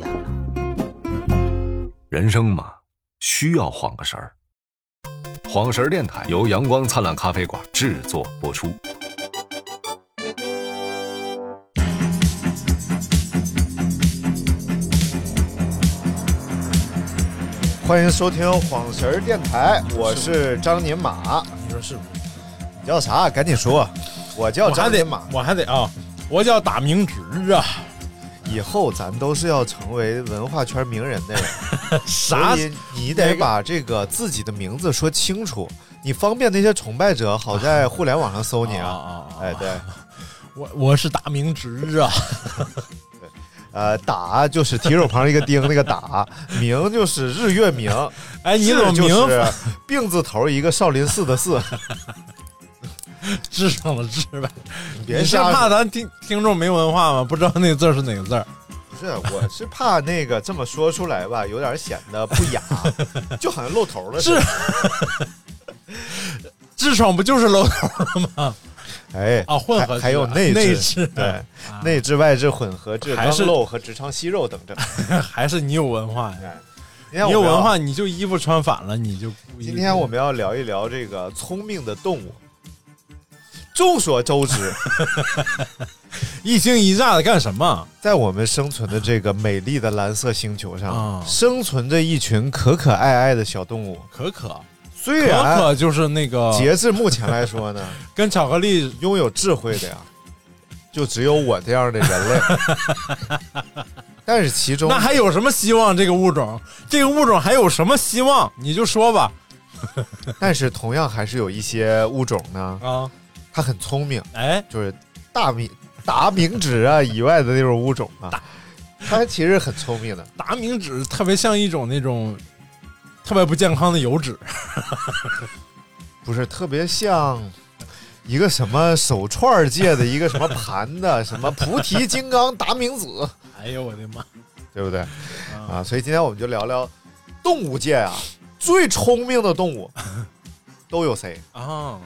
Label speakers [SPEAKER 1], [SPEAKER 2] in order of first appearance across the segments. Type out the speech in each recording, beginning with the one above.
[SPEAKER 1] 烟了。
[SPEAKER 2] 人生嘛，需要晃个神儿。晃神儿电台由阳光灿烂咖啡馆制作播出。
[SPEAKER 3] 欢迎收听晃神儿电台，我是张宁马。
[SPEAKER 4] 你说是不是？
[SPEAKER 3] 你叫啥？赶紧说。我叫
[SPEAKER 4] 我还
[SPEAKER 3] 张
[SPEAKER 4] 得
[SPEAKER 3] 宁马。
[SPEAKER 4] 我还得啊，我叫打明直啊，
[SPEAKER 3] 以后咱都是要成为文化圈名人 的人，
[SPEAKER 4] 啥
[SPEAKER 3] 所以你得把这个自己的名字说清楚，你方便那些崇拜者好在互联网上搜你
[SPEAKER 4] 啊
[SPEAKER 3] 啊。
[SPEAKER 4] 啊啊！
[SPEAKER 3] 哎，对，
[SPEAKER 4] 我我是打明直 啊，
[SPEAKER 3] 呃，打就是提手旁一个丁，那个打；明就是日月明，
[SPEAKER 4] 哎，你
[SPEAKER 3] 治
[SPEAKER 4] 怎么
[SPEAKER 3] 就
[SPEAKER 4] 明
[SPEAKER 3] 是病字头一个少林寺 的寺。
[SPEAKER 4] 治上了治呗？
[SPEAKER 3] 你 别
[SPEAKER 4] 你是
[SPEAKER 3] 瞎
[SPEAKER 4] 怕咱听听众没文化吗？不知道那字儿是哪个字儿？
[SPEAKER 3] 不是，啊我是怕那个这么说出来吧，有点显得不 雅，就好像露头了似
[SPEAKER 4] 啊
[SPEAKER 3] 的。
[SPEAKER 4] 痔疮不就是楼头
[SPEAKER 3] 哎，
[SPEAKER 4] 啊？混合
[SPEAKER 3] 还
[SPEAKER 4] 痔
[SPEAKER 3] 还有内
[SPEAKER 4] 内
[SPEAKER 3] 痔，
[SPEAKER 4] 痔，
[SPEAKER 3] 对，内痔、外痔、混合痔、
[SPEAKER 4] 还
[SPEAKER 3] 肛
[SPEAKER 4] 是
[SPEAKER 3] 瘘和直肠息肉等 哎症。
[SPEAKER 4] 还是你有文化呀？
[SPEAKER 3] 你
[SPEAKER 4] 你有文化，。你就衣服穿反了，你就故意
[SPEAKER 3] 今天我们要聊一聊这个聪明的动物。众所周知，
[SPEAKER 4] 一惊一乍的干什么？
[SPEAKER 3] 在我们生存的这个美丽的蓝色星球上
[SPEAKER 4] 啊，
[SPEAKER 3] 生存着一群可可爱爱的小动物。
[SPEAKER 4] 可可，
[SPEAKER 3] 虽
[SPEAKER 4] 可
[SPEAKER 3] 然
[SPEAKER 4] 可就是那个
[SPEAKER 3] 截至目前来说呢，
[SPEAKER 4] 啊 跟巧克力
[SPEAKER 3] 拥有智慧的呀，就只有我这样的人 类。但是其中
[SPEAKER 4] 那还有什么希望？这个物种，这个物种还有什么希望？你就说吧。
[SPEAKER 3] 但是同样还是有一些物种呢，
[SPEAKER 4] 啊，
[SPEAKER 3] 它很聪明，
[SPEAKER 4] 哎，
[SPEAKER 3] 就是大明达明指啊以外的那种物种啊，它其实很聪明的。
[SPEAKER 4] 达明脂特别像一种那种特别不健康的油脂，
[SPEAKER 3] 不是特别像一个什么手串界的一个什么盘的什么菩提金刚达明子，
[SPEAKER 4] 哎呦我的妈！
[SPEAKER 3] 对不对啊？所以今天我们就聊聊动物界啊最聪明的动物都有谁？
[SPEAKER 4] 啊，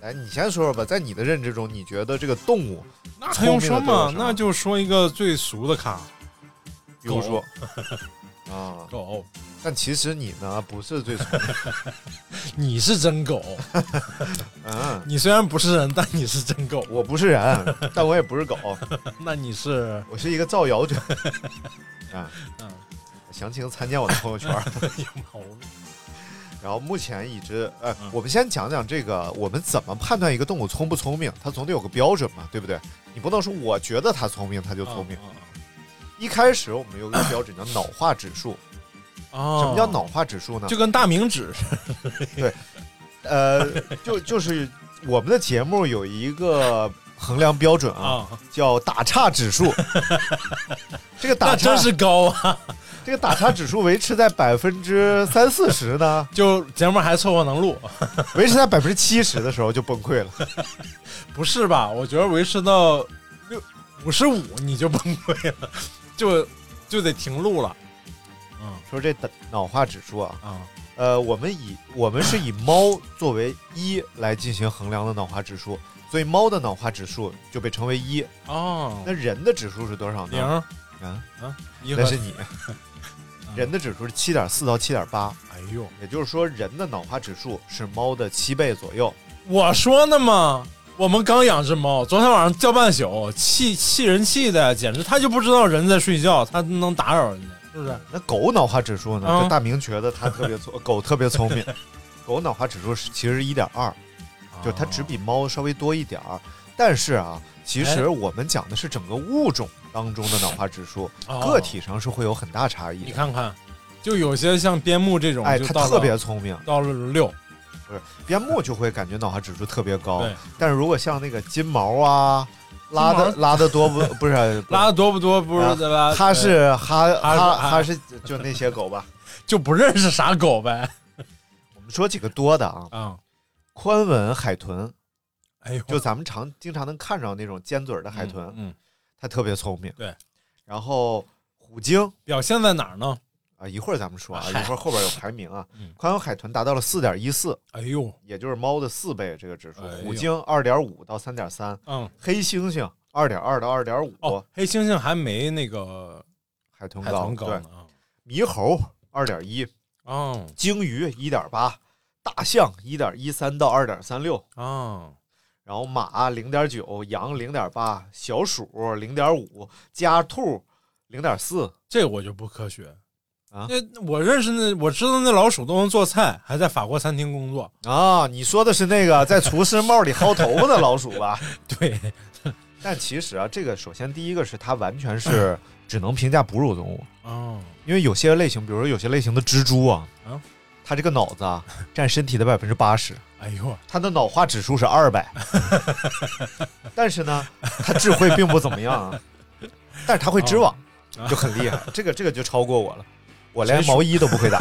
[SPEAKER 3] 来，你先说说吧，在你的认知中，你觉得这个动物，
[SPEAKER 4] 那还用说
[SPEAKER 3] 聪明的都有
[SPEAKER 4] 吗
[SPEAKER 3] 什？么
[SPEAKER 4] 那就说一个最俗的咖，
[SPEAKER 3] 比如说啊，
[SPEAKER 4] 狗，
[SPEAKER 3] 但其实你呢不是最聪明，
[SPEAKER 4] 你是真狗，
[SPEAKER 3] 嗯，
[SPEAKER 4] 你虽然不是人，但你是真狗，
[SPEAKER 3] 我不是人，但我也不是狗，
[SPEAKER 4] 那你是
[SPEAKER 3] 我是一个造谣者啊
[SPEAKER 4] 嗯。
[SPEAKER 3] 详情参见我的朋友圈。
[SPEAKER 4] 有毛病。
[SPEAKER 3] 然后目前已知，呃，
[SPEAKER 4] 嗯
[SPEAKER 3] 我们先讲讲这个，我们怎么判断一个动物聪不聪明？它总得有个标准嘛，对不对？你不能说我觉得它聪明，它就聪
[SPEAKER 4] 嗯
[SPEAKER 3] 明。
[SPEAKER 4] 啊
[SPEAKER 3] 一开始我们有个标准叫脑化指 数。
[SPEAKER 4] 啊！
[SPEAKER 3] 什么叫脑？化指数呢？
[SPEAKER 4] 就跟大明指
[SPEAKER 3] 呃，就就是我们的节目有一个衡量标准啊，
[SPEAKER 4] 啊，
[SPEAKER 3] 叫打岔 指数。这个打
[SPEAKER 4] 那
[SPEAKER 3] 岔
[SPEAKER 4] 真是高啊！
[SPEAKER 3] 这个打岔指数维持在百分之三四十呢，
[SPEAKER 4] 就节目还凑合能录，
[SPEAKER 3] 维持在百分之七十的时候就崩溃了。
[SPEAKER 4] 不是吧？我觉得维持到六五十五你就崩溃了，就就得停录了。嗯
[SPEAKER 3] 说这打脑化指数啊，
[SPEAKER 4] 啊
[SPEAKER 3] 呃，我们以我们是以猫作为一来进行衡量的脑化指数，所以猫的脑化指数就被称为一。那
[SPEAKER 4] 哦，
[SPEAKER 3] 人的指数是多少
[SPEAKER 4] 零
[SPEAKER 3] 呢？啊，
[SPEAKER 4] 一和
[SPEAKER 3] 那是你。人的指数是七点四到七点八，
[SPEAKER 4] 哎呦，
[SPEAKER 3] 也就是说，人的脑化指数是猫的七倍左右。
[SPEAKER 4] 我说呢嘛，我们刚养只猫，昨天晚上叫半宿，气气人气的，简直它就不知道人在睡觉，它能打扰人家，是不是？
[SPEAKER 3] 那狗脑化指数呢？
[SPEAKER 4] 嗯
[SPEAKER 3] 这大明觉得它特 别聪，狗特别聪明。狗脑化指数是其实一点二，
[SPEAKER 4] 哦
[SPEAKER 3] 就它只比猫稍微多一点儿。但是啊，其实
[SPEAKER 4] 哎
[SPEAKER 3] 我们讲的是整个物种当中的脑化指数，
[SPEAKER 4] 哦
[SPEAKER 3] 个体上是会有很大差异
[SPEAKER 4] 你
[SPEAKER 3] 的。
[SPEAKER 4] 看看，就有些像边牧这种，
[SPEAKER 3] 哎，
[SPEAKER 4] 就
[SPEAKER 3] 它
[SPEAKER 4] 到了
[SPEAKER 3] 特别聪明，
[SPEAKER 4] 到了六，
[SPEAKER 3] 边牧就会感觉脑化指数特别高
[SPEAKER 4] 对。
[SPEAKER 3] 但是如果像那个金毛啊，拉的拉的 多不不是
[SPEAKER 4] 拉的多不多？
[SPEAKER 3] 啊
[SPEAKER 4] 不是对啊吧？
[SPEAKER 3] 哈士哈
[SPEAKER 4] 哈
[SPEAKER 3] 哈
[SPEAKER 4] 哈
[SPEAKER 3] 哈士就那 些狗吧。
[SPEAKER 4] 就不认识啥狗呗。
[SPEAKER 3] 我们说几个多的 啊，
[SPEAKER 4] 啊，
[SPEAKER 3] 宽吻海豚，
[SPEAKER 4] 哎呦，
[SPEAKER 3] 就咱们常经常能看着那种尖嘴儿的海豚，
[SPEAKER 4] 嗯，嗯
[SPEAKER 3] 它特别聪明。
[SPEAKER 4] 对，
[SPEAKER 3] 然后虎鲸
[SPEAKER 4] 表现在哪儿呢？
[SPEAKER 3] 啊，一会儿咱们说啊，
[SPEAKER 4] 嗨
[SPEAKER 3] 一会儿后边有排名啊
[SPEAKER 4] 嗯。
[SPEAKER 3] 宽吻海豚达到了四点一四，
[SPEAKER 4] 哎呦，
[SPEAKER 3] 也就是猫的四倍这个指数
[SPEAKER 4] 哎。呦
[SPEAKER 3] 虎鲸二点五到三点三，
[SPEAKER 4] 嗯，
[SPEAKER 3] 黑猩猩二点二到二点五
[SPEAKER 4] 哦，，黑猩猩还没那个
[SPEAKER 3] 海豚
[SPEAKER 4] 海
[SPEAKER 3] 高。
[SPEAKER 4] 豚高
[SPEAKER 3] 对
[SPEAKER 4] 呢，啊。
[SPEAKER 3] 猕猴二点一，
[SPEAKER 4] 哦
[SPEAKER 3] 鲸鱼一点八，大象一点一三到二点三六，
[SPEAKER 4] 哦，
[SPEAKER 3] 然后马零点九，羊零点八，小鼠零点五，家兔零点四，
[SPEAKER 4] 这个我就不科学
[SPEAKER 3] 啊
[SPEAKER 4] 那我认识那我知道那老鼠都能做菜，还在法国餐厅工 作。
[SPEAKER 3] 啊，你说的是那个在厨师帽里薅头发的老鼠吧？
[SPEAKER 4] 对，
[SPEAKER 3] 但其实啊，这个首先第一个是它完全是只能评价哺乳动物，
[SPEAKER 4] 哦，
[SPEAKER 3] 因为有些类型，比如说有些类型的蜘蛛啊
[SPEAKER 4] 啊，
[SPEAKER 3] 它这个脑子啊 占身体的百分之八十，
[SPEAKER 4] 哎呦，
[SPEAKER 3] 它的脑化指数是二百，但是呢，它智慧并不怎么样啊，但是它会织网，就很厉害。这个这个就超过我了，我连毛衣都不会打。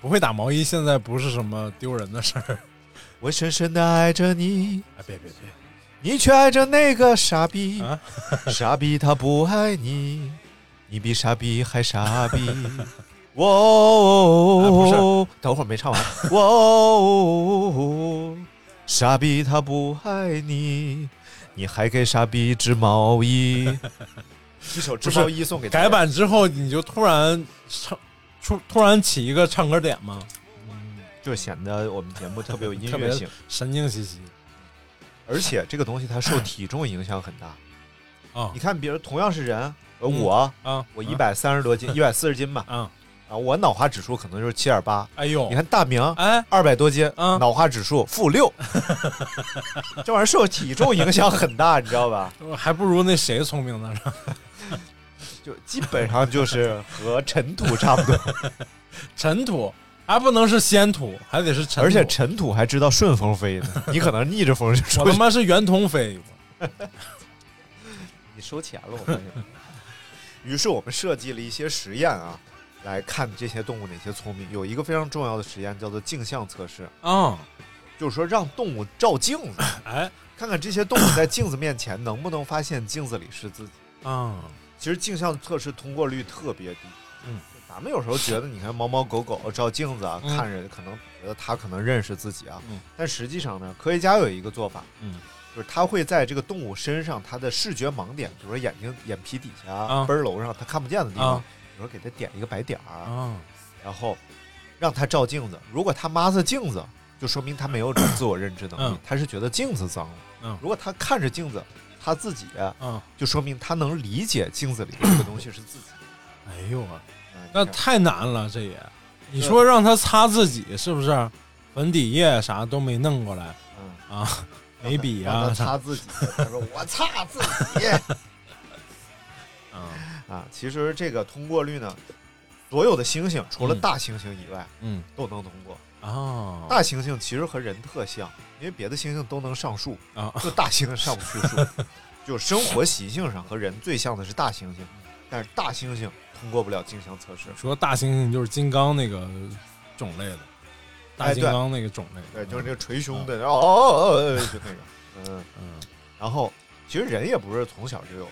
[SPEAKER 4] 不会打毛衣现在不是什么丢人的事儿。
[SPEAKER 3] 我深深的爱着你，
[SPEAKER 4] 哎，别别别，
[SPEAKER 3] 你却爱着那个傻逼，
[SPEAKER 4] 啊
[SPEAKER 3] 傻逼他不爱你，你比傻逼还傻逼。 哇哦，等会儿没唱 完。哇哦，傻逼他不爱你，你还给傻逼织毛衣。一首织毛衣送给大家
[SPEAKER 4] 改，版之后你就突然唱出突然起一个唱歌点嘛，
[SPEAKER 3] 就显得我们节目特别有音
[SPEAKER 4] 特别
[SPEAKER 3] 乐性，
[SPEAKER 4] 神经兮兮
[SPEAKER 3] 而且这个东西它受体重影响很大。
[SPEAKER 4] 啊
[SPEAKER 3] 你看，比如同样是人，呃，
[SPEAKER 4] 嗯
[SPEAKER 3] 我
[SPEAKER 4] 啊！
[SPEAKER 3] 我一百三十多 斤，一百四十斤吧，
[SPEAKER 4] 啊，
[SPEAKER 3] 啊，我脑化指数可能就是七点八。
[SPEAKER 4] 哎呦，
[SPEAKER 3] 你看大明
[SPEAKER 4] 哎，
[SPEAKER 3] 二百多斤，
[SPEAKER 4] 嗯
[SPEAKER 3] 脑化指数负 六，这玩意儿受体重影响很大，你知道吧？
[SPEAKER 4] 还不如那谁聪明呢？
[SPEAKER 3] 就基本上就是和尘土差不多，
[SPEAKER 4] 尘土还不能是仙土，还得是尘土。
[SPEAKER 3] 而且尘土还知道顺风飞呢，你可能逆着风就出
[SPEAKER 4] 我
[SPEAKER 3] 去
[SPEAKER 4] 他妈是圆通飞，
[SPEAKER 3] 你收钱了，我发现。于是我们设计了一些实验啊，来看这些动物哪些聪明。有一个非常重要的实验叫做镜像测试，
[SPEAKER 4] 啊、
[SPEAKER 3] 就是说让动物照镜子，
[SPEAKER 4] 哎，
[SPEAKER 3] 看看这些动物在镜子面前能不能发现镜子里是自己。
[SPEAKER 4] 啊、
[SPEAKER 3] 其实镜像测试通过率特别低。
[SPEAKER 4] 嗯，
[SPEAKER 3] 咱们有时候觉得，你看猫猫狗狗照镜子啊，
[SPEAKER 4] 嗯
[SPEAKER 3] 看人可能觉得它可能认识自己啊，
[SPEAKER 4] 嗯
[SPEAKER 3] 但实际上呢，科学家有一个做法，
[SPEAKER 4] 嗯，
[SPEAKER 3] 就是他会在这个动物身上它的视觉盲点，比如说眼睛眼皮底下、
[SPEAKER 4] 啊
[SPEAKER 3] 倍儿楼上它看不见的地方，
[SPEAKER 4] 啊
[SPEAKER 3] 比如说给它点一个白点儿，
[SPEAKER 4] 啊，
[SPEAKER 3] 然后让它照镜子。如果它抹着镜子，就说明它没有自我认知能力
[SPEAKER 4] 嗯，
[SPEAKER 3] 它是觉得镜子脏了。
[SPEAKER 4] 嗯
[SPEAKER 3] 如果它看着镜子，它自己
[SPEAKER 4] 嗯，
[SPEAKER 3] 就说明它能理解镜子里这个东西是自己。
[SPEAKER 4] 哎呦啊，
[SPEAKER 3] 嗯
[SPEAKER 4] 那
[SPEAKER 3] 你看
[SPEAKER 4] 太难了，这也，你说让他擦自己是不是？粉底液啥都没弄过来，
[SPEAKER 3] 嗯
[SPEAKER 4] 眉笔
[SPEAKER 3] 让
[SPEAKER 4] 啊
[SPEAKER 3] 他
[SPEAKER 4] 啥，
[SPEAKER 3] 擦自己，他说我擦自 己
[SPEAKER 4] 啊，
[SPEAKER 3] 啊。其实这个通过率呢，所有的猩猩除了
[SPEAKER 4] 嗯
[SPEAKER 3] 大猩猩以外
[SPEAKER 4] 嗯，
[SPEAKER 3] 都能通过。
[SPEAKER 4] 啊，
[SPEAKER 3] 大猩猩其实和人特像，因为别的猩猩都能上树
[SPEAKER 4] 啊
[SPEAKER 3] 就大猩猩上不去树。 就生活习性上和人最像的是大猩猩，但是大猩猩通过不了镜像测试。
[SPEAKER 4] 说大猩猩就是金刚那个种类的，大
[SPEAKER 3] 哎
[SPEAKER 4] 金
[SPEAKER 3] 对
[SPEAKER 4] 刚那个种类的，
[SPEAKER 3] 对，就是那个捶胸的，然后哦哦哦，哦就那个，嗯。
[SPEAKER 4] 嗯
[SPEAKER 3] 然后其实人也不是从小就有的，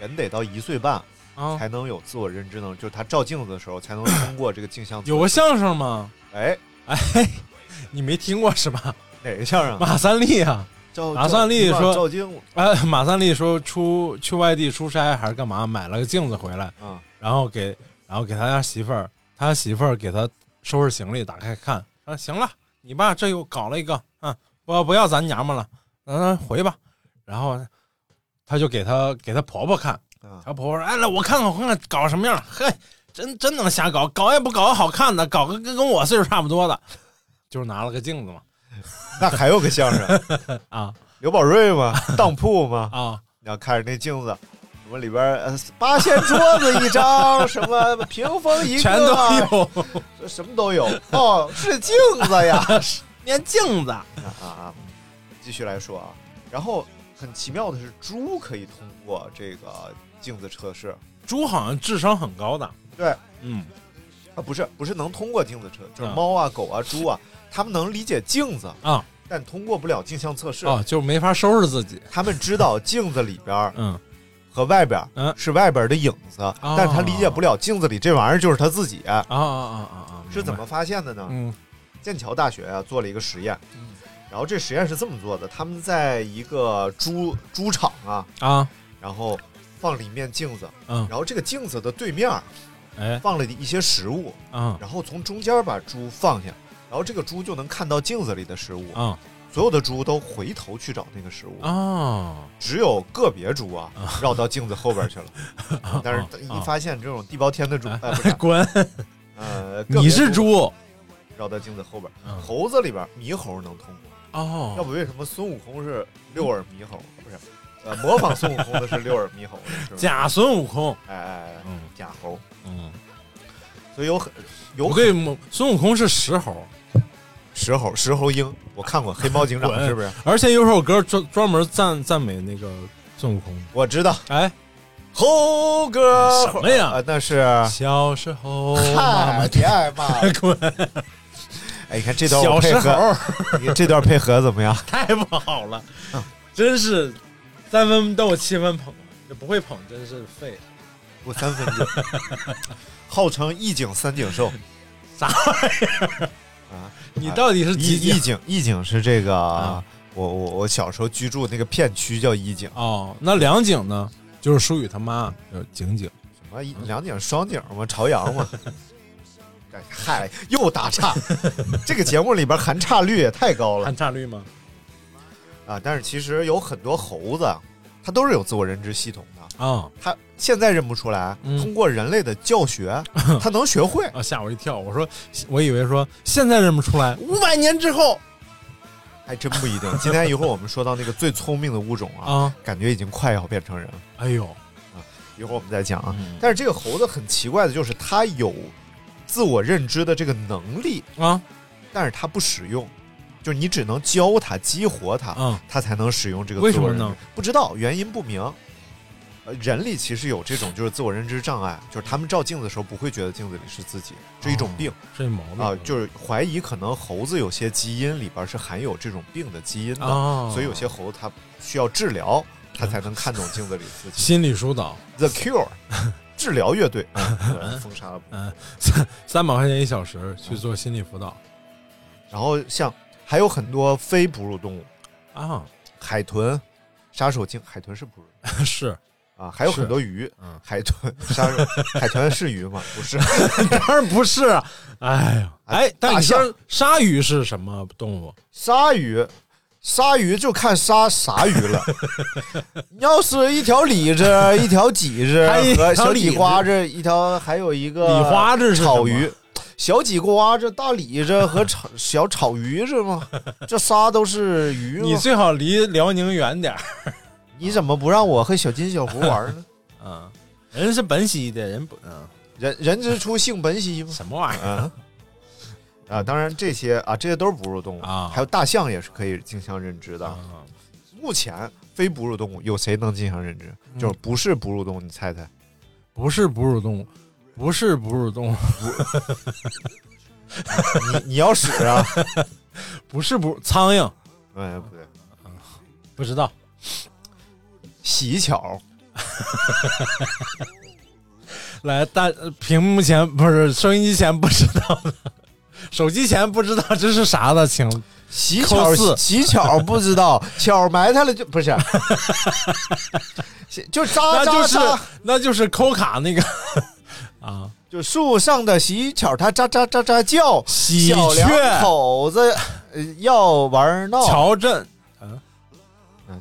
[SPEAKER 3] 人得到一岁半
[SPEAKER 4] 啊，
[SPEAKER 3] 才能有自我认知能力，就是他照镜子的时候才能通过这个镜像测试。
[SPEAKER 4] 有个相声吗？
[SPEAKER 3] 哎，
[SPEAKER 4] 哎，你没听过是吧？
[SPEAKER 3] 哪个相声啊？
[SPEAKER 4] 马三立啊，
[SPEAKER 3] 照
[SPEAKER 4] 马三立
[SPEAKER 3] 照
[SPEAKER 4] 说
[SPEAKER 3] 照镜子
[SPEAKER 4] 哎，马三立说出去外地出差还是干嘛，买了个镜子回来，
[SPEAKER 3] 啊，
[SPEAKER 4] 然后给然后给他家媳妇儿，他媳妇儿给他收拾行李，打开看，说行了，你爸这又搞了一个，啊，我不要咱娘们了，嗯，回吧。然后他就给他给他婆婆看，
[SPEAKER 3] 啊
[SPEAKER 4] 他婆婆说，哎，来我看看我看看搞什么样，嘿，真真能瞎搞，搞也不搞个好看的，搞个跟跟我岁数差不多的， 就是拿了个镜子嘛，
[SPEAKER 3] 那还有个相声
[SPEAKER 4] 啊
[SPEAKER 3] 刘宝瑞嘛，当铺嘛，
[SPEAKER 4] 啊，
[SPEAKER 3] 然后看着那镜子。什么里边呃八仙桌子 一张，什么屏风一个，
[SPEAKER 4] 全都有，
[SPEAKER 3] 有，什么都有。哦，是镜 子呀。
[SPEAKER 4] 连镜子，
[SPEAKER 3] 啊啊啊啊！继续来说啊，然后很奇妙的是，猪可以通过这个镜子测试
[SPEAKER 4] 猪好像智商很高的，
[SPEAKER 3] 对，
[SPEAKER 4] 嗯，
[SPEAKER 3] 啊，不是不是能通过镜子测，就是
[SPEAKER 4] 啊
[SPEAKER 3] 猫啊、狗啊、猪啊，它们能理解镜子
[SPEAKER 4] 啊，
[SPEAKER 3] 但通过不了镜像测试。
[SPEAKER 4] 哦，就没法收拾自己，
[SPEAKER 3] 它们知道镜子里边儿
[SPEAKER 4] 嗯，
[SPEAKER 3] 和外边儿
[SPEAKER 4] 嗯
[SPEAKER 3] 是外边儿的影子，但是它理解不了镜子里这玩意儿就是它自己。
[SPEAKER 4] 啊啊啊啊啊，
[SPEAKER 3] 是怎么发现的呢？
[SPEAKER 4] 明白？
[SPEAKER 3] 剑桥大学啊做了一个实验，
[SPEAKER 4] 嗯
[SPEAKER 3] 然后这实验是这么做的：他们在一个猪猪场啊，
[SPEAKER 4] 嗯啊，
[SPEAKER 3] 然后放了一面镜子，
[SPEAKER 4] 嗯，
[SPEAKER 3] 然后这个镜子的对面儿
[SPEAKER 4] 哎，
[SPEAKER 3] 放了一些食物，
[SPEAKER 4] 啊
[SPEAKER 3] 然后从中间把猪放下，然后这个猪就能看到镜子里的食物，
[SPEAKER 4] 啊
[SPEAKER 3] 所有的猪都回头去找那个食物，
[SPEAKER 4] 啊，
[SPEAKER 3] 只有个别猪啊绕到镜子后边去了。
[SPEAKER 4] 啊
[SPEAKER 3] 但是一发现这种地包天的猪，呃，不是，
[SPEAKER 4] 滚，
[SPEAKER 3] 呃，个别
[SPEAKER 4] 啊你是猪
[SPEAKER 3] 绕到镜子后边，
[SPEAKER 4] 嗯
[SPEAKER 3] 猴子里边猕猴能通过，要
[SPEAKER 4] 哦，
[SPEAKER 3] 不为什么孙悟空是六耳猕猴？不是，呃，模仿孙悟空的是六耳猕猴，是吧？
[SPEAKER 4] 假孙悟空，
[SPEAKER 3] 哎哎，哎
[SPEAKER 4] 嗯
[SPEAKER 3] 假猴，
[SPEAKER 4] 嗯，
[SPEAKER 3] 所以有很有
[SPEAKER 4] 我
[SPEAKER 3] 很
[SPEAKER 4] 给你们孙悟空是石猴，
[SPEAKER 3] 石猴石猴鹰，我看过《黑猫警长》，
[SPEAKER 4] 滚
[SPEAKER 3] 是不是？
[SPEAKER 4] 而且有首歌专专门赞赞美那个孙悟空，
[SPEAKER 3] 我知道。
[SPEAKER 4] 哎，
[SPEAKER 3] 猴哥
[SPEAKER 4] 什么呀
[SPEAKER 3] 呃那是
[SPEAKER 4] 小时候妈妈
[SPEAKER 3] 嗨，别挨骂了。
[SPEAKER 4] 滚，
[SPEAKER 3] 哎，你看这段
[SPEAKER 4] 小
[SPEAKER 3] 我配
[SPEAKER 4] 时
[SPEAKER 3] 合，
[SPEAKER 4] 候
[SPEAKER 3] 你看这段配合怎么样？
[SPEAKER 4] 太不好了，
[SPEAKER 3] 嗯
[SPEAKER 4] 真是三分逗七分捧，这不会捧真是废。
[SPEAKER 3] 不三分钟，号称一景三景兽。
[SPEAKER 4] 啥
[SPEAKER 3] 啊？
[SPEAKER 4] 你到底是几
[SPEAKER 3] 一一
[SPEAKER 4] 级？
[SPEAKER 3] 景一景是这个，
[SPEAKER 4] 啊
[SPEAKER 3] 我我我小时候居住那个片区叫一景，
[SPEAKER 4] 哦，那两井呢？就是舒雨他妈，呃，景景
[SPEAKER 3] 什么一两景双景嘛，朝阳 嘛。哎嗨，又打岔， 这个节目里边含岔率也太高了
[SPEAKER 4] 看差率吗？
[SPEAKER 3] 啊！但是其实有很多猴子，啊它都是有自我认知系统的。
[SPEAKER 4] 啊、哦、
[SPEAKER 3] 它现在认不出来，
[SPEAKER 4] 嗯
[SPEAKER 3] 通过人类的教 学，它能学会。
[SPEAKER 4] 啊，吓我一跳！我说，我以为说现在认不出来，五百年之后
[SPEAKER 3] 还真不一定。今天一会儿我们说到那个最聪明的物种啊，
[SPEAKER 4] 啊，
[SPEAKER 3] 感觉已经快要变成人了。
[SPEAKER 4] 哎呦，
[SPEAKER 3] 一会儿我们再讲啊。
[SPEAKER 4] 嗯
[SPEAKER 3] 但是这个猴子很奇怪的就是，它有自我认知的这个能力，
[SPEAKER 4] 啊
[SPEAKER 3] 但是它不使用，就是你只能教它、激活它，
[SPEAKER 4] 啊
[SPEAKER 3] 它才能使用这个
[SPEAKER 4] 为
[SPEAKER 3] 自
[SPEAKER 4] 什
[SPEAKER 3] 我
[SPEAKER 4] 么
[SPEAKER 3] 认知。
[SPEAKER 4] 呢
[SPEAKER 3] 不知道原因不明。呃，人里其实有这种就是自我认知障碍，就是他们照镜子的时候不会觉得镜子里是自己，这一
[SPEAKER 4] 哦
[SPEAKER 3] 种病。
[SPEAKER 4] 这毛病
[SPEAKER 3] 啊，就是怀疑可能猴子有些基因里边是含有这种病的基因的，
[SPEAKER 4] 哦
[SPEAKER 3] 所以有些猴子它需要治疗，它才能看懂镜子里自己。
[SPEAKER 4] 心理疏导，
[SPEAKER 3] The Cure，治疗乐队，嗯封杀了。
[SPEAKER 4] 嗯，三三百块钱一小时去做心理辅导
[SPEAKER 3] 然后像还有很多非哺乳动物，
[SPEAKER 4] 啊，
[SPEAKER 3] 海豚、杀手鲸，海豚是哺乳动
[SPEAKER 4] 是
[SPEAKER 3] 物啊，还有
[SPEAKER 4] 是
[SPEAKER 3] 很多鱼，
[SPEAKER 4] 嗯
[SPEAKER 3] 海豚、杀手，海豚是鱼吗？不是，
[SPEAKER 4] 当然不是啊，哎呦，哎，但
[SPEAKER 3] 大
[SPEAKER 4] 你
[SPEAKER 3] 象
[SPEAKER 4] 说鲨鱼是什么动物？
[SPEAKER 3] 鲨鱼。鲨鱼就看杀啥 鱼了，你要是一条鲤子、一条鲫
[SPEAKER 4] 还一
[SPEAKER 3] 子和
[SPEAKER 4] 条
[SPEAKER 3] 小鲤
[SPEAKER 4] 鲤子
[SPEAKER 3] 花子，一条还有一个
[SPEAKER 4] 鲤花子是什么
[SPEAKER 3] 草鱼，小鲫瓜子、大鲤子和草小草鱼 是吗？这仨都是鱼
[SPEAKER 4] 你
[SPEAKER 3] 吗？
[SPEAKER 4] 最好离辽宁远点儿。
[SPEAKER 3] 你怎么不让我和小金小胡玩 呢？
[SPEAKER 4] 嗯，人是本溪的，人不嗯
[SPEAKER 3] 人人之初性本善吗？
[SPEAKER 4] 什么玩意儿？
[SPEAKER 3] 啊啊，当然这些啊，这些都是哺乳动物
[SPEAKER 4] 啊
[SPEAKER 3] 还有大象也是可以镜像认知的。
[SPEAKER 4] 啊
[SPEAKER 3] 目前非哺乳动物有谁能进行认知？
[SPEAKER 4] 嗯
[SPEAKER 3] 就是不是哺乳动物，你 猜猜？
[SPEAKER 4] 不是哺乳动物，不是哺乳 动物，
[SPEAKER 3] 你你要使啊？
[SPEAKER 4] 不是哺苍蝇，
[SPEAKER 3] 哎，不对，
[SPEAKER 4] 不知道
[SPEAKER 3] 喜巧
[SPEAKER 4] 来大呃屏幕前不是收音机前不知道的，手机前不知道这是啥的，请
[SPEAKER 3] 喜
[SPEAKER 4] 扣
[SPEAKER 3] 巧
[SPEAKER 4] 四
[SPEAKER 3] 喜巧不 知道，巧埋汰了就不是， 就扎
[SPEAKER 4] 那
[SPEAKER 3] 扎
[SPEAKER 4] 就是
[SPEAKER 3] 扎，
[SPEAKER 4] 那就是抠卡那个啊，
[SPEAKER 3] 就树上的喜巧，它扎扎扎扎叫，
[SPEAKER 4] 喜
[SPEAKER 3] 小两
[SPEAKER 4] 鹊
[SPEAKER 3] 口子呃要玩闹。
[SPEAKER 4] 乔振
[SPEAKER 3] 嗯，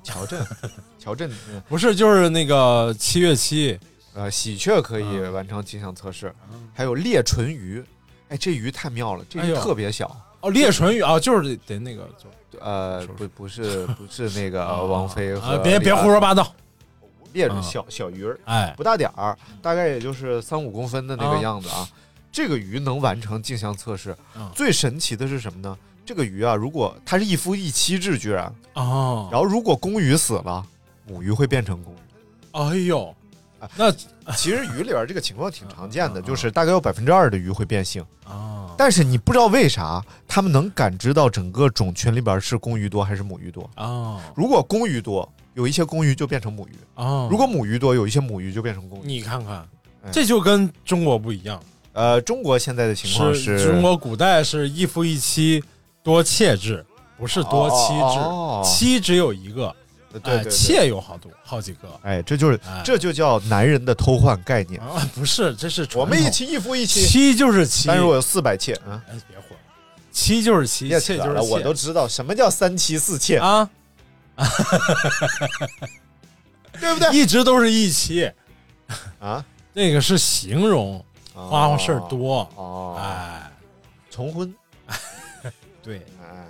[SPEAKER 3] 乔振， 乔振，嗯
[SPEAKER 4] 不是就是那个七月七
[SPEAKER 3] 呃，喜鹊可以
[SPEAKER 4] 啊
[SPEAKER 3] 完成镜像测试，还有裂唇鱼，哎，这鱼太妙了，这
[SPEAKER 4] 哎
[SPEAKER 3] 鱼
[SPEAKER 4] 呦
[SPEAKER 3] 特别小，
[SPEAKER 4] 哦，裂唇语啊，就是得得那个做
[SPEAKER 3] 呃，
[SPEAKER 4] 是不
[SPEAKER 3] 不不是不是那个呃王菲和
[SPEAKER 4] 啊，别别胡说八道，
[SPEAKER 3] 裂
[SPEAKER 4] 啊
[SPEAKER 3] 小小鱼儿
[SPEAKER 4] 哎
[SPEAKER 3] 不大点儿，大概也就是三五公分的那个
[SPEAKER 4] 啊
[SPEAKER 3] 样子啊。这个鱼能完成镜像测试
[SPEAKER 4] 啊，
[SPEAKER 3] 最神奇的是什么呢？这个鱼啊，如果它是一夫一妻制，居然，
[SPEAKER 4] 哦，
[SPEAKER 3] 然后如果公鱼死了，母鱼会变成公鱼。
[SPEAKER 4] 哎呦
[SPEAKER 3] 啊，
[SPEAKER 4] 那哦
[SPEAKER 3] 其实鱼里边这个情况挺常见
[SPEAKER 4] 嗯
[SPEAKER 3] 的，
[SPEAKER 4] 嗯嗯
[SPEAKER 3] 就是大概有百分之二的鱼会变性，
[SPEAKER 4] 啊，
[SPEAKER 3] 但是你不知道为啥，它们能感知到整个种群里边是公鱼多还是母鱼多。
[SPEAKER 4] 哦
[SPEAKER 3] 如果公鱼多，有一些公鱼就变成母鱼；
[SPEAKER 4] 哦，
[SPEAKER 3] 如果母鱼多，有一些母鱼就变成公鱼。
[SPEAKER 4] 你看看
[SPEAKER 3] 哎，
[SPEAKER 4] 这就跟中国不一样，
[SPEAKER 3] 呃，中国现在的情况是
[SPEAKER 4] 中国古代是一夫一妻多妾制，不是多妻制，
[SPEAKER 3] 哦
[SPEAKER 4] 妻只有一个，
[SPEAKER 3] 对
[SPEAKER 4] 哎
[SPEAKER 3] 对对，
[SPEAKER 4] 妾有好多好几个
[SPEAKER 3] 哎，这就是
[SPEAKER 4] 哎
[SPEAKER 3] 这就叫男人的偷换概念。
[SPEAKER 4] 啊，不是，这是传
[SPEAKER 3] 我们一
[SPEAKER 4] 统
[SPEAKER 3] 妻一夫一妻，
[SPEAKER 4] 妻就是妻，
[SPEAKER 3] 但是我有四百妾啊，
[SPEAKER 4] 哎别混，妻就是妻，
[SPEAKER 3] 别
[SPEAKER 4] 妾
[SPEAKER 3] 扯
[SPEAKER 4] 就是
[SPEAKER 3] 了，
[SPEAKER 4] 妾，
[SPEAKER 3] 我都知道什么叫三妻四妾，
[SPEAKER 4] 啊，
[SPEAKER 3] 对不对？
[SPEAKER 4] 一直都是一妻，
[SPEAKER 3] 啊，
[SPEAKER 4] 那个是形容花花事儿多，
[SPEAKER 3] 哦，
[SPEAKER 4] 哎，
[SPEAKER 3] 重婚，
[SPEAKER 4] 对，
[SPEAKER 3] 哎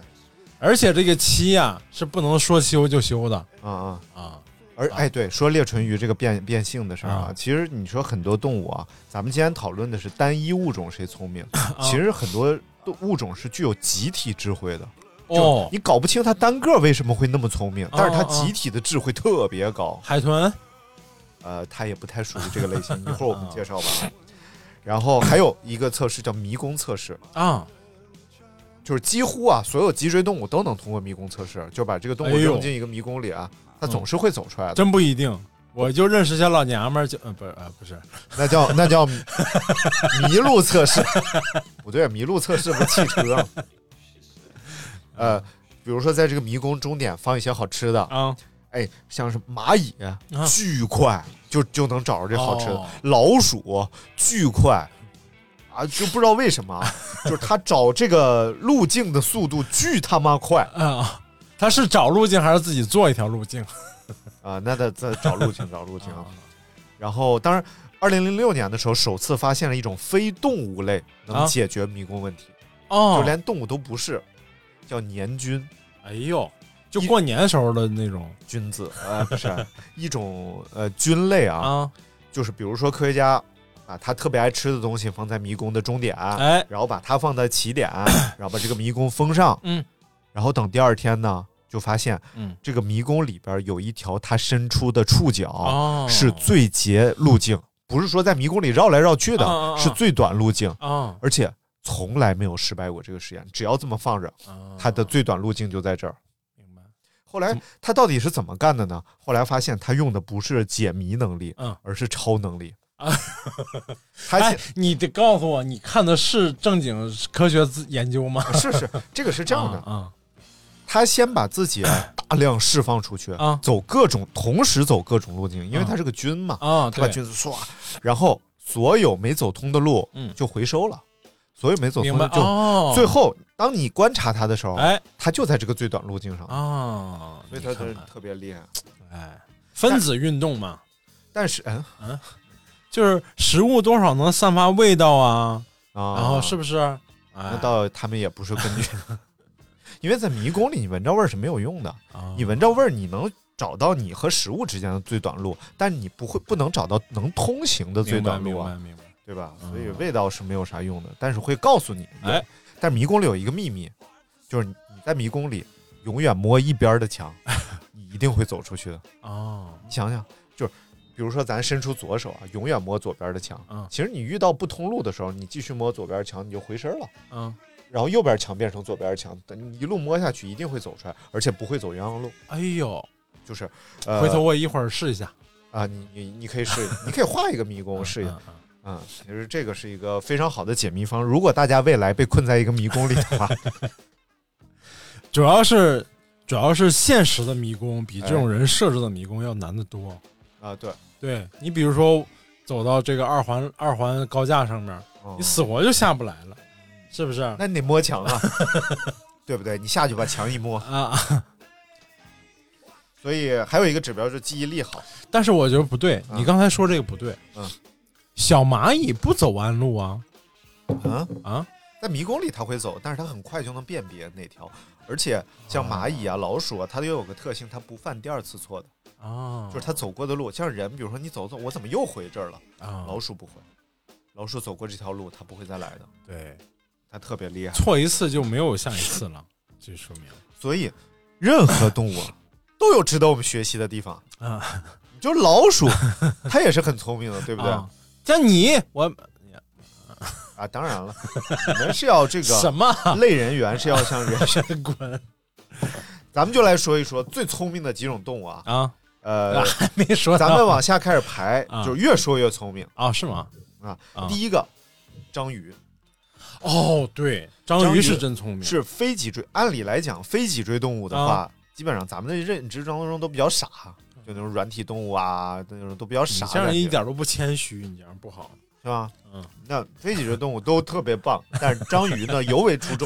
[SPEAKER 4] 而且这个妻呀、是不能说休就休的
[SPEAKER 3] 啊啊。
[SPEAKER 4] 啊，
[SPEAKER 3] 而哎，对，说裂唇鱼这个变变性的事儿啊
[SPEAKER 4] 啊，
[SPEAKER 3] 其实你说很多动物啊，咱们今天讨论的是单一物种谁聪明，
[SPEAKER 4] 啊
[SPEAKER 3] 其实很多物种是具有集体智慧的。
[SPEAKER 4] 哦，
[SPEAKER 3] 你搞不清它单个为什么会那么聪明，但是它
[SPEAKER 4] 哦哦
[SPEAKER 3] 集体的智慧特 别高。
[SPEAKER 4] 海豚
[SPEAKER 3] 呃，它也不太属于这个类型，一会儿 我们介绍吧。然后还有一个测试叫迷宫测试，
[SPEAKER 4] 啊，
[SPEAKER 3] 就是几乎啊所有脊椎动物都能通过迷宫测试，就把这个动物
[SPEAKER 4] 哎呦
[SPEAKER 3] 扔进一个迷宫里啊，
[SPEAKER 4] 嗯
[SPEAKER 3] 它总是会走出来的。
[SPEAKER 4] 真不一定。我就认识些老娘们儿，就呃不是呃不是，
[SPEAKER 3] 那叫那叫麋鹿测试， 不对，麋鹿测试不是汽车吗？呃，比如说在这个迷宫终点放一些好吃的，
[SPEAKER 4] 啊，
[SPEAKER 3] 哎，像是蚂蚁，巨快就就能找着这好吃的。
[SPEAKER 4] 哦
[SPEAKER 3] 老鼠巨快啊，就不知道为什么啊，就是它找这个路径的速度巨他妈快
[SPEAKER 4] 啊，他是找路径还是自己做一条路径？
[SPEAKER 3] 啊！那得再找路径，找路径啊。 然后，当然，二零零六年的时候，首次发现了一种非动物类能
[SPEAKER 4] 啊
[SPEAKER 3] 解决迷宫问题，
[SPEAKER 4] 哦
[SPEAKER 3] 就，连动物都不是，叫年菌
[SPEAKER 4] 哎呦，就过年时候的那种
[SPEAKER 3] 菌子啊，不是一种呃菌类啊，
[SPEAKER 4] 啊，
[SPEAKER 3] 就是比如说科学家啊，他特别爱吃的东西放在迷宫的终点，啊
[SPEAKER 4] 哎，
[SPEAKER 3] 然后把它放在起点，啊然后把这个迷宫封上，
[SPEAKER 4] 嗯，
[SPEAKER 3] 然后等第二天呢，就发现，
[SPEAKER 4] 嗯，
[SPEAKER 3] 这个迷宫里边有一条它伸出的触角
[SPEAKER 4] 哦，
[SPEAKER 3] 是最捷路径，不是说在迷宫里绕来绕去
[SPEAKER 4] 啊啊
[SPEAKER 3] 的，
[SPEAKER 4] 啊
[SPEAKER 3] 是最短路径，
[SPEAKER 4] 啊，
[SPEAKER 3] 而且从来没有失败过这个实验，只要这么放着，
[SPEAKER 4] 啊
[SPEAKER 3] 它的最短路径就在这儿。
[SPEAKER 4] 嗯明白
[SPEAKER 3] 后来他到底是怎么干的呢？后来发现他用的不是解谜能力，
[SPEAKER 4] 嗯
[SPEAKER 3] 而是超能力
[SPEAKER 4] 啊。
[SPEAKER 3] 他
[SPEAKER 4] 哎，你得告诉我，你看的是正经科学资研究吗？
[SPEAKER 3] 是是这个是这样的，
[SPEAKER 4] 哎啊
[SPEAKER 3] 他先把自 己啊大量释放出去
[SPEAKER 4] 啊
[SPEAKER 3] 走各种同时走各种路径，因为他是个军嘛，
[SPEAKER 4] 啊，
[SPEAKER 3] 他把
[SPEAKER 4] 对，
[SPEAKER 3] 军子唰，然后所有没走通的路
[SPEAKER 4] 嗯
[SPEAKER 3] 就回收了，所有没走
[SPEAKER 4] 明
[SPEAKER 3] 通
[SPEAKER 4] 白
[SPEAKER 3] 的就、
[SPEAKER 4] 哦，
[SPEAKER 3] 最后，当你观察他的时候，
[SPEAKER 4] 哎
[SPEAKER 3] 他就在这个最短路径上，
[SPEAKER 4] 啊，
[SPEAKER 3] 所以
[SPEAKER 4] 你
[SPEAKER 3] 他
[SPEAKER 4] 看
[SPEAKER 3] 就
[SPEAKER 4] 看
[SPEAKER 3] 特别厉害。
[SPEAKER 4] 哎，分子运动嘛，
[SPEAKER 3] 但是，嗯
[SPEAKER 4] 就是食物多少能散发味道啊，
[SPEAKER 3] 啊，
[SPEAKER 4] 然后是不是？哎
[SPEAKER 3] 那倒他们也不是根 据，因为在迷宫里你闻着味儿是没有用的，
[SPEAKER 4] 啊
[SPEAKER 3] 你闻着味儿你能找到你和食物之间的最短路，但你不会不能找到能通行的最
[SPEAKER 4] 明白
[SPEAKER 3] 短路
[SPEAKER 4] 明白
[SPEAKER 3] 啊，
[SPEAKER 4] 明白，
[SPEAKER 3] 对吧？
[SPEAKER 4] 嗯
[SPEAKER 3] 所以味道是没有啥用的，但是会告诉你。
[SPEAKER 4] 哎，
[SPEAKER 3] 但迷宫里有一个秘密，就是你在迷宫里永远摸一边儿 的墙，你一定会走出去的。
[SPEAKER 4] 哦，
[SPEAKER 3] 你想想，就是比如说咱伸出左手啊，永远摸左边的墙。
[SPEAKER 4] 嗯
[SPEAKER 3] 其实你遇到不通路的时候，你继续摸左边墙，你就回身了。
[SPEAKER 4] 嗯，
[SPEAKER 3] 然后右边墙变成左边墙，等你一路摸下去一定会走出来，而且不会走冤枉路。
[SPEAKER 4] 哎呦，
[SPEAKER 3] 就是，呃，
[SPEAKER 4] 回头我一会儿试一下，
[SPEAKER 3] 啊，你你你可以试一，你可以画一个迷宫试一下
[SPEAKER 4] 嗯。嗯嗯
[SPEAKER 3] 嗯，其实这个是一个非常好的解谜方。如果大家未来被困在一个迷宫里的 话，
[SPEAKER 4] 主要是主要是现实的迷宫比这种人设置的迷宫要难得多。
[SPEAKER 3] 啊，对，
[SPEAKER 4] 对你比如说走到这个二环二环高架上面，
[SPEAKER 3] 嗯
[SPEAKER 4] 你死活就下不来了，是不是？啊
[SPEAKER 3] 那你得摸墙啊， 对不对？你下去把墙一摸。
[SPEAKER 4] 啊！
[SPEAKER 3] 所以还有一个指标就是记忆力好。
[SPEAKER 4] 但是我觉得不对，
[SPEAKER 3] 嗯
[SPEAKER 4] 你刚才说这个不对。
[SPEAKER 3] 嗯，
[SPEAKER 4] 小蚂蚁不走弯路啊
[SPEAKER 3] 啊，
[SPEAKER 4] 啊！
[SPEAKER 3] 在迷宫里它会走，但是它很快就能辨别哪条。而且像蚂蚁啊、老鼠啊，它都有个特性，它不犯第二次错的，
[SPEAKER 4] 啊，
[SPEAKER 3] 就是它走过的路。像人，比如说你走走，我怎么又回这儿了？
[SPEAKER 4] 啊，
[SPEAKER 3] 老鼠不会，老鼠走过这条路，它不会再来的，
[SPEAKER 4] 对
[SPEAKER 3] 它特别厉害。
[SPEAKER 4] 错一次就没有下一次了。这说明
[SPEAKER 3] 所以，任何动物啊 都有值得我们学习的地方。
[SPEAKER 4] 啊，
[SPEAKER 3] 你就老鼠， 它也是很聪明的，对
[SPEAKER 4] 对
[SPEAKER 3] 不对？啊，
[SPEAKER 4] 像你我
[SPEAKER 3] 当然了，你们是要 这
[SPEAKER 4] 什
[SPEAKER 3] 个
[SPEAKER 4] 么啊
[SPEAKER 3] 类人猿是要像人 是。
[SPEAKER 4] 滚
[SPEAKER 3] 咱们就来说一说最聪明的几种动物啊。
[SPEAKER 4] 啊？
[SPEAKER 3] 呃，
[SPEAKER 4] 还没说
[SPEAKER 3] 咱
[SPEAKER 4] 到
[SPEAKER 3] 们往下开始排
[SPEAKER 4] 啊，
[SPEAKER 3] 就越说越聪明
[SPEAKER 4] 啊是吗？
[SPEAKER 3] 啊
[SPEAKER 4] 啊。
[SPEAKER 3] 第一个，章鱼
[SPEAKER 4] 哦，对，章
[SPEAKER 3] 章
[SPEAKER 4] 鱼
[SPEAKER 3] 鱼
[SPEAKER 4] 是真聪明，
[SPEAKER 3] 是非脊椎，按理来讲，非脊椎动物的
[SPEAKER 4] 啊
[SPEAKER 3] 话，基本上咱们的认知当中都比较傻，就那种软体动物啊，那种都比较
[SPEAKER 4] 嗯你
[SPEAKER 3] 傻的
[SPEAKER 4] 这
[SPEAKER 3] 感
[SPEAKER 4] 样
[SPEAKER 3] 觉，
[SPEAKER 4] 一点都不谦虚，你这样不好。
[SPEAKER 3] 是吧？
[SPEAKER 4] 嗯，
[SPEAKER 3] 那非脊椎动物都特别棒，但是章 鱼呢尤为出众。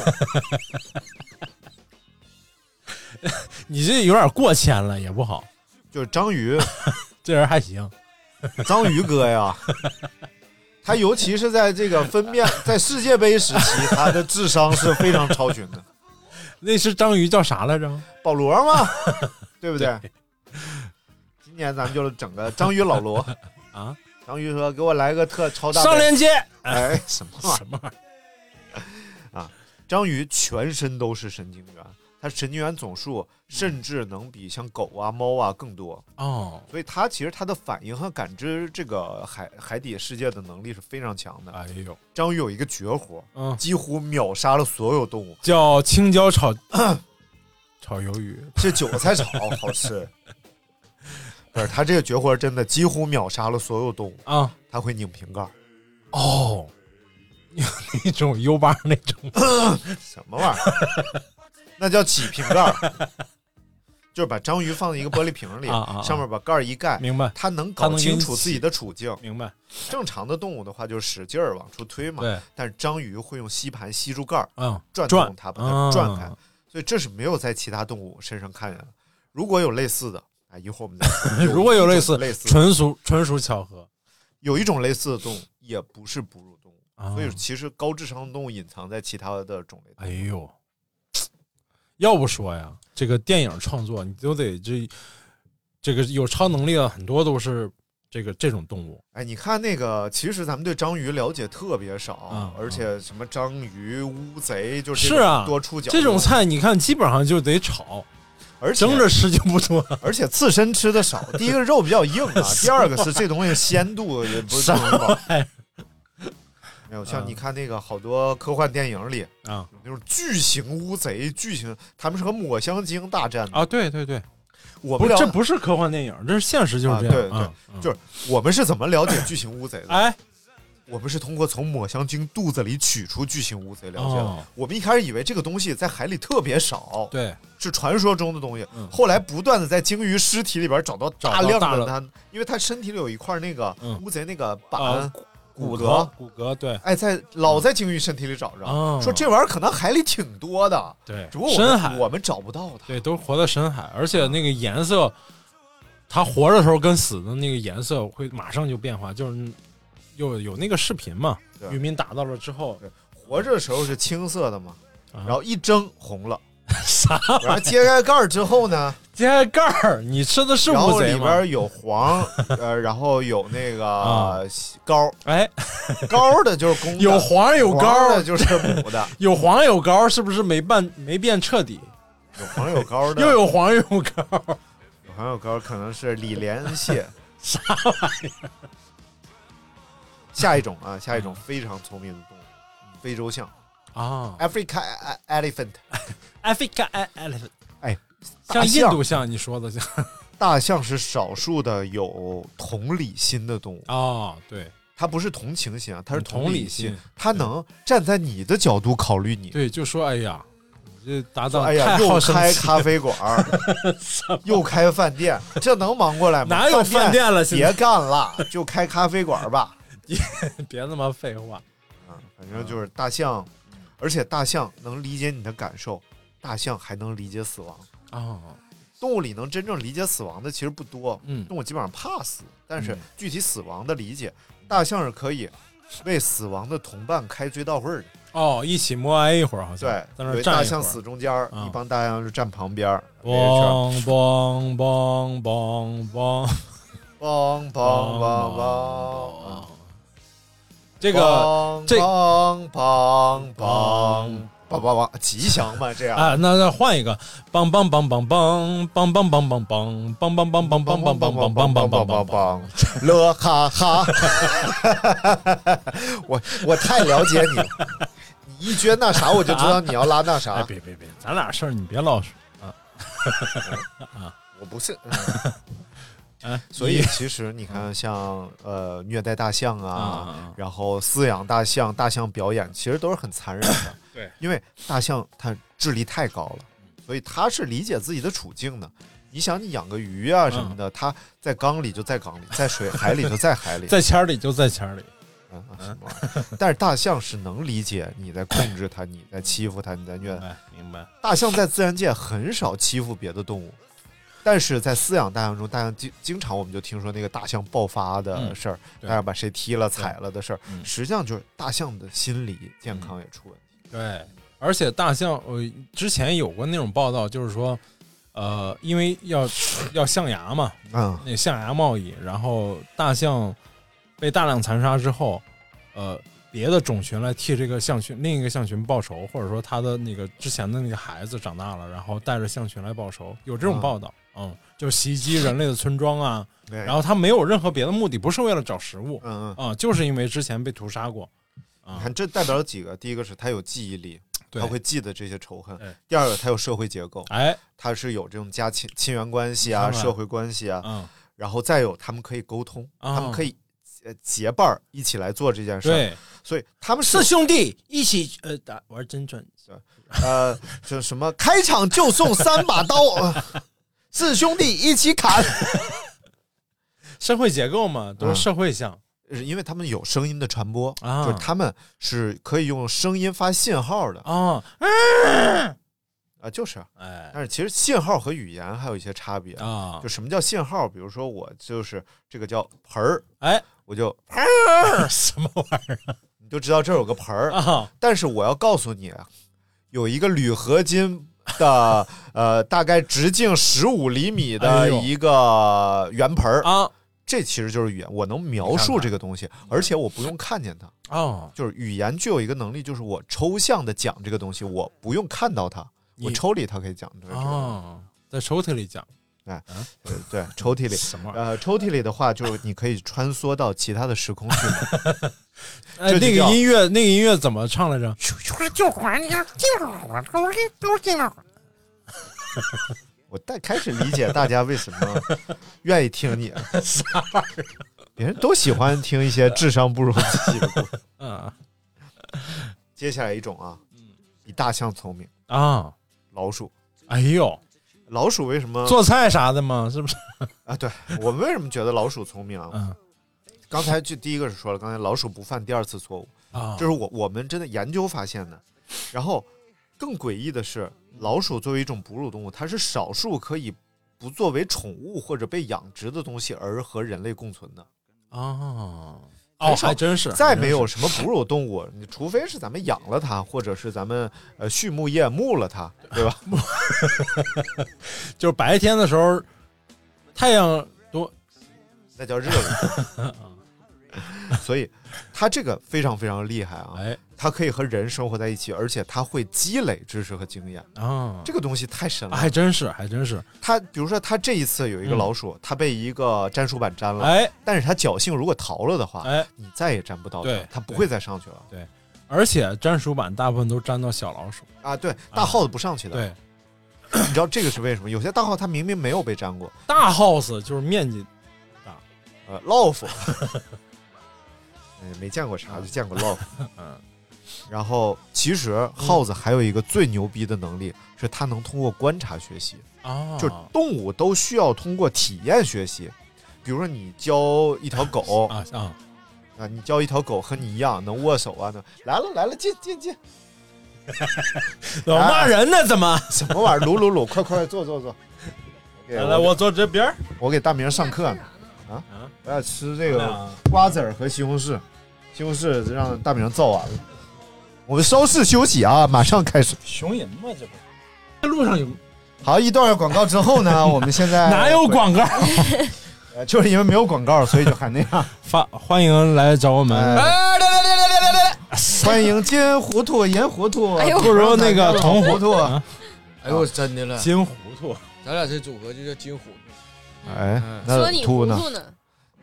[SPEAKER 4] 你这有点过谦了，也不好。
[SPEAKER 3] 就是章鱼，
[SPEAKER 4] 这人还行，
[SPEAKER 3] 章鱼哥 呀，他尤其是在这个分辨，在世界杯时期，他的智商是非常超群 的。
[SPEAKER 4] 那是章鱼叫啥来着？
[SPEAKER 3] 保罗 嘛，对不对？今年咱们就整个章鱼老罗
[SPEAKER 4] 啊，
[SPEAKER 3] 章鱼说：“给我来个特超大杯。”
[SPEAKER 4] 上链接
[SPEAKER 3] 哎，什么玩意儿？
[SPEAKER 4] 什么玩意儿？
[SPEAKER 3] 章鱼全身都是神经元，它神经元总
[SPEAKER 4] 嗯
[SPEAKER 3] 数甚至能比像狗啊、猫啊更多。
[SPEAKER 4] 哦，
[SPEAKER 3] 所以它其实它的反应和感知这个海海底世界的能力是非常强的。
[SPEAKER 4] 哎呦，
[SPEAKER 3] 章鱼有一个绝活，
[SPEAKER 4] 嗯，
[SPEAKER 3] 几乎秒杀了所有动物，
[SPEAKER 4] 叫青椒 炒炒鱿鱼，
[SPEAKER 3] 是韭 菜炒好吃。不是，它这个绝活真的几乎秒杀了所有动物，
[SPEAKER 4] 啊，
[SPEAKER 3] 它会拧瓶盖，
[SPEAKER 4] 哦，那种 U 八那种，
[SPEAKER 3] 什么玩意儿？ 那叫挤瓶盖，就是把章鱼放在一个玻璃瓶里，
[SPEAKER 4] 啊啊啊
[SPEAKER 3] 上面把盖儿一盖，
[SPEAKER 4] 明白
[SPEAKER 3] 它能
[SPEAKER 4] 它
[SPEAKER 3] 搞
[SPEAKER 4] 能
[SPEAKER 3] 清
[SPEAKER 4] 引
[SPEAKER 3] 楚自
[SPEAKER 4] 起
[SPEAKER 3] 己的处境。
[SPEAKER 4] 明白，
[SPEAKER 3] 正常的动物的话，就是使劲儿往出推嘛，
[SPEAKER 4] 对，
[SPEAKER 3] 但是章鱼会用吸盘吸住盖儿，
[SPEAKER 4] 嗯，
[SPEAKER 3] 转
[SPEAKER 4] 转
[SPEAKER 3] 动它，把它转开
[SPEAKER 4] 啊，
[SPEAKER 3] 所以这是没有在其他动物身上看见的。如果有类似的，啊，一会儿我们 再说
[SPEAKER 4] 如果有类似
[SPEAKER 3] 有一种类似的
[SPEAKER 4] 纯属纯属巧合，
[SPEAKER 3] 有一种类似的动物也不是哺乳动物，
[SPEAKER 4] 啊
[SPEAKER 3] 所以其实高智商动物隐藏在其他的种类。
[SPEAKER 4] 哎呦，要不说呀，这个电影创作你都得这这个有超能力的很多都是这个这种动物，
[SPEAKER 3] 哎，你看那个，其实咱们对章鱼了解特别少，
[SPEAKER 4] 嗯
[SPEAKER 3] 而且什么章鱼、乌贼，就是这种
[SPEAKER 4] 啊
[SPEAKER 3] 多出角
[SPEAKER 4] 这种
[SPEAKER 3] 的，
[SPEAKER 4] 菜你看基本上就得炒，
[SPEAKER 3] 而且
[SPEAKER 4] 蒸着吃就不 多。
[SPEAKER 3] 而且刺身吃的少，第一个肉比较硬 啊，第二个是这东西鲜度也不是
[SPEAKER 4] 什
[SPEAKER 3] 很
[SPEAKER 4] 么
[SPEAKER 3] 高。
[SPEAKER 4] 玩意嗯
[SPEAKER 3] 没有，像你看那个好多科幻电影里
[SPEAKER 4] 儿啊
[SPEAKER 3] 有那种巨型乌贼，巨型，他们是和抹香鲸大战的。
[SPEAKER 4] 啊！对对对，
[SPEAKER 3] 我
[SPEAKER 4] 不
[SPEAKER 3] 们
[SPEAKER 4] 是
[SPEAKER 3] 了
[SPEAKER 4] 这不是科幻电影，这是现实就是这样。
[SPEAKER 3] 啊
[SPEAKER 4] 嗯
[SPEAKER 3] 就是我们是怎么了解巨型乌贼的？
[SPEAKER 4] 哎，
[SPEAKER 3] 我们是通过从抹香鲸肚子里取出巨型乌贼了解的。
[SPEAKER 4] 哦
[SPEAKER 3] 我们一开始以为这个东西在海里特别少，
[SPEAKER 4] 对，
[SPEAKER 3] 是传说中的东西。
[SPEAKER 4] 嗯
[SPEAKER 3] 后来不断的在鲸鱼尸体里边找到大
[SPEAKER 4] 找到
[SPEAKER 3] 量
[SPEAKER 4] 大
[SPEAKER 3] 的
[SPEAKER 4] 量
[SPEAKER 3] 它，因为它身体里有一块那个
[SPEAKER 4] 嗯
[SPEAKER 3] 乌贼那个板、
[SPEAKER 4] 啊
[SPEAKER 3] 骨
[SPEAKER 4] 骼骨骼，对
[SPEAKER 3] 哎，在老在鲸鱼身体里找着，
[SPEAKER 4] 哦
[SPEAKER 3] 说这玩意儿可能海里挺多的，
[SPEAKER 4] 对
[SPEAKER 3] 只不过我
[SPEAKER 4] 深海
[SPEAKER 3] 们我们找不到它。
[SPEAKER 4] 对，都活在深海，而且那个颜色，它活着的时候跟死的那个颜色会马上就变化，就是有有那个视频嘛，
[SPEAKER 3] 对
[SPEAKER 4] 渔民打到了之后，
[SPEAKER 3] 活着的时候是青色的嘛，
[SPEAKER 4] 然
[SPEAKER 3] 然后一蒸 红了，
[SPEAKER 4] 啥
[SPEAKER 3] 然后揭开盖儿之后呢，
[SPEAKER 4] 揭开盖儿，你吃的是
[SPEAKER 3] 然
[SPEAKER 4] 乌
[SPEAKER 3] 后
[SPEAKER 4] 贼
[SPEAKER 3] 里
[SPEAKER 4] 吗？
[SPEAKER 3] 边有黄，呃，然后有那
[SPEAKER 4] 啊
[SPEAKER 3] 个膏，
[SPEAKER 4] 哎，
[SPEAKER 3] 膏的就是公的，
[SPEAKER 4] 有黄有膏
[SPEAKER 3] 膏的就是母的，
[SPEAKER 4] 有黄有膏，是不是没办没变彻底？
[SPEAKER 3] 有黄有膏 的，
[SPEAKER 4] 又有黄又有膏，
[SPEAKER 3] 有黄有膏可能是李连蟹，
[SPEAKER 4] 啥
[SPEAKER 3] 玩意儿？下一种啊，下一种非常聪明的动物，嗯非洲象
[SPEAKER 4] 啊
[SPEAKER 3] （Africa elephant）。
[SPEAKER 4] ，Africa e elephant，
[SPEAKER 3] 哎，
[SPEAKER 4] 像
[SPEAKER 3] 大
[SPEAKER 4] 印
[SPEAKER 3] 象
[SPEAKER 4] 度象，你说的像
[SPEAKER 3] 大象是少数的有同理心的动物，
[SPEAKER 4] 哦，对
[SPEAKER 3] 它不是同情心啊，它是
[SPEAKER 4] 嗯同
[SPEAKER 3] 理
[SPEAKER 4] 理心
[SPEAKER 3] 它能站在你的角度考虑你。
[SPEAKER 4] 对，就说哎呀，你这搭档
[SPEAKER 3] 哎呀，
[SPEAKER 4] 太
[SPEAKER 3] 又
[SPEAKER 4] 好生
[SPEAKER 3] 开
[SPEAKER 4] 气
[SPEAKER 3] 咖啡馆儿，又开饭店，这能忙过来吗？
[SPEAKER 4] 哪有饭店了现在
[SPEAKER 3] 别干了，就开咖啡馆儿吧。
[SPEAKER 4] 别他妈废话。
[SPEAKER 3] 啊，反正就是大象，而且大象能理解你的感受，大象还能理解死亡。
[SPEAKER 4] 哦，
[SPEAKER 3] 动物里能真正理解死亡的其实不多，
[SPEAKER 4] 嗯
[SPEAKER 3] 动物基本上怕死，但是
[SPEAKER 4] 嗯
[SPEAKER 3] 具体死亡的理解，大象是可以为死亡的同伴开追悼会儿的。
[SPEAKER 4] 哦，一起默哀一会儿，好像
[SPEAKER 3] 对，
[SPEAKER 4] 在那
[SPEAKER 3] 有
[SPEAKER 4] 儿
[SPEAKER 3] 一
[SPEAKER 4] 站
[SPEAKER 3] 大
[SPEAKER 4] 一会
[SPEAKER 3] 象
[SPEAKER 4] 儿。
[SPEAKER 3] 死中间儿，
[SPEAKER 4] 啊
[SPEAKER 3] 一帮大象就站旁边儿，没事
[SPEAKER 4] 梆梆梆梆梆
[SPEAKER 3] 梆梆梆梆，
[SPEAKER 4] 梆，这个
[SPEAKER 3] 梆梆梆梆梆梆梆梆，吉祥嘛，这样。
[SPEAKER 4] 啊，那那换一个，梆梆梆梆梆梆梆梆梆梆梆梆梆梆梆梆梆梆梆梆梆梆。
[SPEAKER 3] 梆， 乐哈哈！ 我我太了解你，你一撅那啥，我就知道你要拉那
[SPEAKER 4] 哎，
[SPEAKER 3] 啥。
[SPEAKER 4] 别别别，咱俩事儿你别唠说。
[SPEAKER 3] 我不 是，
[SPEAKER 4] 嗯哎，
[SPEAKER 3] 呃所以其实你看，像呃虐待大象
[SPEAKER 4] 嗯啊啊
[SPEAKER 3] 啊，然后饲养大象、大象表演，其实都是很残忍的。
[SPEAKER 4] 对，嗯
[SPEAKER 3] 因为大象它智力太高了，所以它是理解自己的处境的。你想，你养个鱼啊
[SPEAKER 4] 嗯
[SPEAKER 3] 什么的，它在缸里就 在缸里，在水海里就在海里，
[SPEAKER 4] 在签儿里就在签儿里。
[SPEAKER 3] 啊什么玩意儿但是大象是能理解你在控制它，你在欺负它，你在虐待它。
[SPEAKER 4] 哎，明白。
[SPEAKER 3] 大象在自然界很少欺负别的动物，但是在饲养大象中，大象经经常我们就听说那个大象爆发的事儿，
[SPEAKER 4] 嗯对
[SPEAKER 3] 大象把谁踢了、踩了的事儿，
[SPEAKER 4] 嗯
[SPEAKER 3] 实际上就是大象的心理健康也出问题。
[SPEAKER 4] 对，而且大象，呃，之前有过那种报道，就是说，呃，因为要要象牙嘛，
[SPEAKER 3] 嗯，
[SPEAKER 4] 那象牙贸易，然后大象被大量残杀之后，呃，别的种群来替这个象群另一个象群报仇，或者说他的那个之前的那个孩子长大了，然后带着象群来报仇，有这种
[SPEAKER 3] 啊
[SPEAKER 4] 报道，嗯，就袭击人类的村庄啊，
[SPEAKER 3] 对
[SPEAKER 4] 然后他没有任何别的目的，不是为了找食物
[SPEAKER 3] 嗯嗯，
[SPEAKER 4] 啊、就是因为之前被屠杀过，
[SPEAKER 3] 你
[SPEAKER 4] 啊、
[SPEAKER 3] 看这代表了几个？第一个是他有记忆力，
[SPEAKER 4] 对
[SPEAKER 3] 他会记得这些仇恨
[SPEAKER 4] 对；
[SPEAKER 3] 第二个，他有社会结构，
[SPEAKER 4] 哎，
[SPEAKER 3] 他是有这种家亲亲缘关系啊、
[SPEAKER 4] 你看看
[SPEAKER 3] 社会关系啊，
[SPEAKER 4] 嗯，
[SPEAKER 3] 然后再有他们可以沟通，
[SPEAKER 4] 啊
[SPEAKER 3] 他们可以呃结伴儿一起来做这件事儿，
[SPEAKER 4] 对。
[SPEAKER 3] 所以他们是
[SPEAKER 4] 四兄弟一起呃打玩真传，
[SPEAKER 3] 呃这什么开场就送三把刀，呃四兄弟一起砍，
[SPEAKER 4] 社会结构嘛，
[SPEAKER 3] 嗯
[SPEAKER 4] 都是社会项。
[SPEAKER 3] 是因为他们有声音的传播，
[SPEAKER 4] 啊
[SPEAKER 3] 就是他们是可以用声音发信号的啊、
[SPEAKER 4] 啊，
[SPEAKER 3] 就是，
[SPEAKER 4] 哎
[SPEAKER 3] 但是其实信号和语言还有一些差别，
[SPEAKER 4] 啊
[SPEAKER 3] 就，什么叫信号？比如说我就是这个叫盆儿，
[SPEAKER 4] 哎，
[SPEAKER 3] 我就
[SPEAKER 4] 什么玩意
[SPEAKER 3] 你就知道这儿有个盆儿
[SPEAKER 4] 儿啊？
[SPEAKER 3] 但是我要告诉你，有一个铝合金的呃，大概直径十五厘米
[SPEAKER 4] 哎
[SPEAKER 3] 的
[SPEAKER 4] 呦
[SPEAKER 3] 一个圆盆儿，
[SPEAKER 4] 啊
[SPEAKER 3] 这其实就是语言，我能描述这个东西，
[SPEAKER 4] 嗯
[SPEAKER 3] 而且我不用看见它。
[SPEAKER 4] 哦，
[SPEAKER 3] 就是语言具有一个能力，就是我抽象的讲这个东西，我不用看到它，
[SPEAKER 4] 你
[SPEAKER 3] 我抽离它可以讲出来。
[SPEAKER 4] 哦，在抽屉里讲
[SPEAKER 3] 对对，抽屉里。
[SPEAKER 4] 什么玩意儿？
[SPEAKER 3] 呃，抽屉里的话，就是你可以穿梭到其他的时空去。
[SPEAKER 4] 哎，
[SPEAKER 3] 这就
[SPEAKER 4] 那个
[SPEAKER 3] 叫
[SPEAKER 4] 音乐，那个音乐怎么唱来着？
[SPEAKER 3] 我但开始理解大家为什么愿意听你 啥玩意儿，别人都喜欢听一些智商不如自己的故事。
[SPEAKER 4] 嗯
[SPEAKER 3] 接下来一种啊，比大象聪明，
[SPEAKER 4] 啊，
[SPEAKER 3] 老鼠。
[SPEAKER 4] 哎呦，
[SPEAKER 3] 老鼠为什么
[SPEAKER 4] 做菜啥的嘛，是不是？
[SPEAKER 3] 啊？对我们为什么觉得老鼠聪明啊？
[SPEAKER 4] 嗯
[SPEAKER 3] 刚才就第一个是说了，刚才老鼠不犯第二次错误，
[SPEAKER 4] 啊
[SPEAKER 3] 这是我我们真的研究发现的。然后更诡异的是，老鼠作为一种哺乳动物，它是少数可以不作为宠物或者被养殖的东西而和人类共存的。
[SPEAKER 4] 啊。哦，
[SPEAKER 3] 很少
[SPEAKER 4] 还真是，
[SPEAKER 3] 再没有什么哺乳动物，你除非是咱们养了它，或者是咱们呃畜牧业牧了它，对吧？
[SPEAKER 4] 就是白天的时候，太阳多
[SPEAKER 3] 那叫热了。所以它这个非常非常厉害啊，
[SPEAKER 4] 哎
[SPEAKER 3] 它可以和人生活在一起，而且它会积累知识和经验，
[SPEAKER 4] 啊，
[SPEAKER 3] 这个东西太神了。
[SPEAKER 4] 还真是，还真是，
[SPEAKER 3] 它比如说它这一次有一个老鼠，它被一个粘鼠板粘了，
[SPEAKER 4] 嗯哎
[SPEAKER 3] 但是它侥幸如果逃了的话，
[SPEAKER 4] 哎，
[SPEAKER 3] 你再也粘不到它
[SPEAKER 4] 对
[SPEAKER 3] 了，它不会再上去了
[SPEAKER 4] 而且粘鼠板大部分都粘到小老鼠，
[SPEAKER 3] 啊！对，大耗子不上去的，
[SPEAKER 4] 对，
[SPEAKER 3] 你知道这个是为什么？有些大耗它明明没有被粘过，
[SPEAKER 4] 大 house 就是面积
[SPEAKER 3] 呃，loaf，嗯，没见过啥，就见过 loaf。
[SPEAKER 4] 嗯，
[SPEAKER 3] 然后其实耗子还有一个最牛逼的能力，是它能通过观察学习，
[SPEAKER 4] 啊，
[SPEAKER 3] 就是动物都需要通过体验学习。比如说你教一条狗
[SPEAKER 4] 啊啊，
[SPEAKER 3] 啊，你教一条狗和你一样能握手啊，能 来了来了，进进进，
[SPEAKER 4] 老骂人呢，怎么？
[SPEAKER 3] 什么玩意儿？撸撸撸，快快坐坐坐。给
[SPEAKER 4] 来来，我坐这边儿
[SPEAKER 3] 我给大明上课呢，啊
[SPEAKER 4] 啊，
[SPEAKER 3] 我要吃这
[SPEAKER 4] 咱
[SPEAKER 3] 个
[SPEAKER 4] 俩
[SPEAKER 3] 瓜子儿和西红柿，西红柿让大明造完了。我们稍事休息啊，马上开始。
[SPEAKER 4] 熊淫嘛，这不。这路上有
[SPEAKER 3] 好，一段广告之 后呢，我们现在
[SPEAKER 4] 哪有广告？
[SPEAKER 3] 呃就是因为没有广告，所以就喊那样。
[SPEAKER 4] 发欢迎来找我们。
[SPEAKER 3] 哎
[SPEAKER 4] 哎，来来来来来来来，
[SPEAKER 3] 欢迎金糊涂、银糊涂，
[SPEAKER 5] 哎呦
[SPEAKER 4] 不如那个铜
[SPEAKER 3] 糊
[SPEAKER 4] 糊
[SPEAKER 3] 涂
[SPEAKER 4] 涂、
[SPEAKER 6] 哎呦，真的了，
[SPEAKER 4] 金糊涂，
[SPEAKER 6] 咱俩这组合就叫金虎。
[SPEAKER 3] 哎，
[SPEAKER 5] 说
[SPEAKER 3] 那
[SPEAKER 5] 你糊
[SPEAKER 6] 啊
[SPEAKER 3] 秃呢？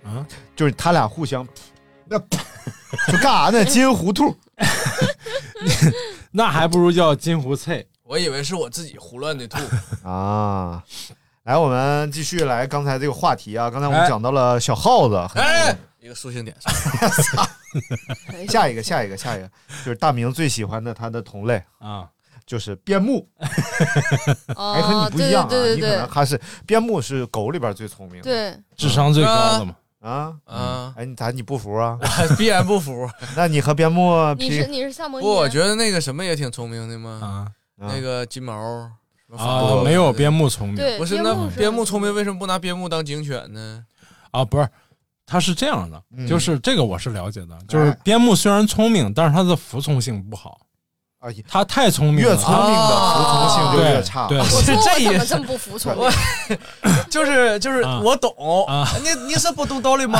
[SPEAKER 5] 涂呢，
[SPEAKER 3] 就是他俩互相，那 就干啥呢？金糊涂，
[SPEAKER 4] 那还不如叫金胡翠。
[SPEAKER 6] 我以为是我自己胡乱的吐，
[SPEAKER 3] 啊。来，我们继续来刚才这个话题啊，刚才我们讲到了小耗子，很
[SPEAKER 6] 哎，一个塑性点上。
[SPEAKER 5] 可以
[SPEAKER 3] 下一个，下一个，下一个就是大明最喜欢的他的同类
[SPEAKER 4] 啊，
[SPEAKER 3] 就是边牧，哎，和
[SPEAKER 5] 哦
[SPEAKER 3] 你，不一
[SPEAKER 5] 对
[SPEAKER 3] 样啊，
[SPEAKER 5] 对对
[SPEAKER 3] 你可能
[SPEAKER 5] 对
[SPEAKER 3] 他是边牧是狗里边最聪明的
[SPEAKER 5] 对
[SPEAKER 4] 智商最高的嘛，
[SPEAKER 3] 啊。
[SPEAKER 6] 啊，
[SPEAKER 3] 哎，你咋你不服啊？
[SPEAKER 6] 必然不服。
[SPEAKER 3] 那你和边牧
[SPEAKER 5] 对，你
[SPEAKER 3] 拼
[SPEAKER 5] 是哎你是萨摩
[SPEAKER 6] 不，
[SPEAKER 5] 耶，
[SPEAKER 6] 我觉得那个什么也挺聪明的嘛，
[SPEAKER 4] 啊
[SPEAKER 3] 啊
[SPEAKER 6] 嗯那个金毛什么法
[SPEAKER 4] 啊，
[SPEAKER 6] 斗
[SPEAKER 4] 没有边牧聪明
[SPEAKER 5] 对，
[SPEAKER 6] 不是
[SPEAKER 5] 边
[SPEAKER 6] 那
[SPEAKER 5] 牧
[SPEAKER 6] 边牧聪明，为什么不拿边牧当警犬呢？
[SPEAKER 4] 啊，不是。他是这样的，
[SPEAKER 3] 嗯哎
[SPEAKER 4] 就是这个我是了解的，就是边牧虽然聪明，但是他的服从性不好，
[SPEAKER 3] 啊，
[SPEAKER 4] 他太聪明了，啊
[SPEAKER 3] 越聪明的服从性就越差。
[SPEAKER 4] 对对
[SPEAKER 5] 我说我
[SPEAKER 6] 这
[SPEAKER 5] 怎
[SPEAKER 6] 也
[SPEAKER 5] 么这么不服从？
[SPEAKER 6] 我就是就是
[SPEAKER 4] 啊
[SPEAKER 6] 我懂
[SPEAKER 4] 啊，
[SPEAKER 6] 你你是不懂道理吗？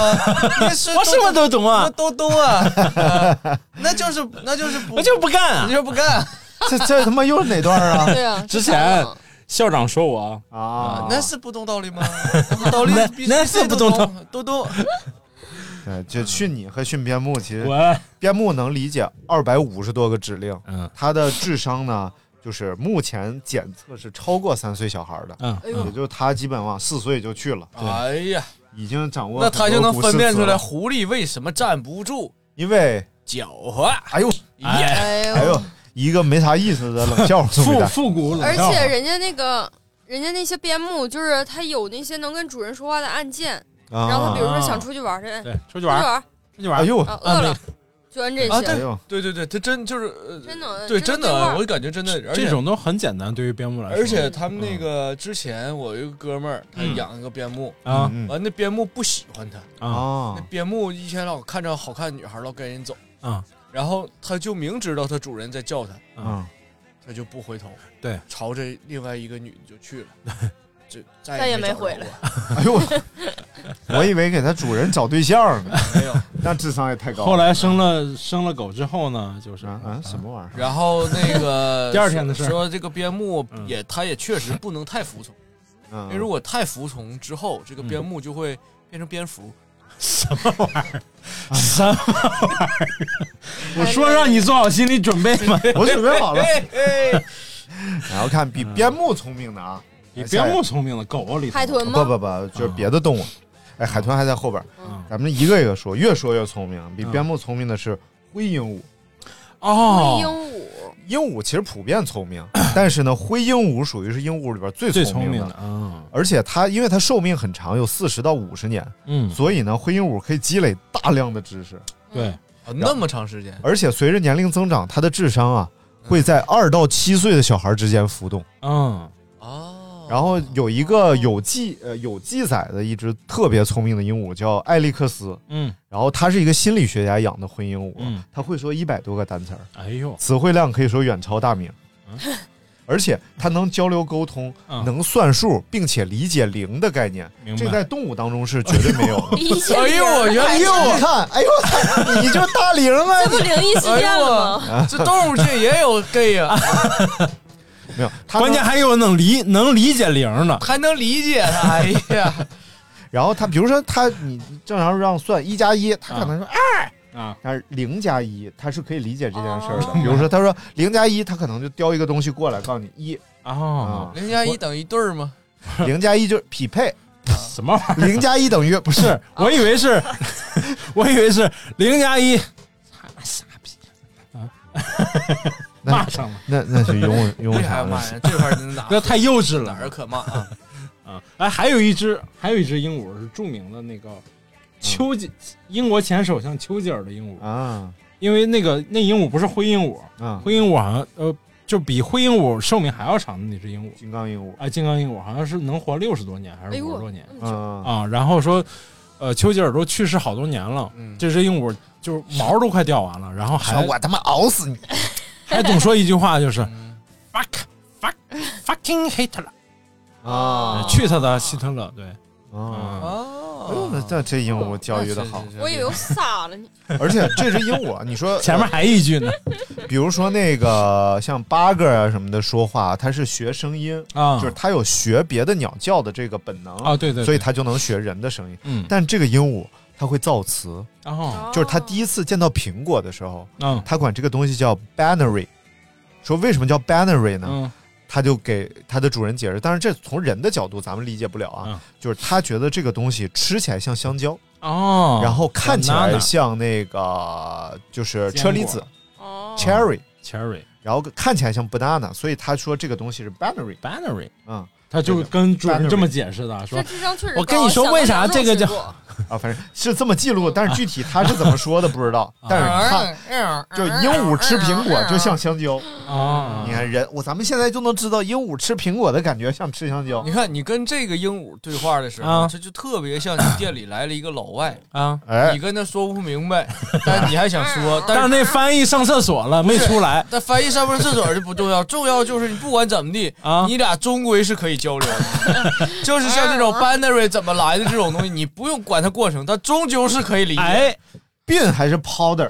[SPEAKER 6] 你是
[SPEAKER 4] 我什么都懂啊
[SPEAKER 6] 我，都懂啊， 啊那就是那就是不
[SPEAKER 4] 我就不干啊
[SPEAKER 6] 你。就不干，
[SPEAKER 3] 这这他妈又是哪段 啊？
[SPEAKER 5] 对啊，
[SPEAKER 4] 之
[SPEAKER 5] 这样啊
[SPEAKER 4] 校长说我
[SPEAKER 3] 啊，
[SPEAKER 6] 那是不懂道理吗？道理
[SPEAKER 4] 那
[SPEAKER 6] 必须
[SPEAKER 4] 那是不懂道
[SPEAKER 6] 懂，都懂。
[SPEAKER 3] 对，就训你和训边牧，其实
[SPEAKER 4] 滚，
[SPEAKER 3] 边牧能理解二百五十多个指令，
[SPEAKER 4] 嗯
[SPEAKER 3] 他的智商呢，就是目前检测是超过三岁小孩的，
[SPEAKER 4] 嗯
[SPEAKER 5] 哎呦
[SPEAKER 3] 也就是他基本往四岁就去了，
[SPEAKER 6] 哎呀，
[SPEAKER 3] 已经掌握
[SPEAKER 6] 那他就
[SPEAKER 3] 很多
[SPEAKER 6] 能
[SPEAKER 3] 古
[SPEAKER 6] 分
[SPEAKER 3] 诗
[SPEAKER 6] 辨
[SPEAKER 3] 词
[SPEAKER 6] 出来
[SPEAKER 3] 了，
[SPEAKER 6] 狐狸为什么站不住，
[SPEAKER 3] 因为
[SPEAKER 6] 狡猾。
[SPEAKER 3] 哎呦
[SPEAKER 4] 哎，
[SPEAKER 5] 哎呦
[SPEAKER 3] 哎呦，一个没啥意思的冷笑话送给
[SPEAKER 4] 复
[SPEAKER 3] 大家。
[SPEAKER 4] 复古冷
[SPEAKER 5] 而
[SPEAKER 4] 笑话，
[SPEAKER 5] 且人家那个，人家那些边牧，就是他有那些能跟主人说话的按键，然后他比如说想出去玩儿去，哎
[SPEAKER 4] 啊对出去
[SPEAKER 5] 出去
[SPEAKER 4] 玩儿，
[SPEAKER 5] 玩儿，
[SPEAKER 4] 出去玩
[SPEAKER 3] 啊哎
[SPEAKER 4] 儿，
[SPEAKER 3] 呦，
[SPEAKER 5] 啊，饿了，就按这
[SPEAKER 6] 啊
[SPEAKER 3] 哎
[SPEAKER 5] 些，
[SPEAKER 3] 呦，
[SPEAKER 6] 对对对，他真就是呃
[SPEAKER 5] 真的
[SPEAKER 6] 对，
[SPEAKER 5] 真
[SPEAKER 6] 真
[SPEAKER 5] 的对话
[SPEAKER 6] 的，我感觉真的，而且
[SPEAKER 4] 这种都很简单，对于边牧来说，
[SPEAKER 6] 而且他们那个之前，我有一个哥们儿，他养一个边牧，
[SPEAKER 4] 嗯啊
[SPEAKER 3] 嗯
[SPEAKER 6] 完那边牧不喜欢他，
[SPEAKER 4] 啊
[SPEAKER 6] 那
[SPEAKER 3] 啊，
[SPEAKER 6] 边牧一天老看着好看女孩老跟人走，
[SPEAKER 4] 啊，
[SPEAKER 6] 然后他就明知道他主人在叫他，
[SPEAKER 3] 嗯，
[SPEAKER 6] 他就不回头，
[SPEAKER 4] 对，
[SPEAKER 6] 朝着另外一个女的就去了，就再
[SPEAKER 5] 再也没
[SPEAKER 6] 没
[SPEAKER 5] 回来
[SPEAKER 6] 来，
[SPEAKER 3] 哎呦， 我以为给他主人找对象呢，
[SPEAKER 6] 没有。
[SPEAKER 3] 那智商也太高了。
[SPEAKER 4] 后来生了生了狗之后呢，就是
[SPEAKER 3] 啊啊，什么玩意儿？
[SPEAKER 6] 然后那个
[SPEAKER 4] 第二天的事儿
[SPEAKER 6] 说这个边牧
[SPEAKER 4] 嗯
[SPEAKER 6] 也，他也确实不能太服从，因为如
[SPEAKER 3] 嗯，
[SPEAKER 6] 果太服从之后，这个边牧就会变成蝙蝠。
[SPEAKER 4] 什么玩意 儿？我说让你做好心理准备嘛，
[SPEAKER 3] 我准备好了。
[SPEAKER 6] 嘿嘿，
[SPEAKER 3] 然后看比边牧聪明的啊，
[SPEAKER 4] 嗯比边牧聪明的嗯狗里头
[SPEAKER 5] 海豚
[SPEAKER 3] 不
[SPEAKER 5] 吗？
[SPEAKER 3] 不不，就是别的动物。哎，海豚还在后边
[SPEAKER 5] 嗯，
[SPEAKER 3] 咱们一个一个说，越说越聪明。
[SPEAKER 4] 嗯
[SPEAKER 3] 比边牧聪明的是灰鹦鹉，
[SPEAKER 5] 灰鹦
[SPEAKER 4] 哦，
[SPEAKER 5] 鹉，
[SPEAKER 3] 鹦鹉其实普遍 聪明，但是呢，灰鹦鹉属于是鹦鹉里边最
[SPEAKER 4] 最
[SPEAKER 3] 聪
[SPEAKER 4] 聪明的
[SPEAKER 3] 的。
[SPEAKER 4] 啊，
[SPEAKER 3] 而且它因为它寿命很长，有四十到五十年，
[SPEAKER 4] 嗯，
[SPEAKER 3] 所以呢，灰鹦鹉可以积累大量的知识，
[SPEAKER 4] 对，
[SPEAKER 6] 啊那么长时间，
[SPEAKER 3] 而且随着年龄增长，它的智商啊会在二到七岁的小孩之间浮动。
[SPEAKER 4] 嗯，
[SPEAKER 6] 哦，
[SPEAKER 3] 然后有一个有记呃有记载的一只特别聪明的鹦鹉叫艾利克斯，
[SPEAKER 4] 嗯
[SPEAKER 3] 然后它是一个心理学家养的灰鹦鹉，
[SPEAKER 4] 嗯，
[SPEAKER 3] 它会说一百多个单词儿，
[SPEAKER 4] 哎呦，
[SPEAKER 3] 词汇量可以说远超大明
[SPEAKER 4] 嗯，
[SPEAKER 3] 而且它能交流沟通，
[SPEAKER 4] 嗯
[SPEAKER 3] 能算数，并且理解零的概念，
[SPEAKER 4] 明
[SPEAKER 3] 这
[SPEAKER 4] 白，
[SPEAKER 3] 在动物当中是绝对没有的。
[SPEAKER 5] 一切
[SPEAKER 6] 哎呦我原来
[SPEAKER 3] 哎呦，你看，哎呦，你就是大龄啊！
[SPEAKER 5] 这不灵异事件了吗？
[SPEAKER 6] 这动物界也有 gay 啊，
[SPEAKER 3] 你 没有，它能
[SPEAKER 4] 关键还有能理能理解零儿呢，
[SPEAKER 6] 还能理解他。哎呀，
[SPEAKER 3] 然后它，比如说它，你正常让算一加一，它可能说
[SPEAKER 4] 啊，
[SPEAKER 3] 但是零加一，他是可以理解这件事儿的。
[SPEAKER 5] 哦
[SPEAKER 3] 比如说，他说零加一，他可能就叼一个东西过来，告 诉你一
[SPEAKER 4] 哦
[SPEAKER 3] 啊，
[SPEAKER 6] 零加一等于对儿吗？
[SPEAKER 3] 零加一就是匹配，
[SPEAKER 4] 什么玩意儿？
[SPEAKER 3] 零加一等于不是
[SPEAKER 4] 是我以为是，我以为是零加一，傻逼啊，
[SPEAKER 3] 那
[SPEAKER 4] 骂上了，
[SPEAKER 3] 那那是用用
[SPEAKER 6] 哎呀
[SPEAKER 3] 啥
[SPEAKER 6] 妈
[SPEAKER 3] 呢？
[SPEAKER 6] 呀，这块儿哪
[SPEAKER 4] 那太幼稚
[SPEAKER 6] 哪
[SPEAKER 4] 了
[SPEAKER 6] 儿可骂啊？
[SPEAKER 4] 啊！哎，还有一只，还有一只鹦鹉是著名的那个丘吉，
[SPEAKER 6] 嗯
[SPEAKER 4] 英国前首相丘吉尔的鹦鹉，
[SPEAKER 3] 啊
[SPEAKER 4] 因为那个那鹦鹉不是灰鹦鹉，
[SPEAKER 3] 啊！
[SPEAKER 4] 灰鹦鹉好像呃，就比灰鹦鹉寿命还要长的那只鹦鹉，
[SPEAKER 3] 金刚鹦鹉，
[SPEAKER 4] 啊，金刚鹦鹉好像是能活六十多年还
[SPEAKER 5] 哎
[SPEAKER 4] 是
[SPEAKER 5] 呦
[SPEAKER 4] 五
[SPEAKER 5] 我
[SPEAKER 4] 十多年
[SPEAKER 3] 嗯
[SPEAKER 4] 啊？然后说，呃，丘吉尔都去世好多年了，
[SPEAKER 6] 嗯
[SPEAKER 4] 这只鹦鹉就是毛都快掉完了，然后
[SPEAKER 3] 说
[SPEAKER 4] 还
[SPEAKER 3] 我他妈熬死你！
[SPEAKER 4] 还总说一句话就是
[SPEAKER 6] 嗯
[SPEAKER 4] fuck fuck fucking Hitler，
[SPEAKER 3] 啊
[SPEAKER 4] 去他的希特勒！对，
[SPEAKER 3] 啊！
[SPEAKER 4] 嗯，
[SPEAKER 6] 哦，
[SPEAKER 3] 哦这这鹦鹉教育的好，
[SPEAKER 5] 我以为我撒了你。
[SPEAKER 3] 而且这只鹦鹉，你说呃
[SPEAKER 4] 前面还一句呢，
[SPEAKER 3] 比如说那个像八哥啊什么的说话，它是学声音
[SPEAKER 4] 啊
[SPEAKER 3] 就是它有学别的鸟叫的这个本能
[SPEAKER 4] 啊对对对
[SPEAKER 3] 所以它就能学人的声音。
[SPEAKER 4] 嗯
[SPEAKER 3] 但这个鹦鹉它会造词，
[SPEAKER 4] 然后
[SPEAKER 3] 就是它第一次见到苹果的时候，
[SPEAKER 4] 哦嗯
[SPEAKER 3] 它管这个东西叫 binary，说为什么叫 binary 呢？
[SPEAKER 4] 嗯
[SPEAKER 3] 他就给他的主人解释，但是这从人的角度咱们理解不了啊，
[SPEAKER 4] 嗯
[SPEAKER 3] 就是他觉得这个东西吃起来像香蕉，
[SPEAKER 4] 哦，
[SPEAKER 3] 然后看起来
[SPEAKER 4] banana
[SPEAKER 3] 像那个就是
[SPEAKER 4] 坚
[SPEAKER 3] 车
[SPEAKER 4] 果
[SPEAKER 3] 厘子
[SPEAKER 5] 哦，
[SPEAKER 3] （cherry），、
[SPEAKER 4] cherry
[SPEAKER 3] 然后看起来像 banana，所以他说这个东西是 binary。
[SPEAKER 4] banana，
[SPEAKER 3] 嗯
[SPEAKER 4] 他就
[SPEAKER 3] 对的
[SPEAKER 4] 跟主人
[SPEAKER 3] Bannery
[SPEAKER 4] 这么解释的，
[SPEAKER 5] 这
[SPEAKER 4] 说
[SPEAKER 5] 智商确实
[SPEAKER 4] 我
[SPEAKER 5] 高
[SPEAKER 4] 跟你说
[SPEAKER 5] 想
[SPEAKER 4] 为
[SPEAKER 5] 到
[SPEAKER 4] 啥
[SPEAKER 5] 想
[SPEAKER 4] 这个
[SPEAKER 5] 到
[SPEAKER 4] 叫
[SPEAKER 5] 水果
[SPEAKER 3] 啊，反正是这么记录，但是具体他是怎么说的不知
[SPEAKER 6] 啊
[SPEAKER 3] 道。但是看，
[SPEAKER 4] 嗯
[SPEAKER 3] 就鹦鹉吃苹果就像香蕉。
[SPEAKER 4] 啊
[SPEAKER 3] 你，看人，我咱们现在就能知道鹦鹉吃苹果的感觉像吃香蕉
[SPEAKER 6] 你。看，你跟这个鹦鹉对话的时候，
[SPEAKER 4] 啊
[SPEAKER 6] 这就特别像你店里来了一个老外，
[SPEAKER 4] 啊，
[SPEAKER 3] 哎
[SPEAKER 6] 你，跟他说不明白，但你还想说，但
[SPEAKER 4] 但是那
[SPEAKER 6] 是
[SPEAKER 4] 翻译上厕所了没出来，
[SPEAKER 6] 但翻译上不上厕所就不重要，重要就是你不管怎么地
[SPEAKER 4] 啊
[SPEAKER 6] 你俩终归是可以交流的， 就是像这种
[SPEAKER 4] 啊
[SPEAKER 6] binary 怎么来的这种东西，你不用管它过程，它终究是可以理解。
[SPEAKER 4] 哎，
[SPEAKER 3] bin 还是 powder？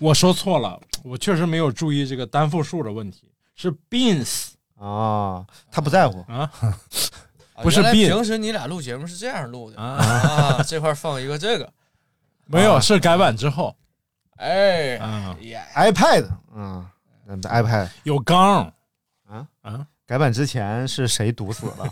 [SPEAKER 4] 我说错了，我确实没有注意这个单复数的问题，是 beans
[SPEAKER 3] 啊，他不在乎。
[SPEAKER 4] 啊，
[SPEAKER 6] 啊
[SPEAKER 4] 不是
[SPEAKER 6] 原来
[SPEAKER 4] bin
[SPEAKER 6] 平时你俩录节目是这样录的
[SPEAKER 4] 啊
[SPEAKER 6] 啊，这块放一个这个，
[SPEAKER 4] 没
[SPEAKER 3] 啊
[SPEAKER 4] 有，是改版之后
[SPEAKER 6] 哎，
[SPEAKER 4] 啊，
[SPEAKER 6] 呀，
[SPEAKER 3] iPad，嗯嗯，iPad
[SPEAKER 4] 有缸
[SPEAKER 3] 改版之前是谁毒死了？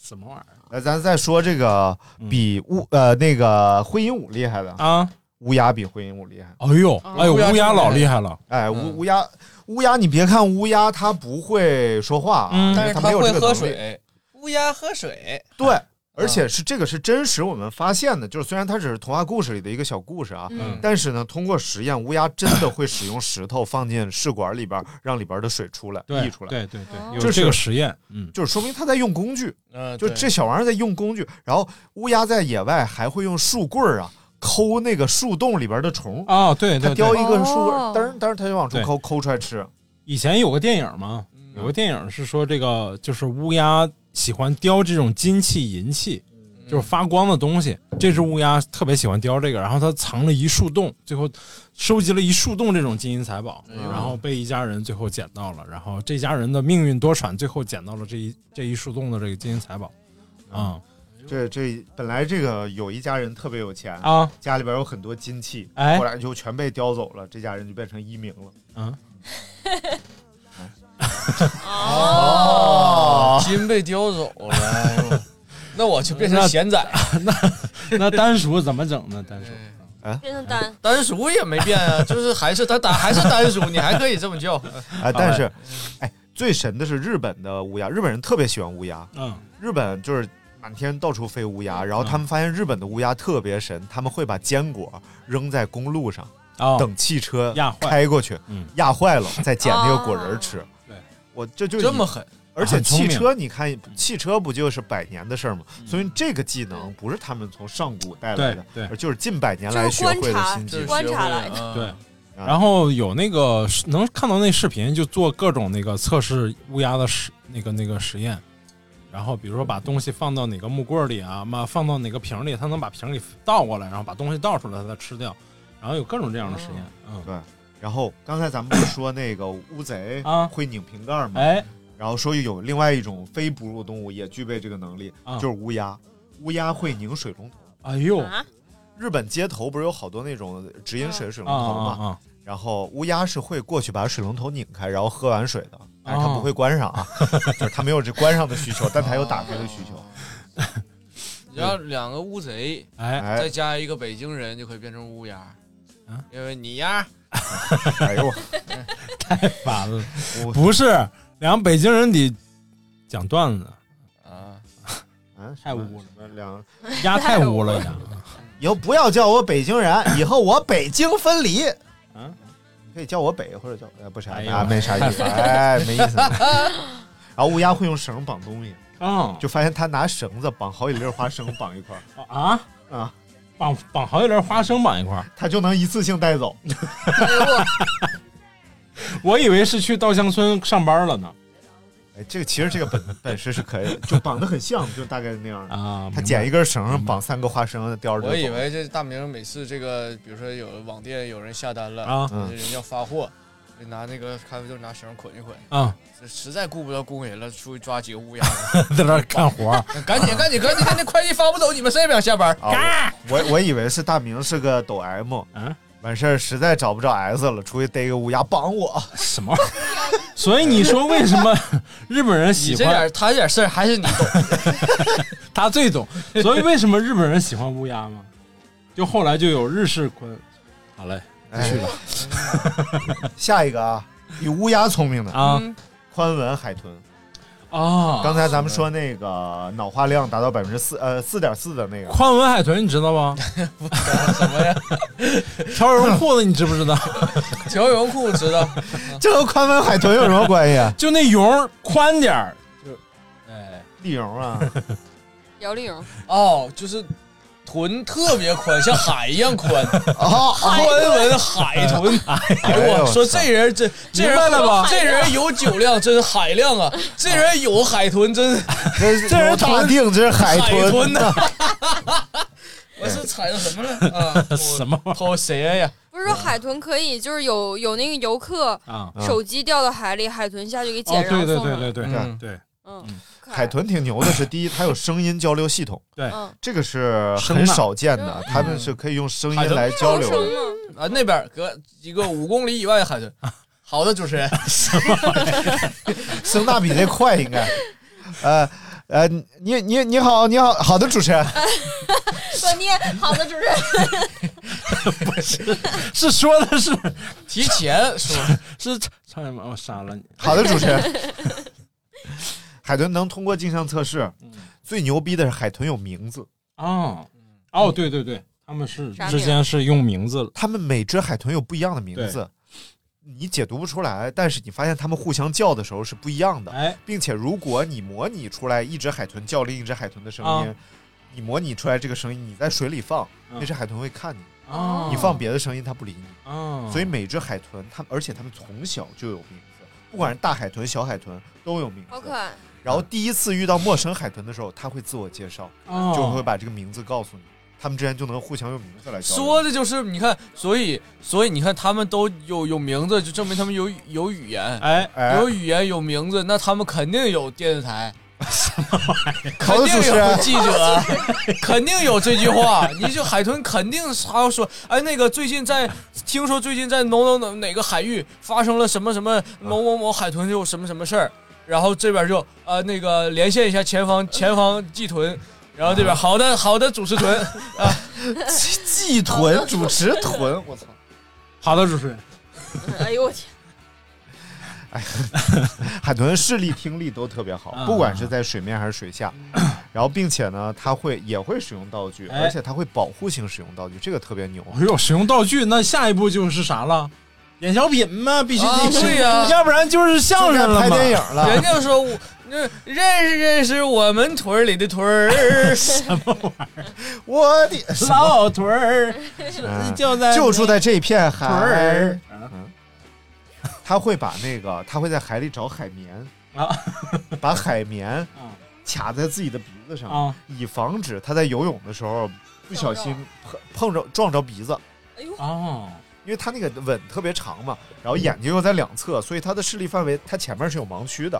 [SPEAKER 4] 什么玩意
[SPEAKER 3] 呃，咱再说这个
[SPEAKER 4] 嗯
[SPEAKER 3] 比乌呃那个灰鹦鹉厉害的，
[SPEAKER 4] 儿啊？
[SPEAKER 3] 乌鸦比灰鹦鹉厉害。
[SPEAKER 4] 哎呦，哎呦，
[SPEAKER 6] 乌鸦
[SPEAKER 4] 乌鸦
[SPEAKER 6] 真厉害
[SPEAKER 4] 老厉害了，
[SPEAKER 3] 哎，
[SPEAKER 6] 嗯
[SPEAKER 3] 乌乌鸦乌鸦，你别看乌鸦它不会说话啊，
[SPEAKER 4] 嗯
[SPEAKER 6] 但是
[SPEAKER 3] 它
[SPEAKER 6] 它
[SPEAKER 3] 没有
[SPEAKER 6] 会
[SPEAKER 3] 这个
[SPEAKER 6] 喝
[SPEAKER 3] 能力。
[SPEAKER 6] 水，乌鸦喝水，嗯
[SPEAKER 3] 对，而且是这个是真实我们发现的，就是虽然它只是童话故事里的一个小故事啊。
[SPEAKER 5] 嗯，
[SPEAKER 3] 但是呢，通过实验，乌鸦真的会使用石头放进试管里边儿，让里边儿的水出来
[SPEAKER 4] 对
[SPEAKER 3] 溢出来，
[SPEAKER 4] 对对对，有
[SPEAKER 3] 这是
[SPEAKER 4] 这个实验，嗯，
[SPEAKER 3] 就是说明它在用工具。
[SPEAKER 6] 嗯，
[SPEAKER 3] 就
[SPEAKER 6] 对
[SPEAKER 3] 这小玩意儿在用工具，然后乌鸦在野外还会用树棍儿啊抠那个树洞里边的虫，
[SPEAKER 4] 哦，对
[SPEAKER 3] 它
[SPEAKER 4] 对
[SPEAKER 3] 叼
[SPEAKER 4] 对，
[SPEAKER 3] 一个树棍
[SPEAKER 5] 哦
[SPEAKER 3] 儿，噔噔它就往出
[SPEAKER 4] 对
[SPEAKER 3] 抠，抠出来吃。
[SPEAKER 4] 以前有个电影嘛，
[SPEAKER 6] 嗯
[SPEAKER 4] 有个电影是说这个就是乌鸦喜欢叼这种金器、银器，就是发光的东西。这只乌鸦特别喜欢叼这个，然后它藏了一树洞，最后收集了一树洞这种金银财宝，然后被一家人最后捡到了，然后这家人的命运多舛，最后捡到了这一这一树洞的这个金银财宝。啊、
[SPEAKER 3] 这这本来这个有一家人特别有钱，
[SPEAKER 4] 啊，
[SPEAKER 3] 家里边有很多金器，
[SPEAKER 4] 哎
[SPEAKER 3] 后来就全被叼走了，这家人就变成一鸣了。
[SPEAKER 6] 嗯
[SPEAKER 3] 啊
[SPEAKER 6] 哦，金被叼走了，哎那啊我就变成闲仔，
[SPEAKER 4] 那单数怎么整呢？单数
[SPEAKER 5] 变成单
[SPEAKER 6] 单数也没变啊，就是还是他打还是单数，你还可以这么叫，
[SPEAKER 3] 哎，但是，哎，最神的是日本的乌鸦，日本人特别喜欢乌鸦，
[SPEAKER 4] 嗯
[SPEAKER 3] 日本就是。满天到处飞乌鸦，然后
[SPEAKER 6] 嗯
[SPEAKER 3] 他们发现日本的乌鸦特别神，他们会把坚果扔在公路上，
[SPEAKER 4] 啊，
[SPEAKER 3] 等汽车
[SPEAKER 4] 压坏
[SPEAKER 3] 开过去
[SPEAKER 4] 嗯，哦
[SPEAKER 3] 压 坏了再捡那个果仁儿吃。
[SPEAKER 4] 对，
[SPEAKER 3] 我这就
[SPEAKER 6] 这么，狠，
[SPEAKER 3] 而且
[SPEAKER 4] 很聪
[SPEAKER 3] 汽
[SPEAKER 4] 明嗯
[SPEAKER 3] 车你看，汽车不就是百年的事儿吗？所以这个技能不是他们从上古带来的，
[SPEAKER 4] 对对
[SPEAKER 3] 而就是近百年来
[SPEAKER 5] 就是
[SPEAKER 3] 学会
[SPEAKER 5] 观
[SPEAKER 3] 的
[SPEAKER 5] 察
[SPEAKER 3] 新技
[SPEAKER 6] 这
[SPEAKER 3] 能。
[SPEAKER 5] 观察来
[SPEAKER 6] 的
[SPEAKER 4] 嗯对。然后有那个能看到那视频，就做各种那个测试乌鸦的实那个那个实验，然后比如说把东西放到哪个木棍儿里啊，嘛放到哪个瓶儿里，它能把瓶儿里倒过来，然后把东西倒出来，它再吃掉，然后有各种这样的实验，嗯，
[SPEAKER 3] 然后刚才咱们不是说那个乌贼
[SPEAKER 4] 啊
[SPEAKER 3] 会拧瓶盖吗？
[SPEAKER 4] 哎，
[SPEAKER 3] 然后说有另外一种非哺乳动物也具备这个能力，
[SPEAKER 4] 啊
[SPEAKER 3] 就是乌鸦。乌鸦会拧水龙头。
[SPEAKER 4] 哎呦，啊
[SPEAKER 5] 啊，
[SPEAKER 3] 日本街头不是有好多那种直饮水的水龙
[SPEAKER 4] 啊
[SPEAKER 3] 头吗？
[SPEAKER 4] 啊
[SPEAKER 3] 然后乌鸦是会过去把水龙头拧开，然后喝完水的，但是
[SPEAKER 4] 哦
[SPEAKER 3] 它不会关上啊， 就是它没有这关上的需求，但它有打开的需求。
[SPEAKER 6] 你要两个乌贼，
[SPEAKER 4] 啊，哎，
[SPEAKER 3] 哎
[SPEAKER 6] 再，加一个北京人，就可以变成乌鸦
[SPEAKER 4] 啊，
[SPEAKER 6] 因为你呀，
[SPEAKER 3] 哎呦，
[SPEAKER 4] 太烦了，
[SPEAKER 3] 我
[SPEAKER 4] 不是，两北京人得讲段子，
[SPEAKER 6] 啊，
[SPEAKER 3] 嗯，
[SPEAKER 4] 太污了，
[SPEAKER 3] 了。两，
[SPEAKER 4] 鸭 太污了呀，
[SPEAKER 3] 以后不要叫我北京人，以后我北京分离。
[SPEAKER 4] 嗯
[SPEAKER 3] 你可以叫我北或者叫呃不是
[SPEAKER 4] 哎呦
[SPEAKER 3] 啊，没啥意思，哎，没意思。 然后乌鸦会用绳绑东西，
[SPEAKER 4] 啊
[SPEAKER 3] 就发现它拿绳子绑好几粒花生绑一块儿
[SPEAKER 4] 啊，
[SPEAKER 3] 啊，
[SPEAKER 4] 绑绑好几粒花生绑一块儿，
[SPEAKER 3] 它就能一次性带走。
[SPEAKER 4] 我以为是去稻香村上班了呢。
[SPEAKER 3] 哎，这个其实这个本本事是可以的，就绑得很像，就大概是那样的
[SPEAKER 6] 啊
[SPEAKER 3] 他剪一根绳，绑三个花生，吊着就走。
[SPEAKER 6] 我以为这大明每次这个，比如说有网店有人下单了
[SPEAKER 3] 啊
[SPEAKER 6] 人家要发货，就拿那个咖啡豆拿绳捆一捆
[SPEAKER 4] 啊，
[SPEAKER 6] 这实在顾不着工人了，出去抓几个乌鸦，
[SPEAKER 4] 在那儿干活儿，
[SPEAKER 6] 赶紧赶紧赶紧，那快递发不走，你们谁也不想下班。
[SPEAKER 3] 啊，我我我以为是大明是个抖 M，嗯，完事儿实在找不着 S 了，出去逮个乌鸦绑我。
[SPEAKER 4] 什么？所以你说为什么日本人喜
[SPEAKER 6] 你这点
[SPEAKER 4] 欢
[SPEAKER 6] 他这点事儿还是你懂，
[SPEAKER 4] 他最 懂？所以为什么日本人喜欢乌鸦吗？就后来就有日式昆，好嘞，继续吧。
[SPEAKER 3] 哎 下一个啊，比乌鸦聪明的
[SPEAKER 4] 啊，
[SPEAKER 6] 嗯
[SPEAKER 3] 宽吻海豚。
[SPEAKER 4] 啊
[SPEAKER 3] 刚才咱们说那个脑化量达到百分之四，呃，四点四的那个
[SPEAKER 4] 宽吻海豚你知道 吗？
[SPEAKER 6] 什么呀？
[SPEAKER 4] 条绒裤子你知不知道？
[SPEAKER 6] 条绒裤知道，
[SPEAKER 3] 这和宽吻海豚有什么关系？ 啊？
[SPEAKER 4] 就那绒儿宽点儿，就哎，
[SPEAKER 3] 丽蓉啊，
[SPEAKER 5] 摇铃，
[SPEAKER 6] 哦，就是臀特别宽，像海一样宽，
[SPEAKER 3] 哦，
[SPEAKER 6] 宽纹海豚。哎
[SPEAKER 3] 哎呦
[SPEAKER 6] 我
[SPEAKER 3] 我
[SPEAKER 6] 说这人这这人
[SPEAKER 4] 明白了吧
[SPEAKER 6] 这人有酒量，真是海量啊！这人有海豚，真是
[SPEAKER 3] 这是
[SPEAKER 6] 人
[SPEAKER 3] 有大定，这是海
[SPEAKER 6] 海
[SPEAKER 3] 豚
[SPEAKER 6] 豚 呐。我是踩到什么了？啊，我
[SPEAKER 4] 什么玩意
[SPEAKER 6] 跑谁呀？
[SPEAKER 5] 不是说海豚可以，就是有有那个游客
[SPEAKER 4] 儿啊？
[SPEAKER 5] 手机掉到海里，海豚下去给
[SPEAKER 4] 哦，
[SPEAKER 5] 捡，然
[SPEAKER 4] 对
[SPEAKER 5] 后
[SPEAKER 4] 对
[SPEAKER 5] 送
[SPEAKER 4] 对
[SPEAKER 5] 上来。
[SPEAKER 4] 对对
[SPEAKER 6] 嗯
[SPEAKER 4] 对
[SPEAKER 5] 嗯，可爱
[SPEAKER 3] 海，豚挺牛的是，第一，它有声音交流系统，
[SPEAKER 4] 对
[SPEAKER 5] 嗯，
[SPEAKER 3] 这个是
[SPEAKER 4] 声呐
[SPEAKER 3] 很少见的，他们是可以用声音来交流
[SPEAKER 5] 生
[SPEAKER 3] 的。
[SPEAKER 5] 吗？
[SPEAKER 6] 啊，那边隔一个五公里以外的 海豚。好的，主持人，
[SPEAKER 3] 声大比这快应该。呃呃，你你你好，你好，好的主持人，
[SPEAKER 5] 我念好的主任，
[SPEAKER 4] 是说的是
[SPEAKER 6] 提前说，
[SPEAKER 4] 是差点把我杀了你。
[SPEAKER 3] 好的主 持人。海豚能通过镜像测试，最牛逼的是海豚有名字，
[SPEAKER 4] 哦哦，对对对，他们是
[SPEAKER 5] 啥名儿
[SPEAKER 4] 之间是用名字
[SPEAKER 3] 他们每只海豚有不一样的名字，你解读不出来，但是你发现它们互相叫的时候是不一样的，
[SPEAKER 4] 哎，
[SPEAKER 3] 并且如果你模拟出来一只海豚叫另一只海豚的声音，
[SPEAKER 4] 啊
[SPEAKER 3] 你模拟出来这个声音，你在水里放，
[SPEAKER 4] 嗯
[SPEAKER 3] 那只海豚会看你；
[SPEAKER 4] 哦
[SPEAKER 3] 你放别的声音，它不理你。
[SPEAKER 6] 哦
[SPEAKER 4] 啊，
[SPEAKER 3] 所以每只海豚，它而且它们从小就有名字，不管是大海豚、小海豚都有名
[SPEAKER 5] 好可
[SPEAKER 3] 字。
[SPEAKER 5] 爱。
[SPEAKER 3] 然后第一次遇到陌生海豚的时候，它会自我介绍，
[SPEAKER 4] 哦
[SPEAKER 3] 就会把这个名字告诉你。它们之间就能互相用名字来交流
[SPEAKER 6] 说的就是你看，所以所以你看，他们都有有名字，就证明他们有有语言，
[SPEAKER 4] 哎，
[SPEAKER 3] 哎
[SPEAKER 6] 有语言有名字，那他们肯定有电视台，
[SPEAKER 3] 好的主
[SPEAKER 6] 肯
[SPEAKER 3] 持
[SPEAKER 6] 定有
[SPEAKER 3] 人，
[SPEAKER 6] 记者， 肯定有这句话。你就海豚肯定他要说，哎，那个最近在听说最近在某某某哪个海域发生了什么什么某某某海豚有什么什么事儿，然后这边就呃那个连线一下前 方前方祭豚，然后这边好的好的主持豚，啊
[SPEAKER 3] 祭豚主持豚，我操！
[SPEAKER 4] 好的，主持人，
[SPEAKER 5] 哎呦我天，
[SPEAKER 3] 海豚视力、听力都特别好
[SPEAKER 4] 啊，
[SPEAKER 3] 不管是在水面还是水下。然后，并且呢，它会也会使用道具，
[SPEAKER 4] 嗯哎
[SPEAKER 3] 而且它会保护性使用道具，这个特别牛。
[SPEAKER 4] 哎呦，使用道具，那下一步就是啥了？演小品嘛，必须得、
[SPEAKER 6] 啊对呀
[SPEAKER 4] 要不然就是相声
[SPEAKER 3] 就该
[SPEAKER 4] 了
[SPEAKER 3] 拍
[SPEAKER 4] 嘛。
[SPEAKER 3] 电影
[SPEAKER 6] 人
[SPEAKER 3] 了，
[SPEAKER 6] 家说我那认识认识我们屯儿里的屯 儿，
[SPEAKER 3] 我的
[SPEAKER 4] 老屯儿
[SPEAKER 3] 嗯
[SPEAKER 4] 就在
[SPEAKER 3] 就住在这片海
[SPEAKER 4] 屯儿。
[SPEAKER 3] 它会把那个，它会在海里找海绵
[SPEAKER 4] 啊，
[SPEAKER 3] 把 海绵
[SPEAKER 4] 啊
[SPEAKER 3] 卡在自己的鼻子上，
[SPEAKER 4] 啊，
[SPEAKER 3] 以防止它在游泳的时候不小心碰碰着撞着鼻子。
[SPEAKER 5] 哎呦，
[SPEAKER 6] 啊
[SPEAKER 4] 哦，
[SPEAKER 3] 因为它那个吻特别长嘛，然后眼睛又在两侧，所以它的视力范围，它前面是有盲区的，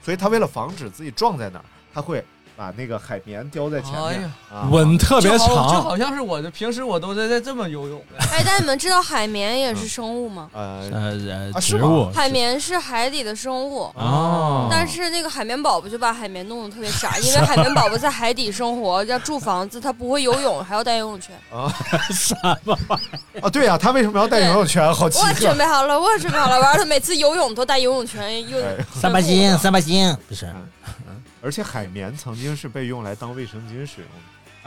[SPEAKER 3] 所以它为了防止自己撞在哪儿，它会把那个海绵叼在前
[SPEAKER 6] 哎
[SPEAKER 3] 面
[SPEAKER 6] 呀，
[SPEAKER 3] 啊
[SPEAKER 4] 吻特别
[SPEAKER 6] 就好就
[SPEAKER 4] 长。
[SPEAKER 6] 好像是我的平时我都在在这么游泳的，
[SPEAKER 5] 哎，但你们知道海绵也
[SPEAKER 6] 啊
[SPEAKER 5] 是生物吗？
[SPEAKER 3] 呃，
[SPEAKER 4] 呃呃
[SPEAKER 3] 啊是
[SPEAKER 4] 植
[SPEAKER 3] 吗
[SPEAKER 4] 物
[SPEAKER 5] 海绵是海底的生物。
[SPEAKER 4] 哦，
[SPEAKER 5] 但是那个海绵宝宝就把海绵弄得特别傻，因为海绵宝宝在海底生活，要住房子，它不会游泳，还要带游泳圈。
[SPEAKER 3] 啊，对呀、它为什么要带游泳圈？好奇
[SPEAKER 5] 我
[SPEAKER 3] 特
[SPEAKER 5] 准备好了，我准备好了。完了，他每次游泳都带游泳圈，又
[SPEAKER 3] 哎嗯
[SPEAKER 5] 三八斤，
[SPEAKER 7] 三八斤不是
[SPEAKER 3] 而且海绵曾经是被用来当卫生巾使用的，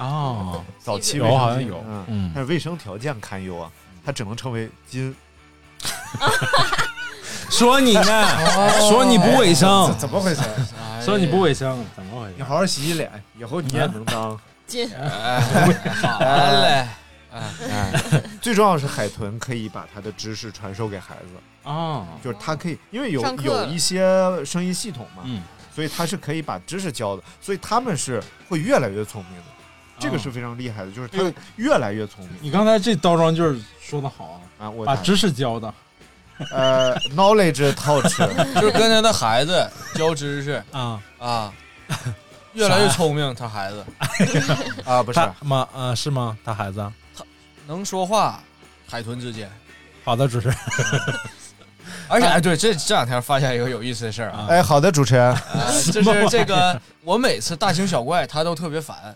[SPEAKER 4] 哦，
[SPEAKER 3] 早期
[SPEAKER 4] 有
[SPEAKER 3] 卫生巾
[SPEAKER 4] 好像有
[SPEAKER 3] 嗯，
[SPEAKER 4] 嗯，
[SPEAKER 3] 但是卫生条件堪忧啊，它只能称为巾。
[SPEAKER 4] 说你 呢，说你不卫生
[SPEAKER 3] 哦怎，怎么回事？
[SPEAKER 4] 说你不卫生，怎
[SPEAKER 6] 哎
[SPEAKER 4] 么回
[SPEAKER 3] 你
[SPEAKER 4] 事？
[SPEAKER 3] 啊好好洗洗脸，以后你也能当。
[SPEAKER 5] 斤。
[SPEAKER 6] 哎，好嘞，
[SPEAKER 3] 哎，最重要是海豚可以把他的知识传授给孩子
[SPEAKER 6] 哦
[SPEAKER 8] 啊，
[SPEAKER 3] 就是他可以，因为有
[SPEAKER 8] 上课
[SPEAKER 3] 有一些声音系统嘛，
[SPEAKER 8] 嗯，
[SPEAKER 3] 所以他是可以把知识教的，所以他们是会越来越聪明的，这个是非常厉害的，就是他们越来越聪明。
[SPEAKER 6] 哦你刚才这倒装句儿说的好
[SPEAKER 3] 啊，我
[SPEAKER 6] 把知识教的，
[SPEAKER 3] 呃，knowledge touch，
[SPEAKER 4] 就是跟他的孩子教知识
[SPEAKER 6] 啊
[SPEAKER 4] 啊，越来越聪明，他孩 子
[SPEAKER 3] 啊，不
[SPEAKER 4] 是
[SPEAKER 6] 哎他妈啊，是吗？他孩子
[SPEAKER 4] 能说话，海豚之间。
[SPEAKER 6] 好的，主持人，
[SPEAKER 4] 而且哎，对，这这两天发现一个有意思的事儿啊，
[SPEAKER 3] 哎，好的，主持人，
[SPEAKER 6] 啊
[SPEAKER 4] 呃 就是这个，我每次大惊小怪，他都特别烦，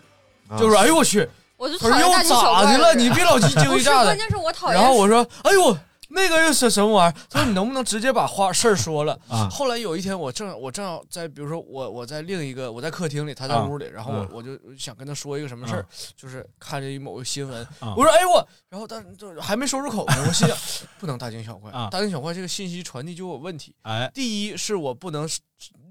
[SPEAKER 3] 啊
[SPEAKER 4] 就是哎呦我去，
[SPEAKER 5] 我就
[SPEAKER 4] 他
[SPEAKER 5] 讨
[SPEAKER 4] 说
[SPEAKER 5] 厌
[SPEAKER 4] 又
[SPEAKER 5] 大惊小怪
[SPEAKER 4] 咋的
[SPEAKER 5] 的
[SPEAKER 4] 了？
[SPEAKER 5] 人
[SPEAKER 4] 你别老惊
[SPEAKER 5] 不
[SPEAKER 4] 一
[SPEAKER 5] 是
[SPEAKER 4] 乍的
[SPEAKER 5] 关。键是我讨厌。
[SPEAKER 4] 然后我说，哎呦。那个又是什么玩意儿？他说你能不能直接把话事儿说了？
[SPEAKER 6] 啊
[SPEAKER 4] 后来有一天我正我正好在，比如说我我在另一个我在客厅里，他在
[SPEAKER 6] 啊
[SPEAKER 4] 屋里，然后我
[SPEAKER 6] 啊
[SPEAKER 4] 我就想跟他说一个什么事儿，就是看着某个新闻，
[SPEAKER 6] 啊
[SPEAKER 4] 我说哎我，然后但是就还没说出口呢，我心想不能大惊小怪
[SPEAKER 6] 啊，
[SPEAKER 4] 大惊小怪这个信息传递就有问题。
[SPEAKER 6] 哎，
[SPEAKER 4] 第一是我不能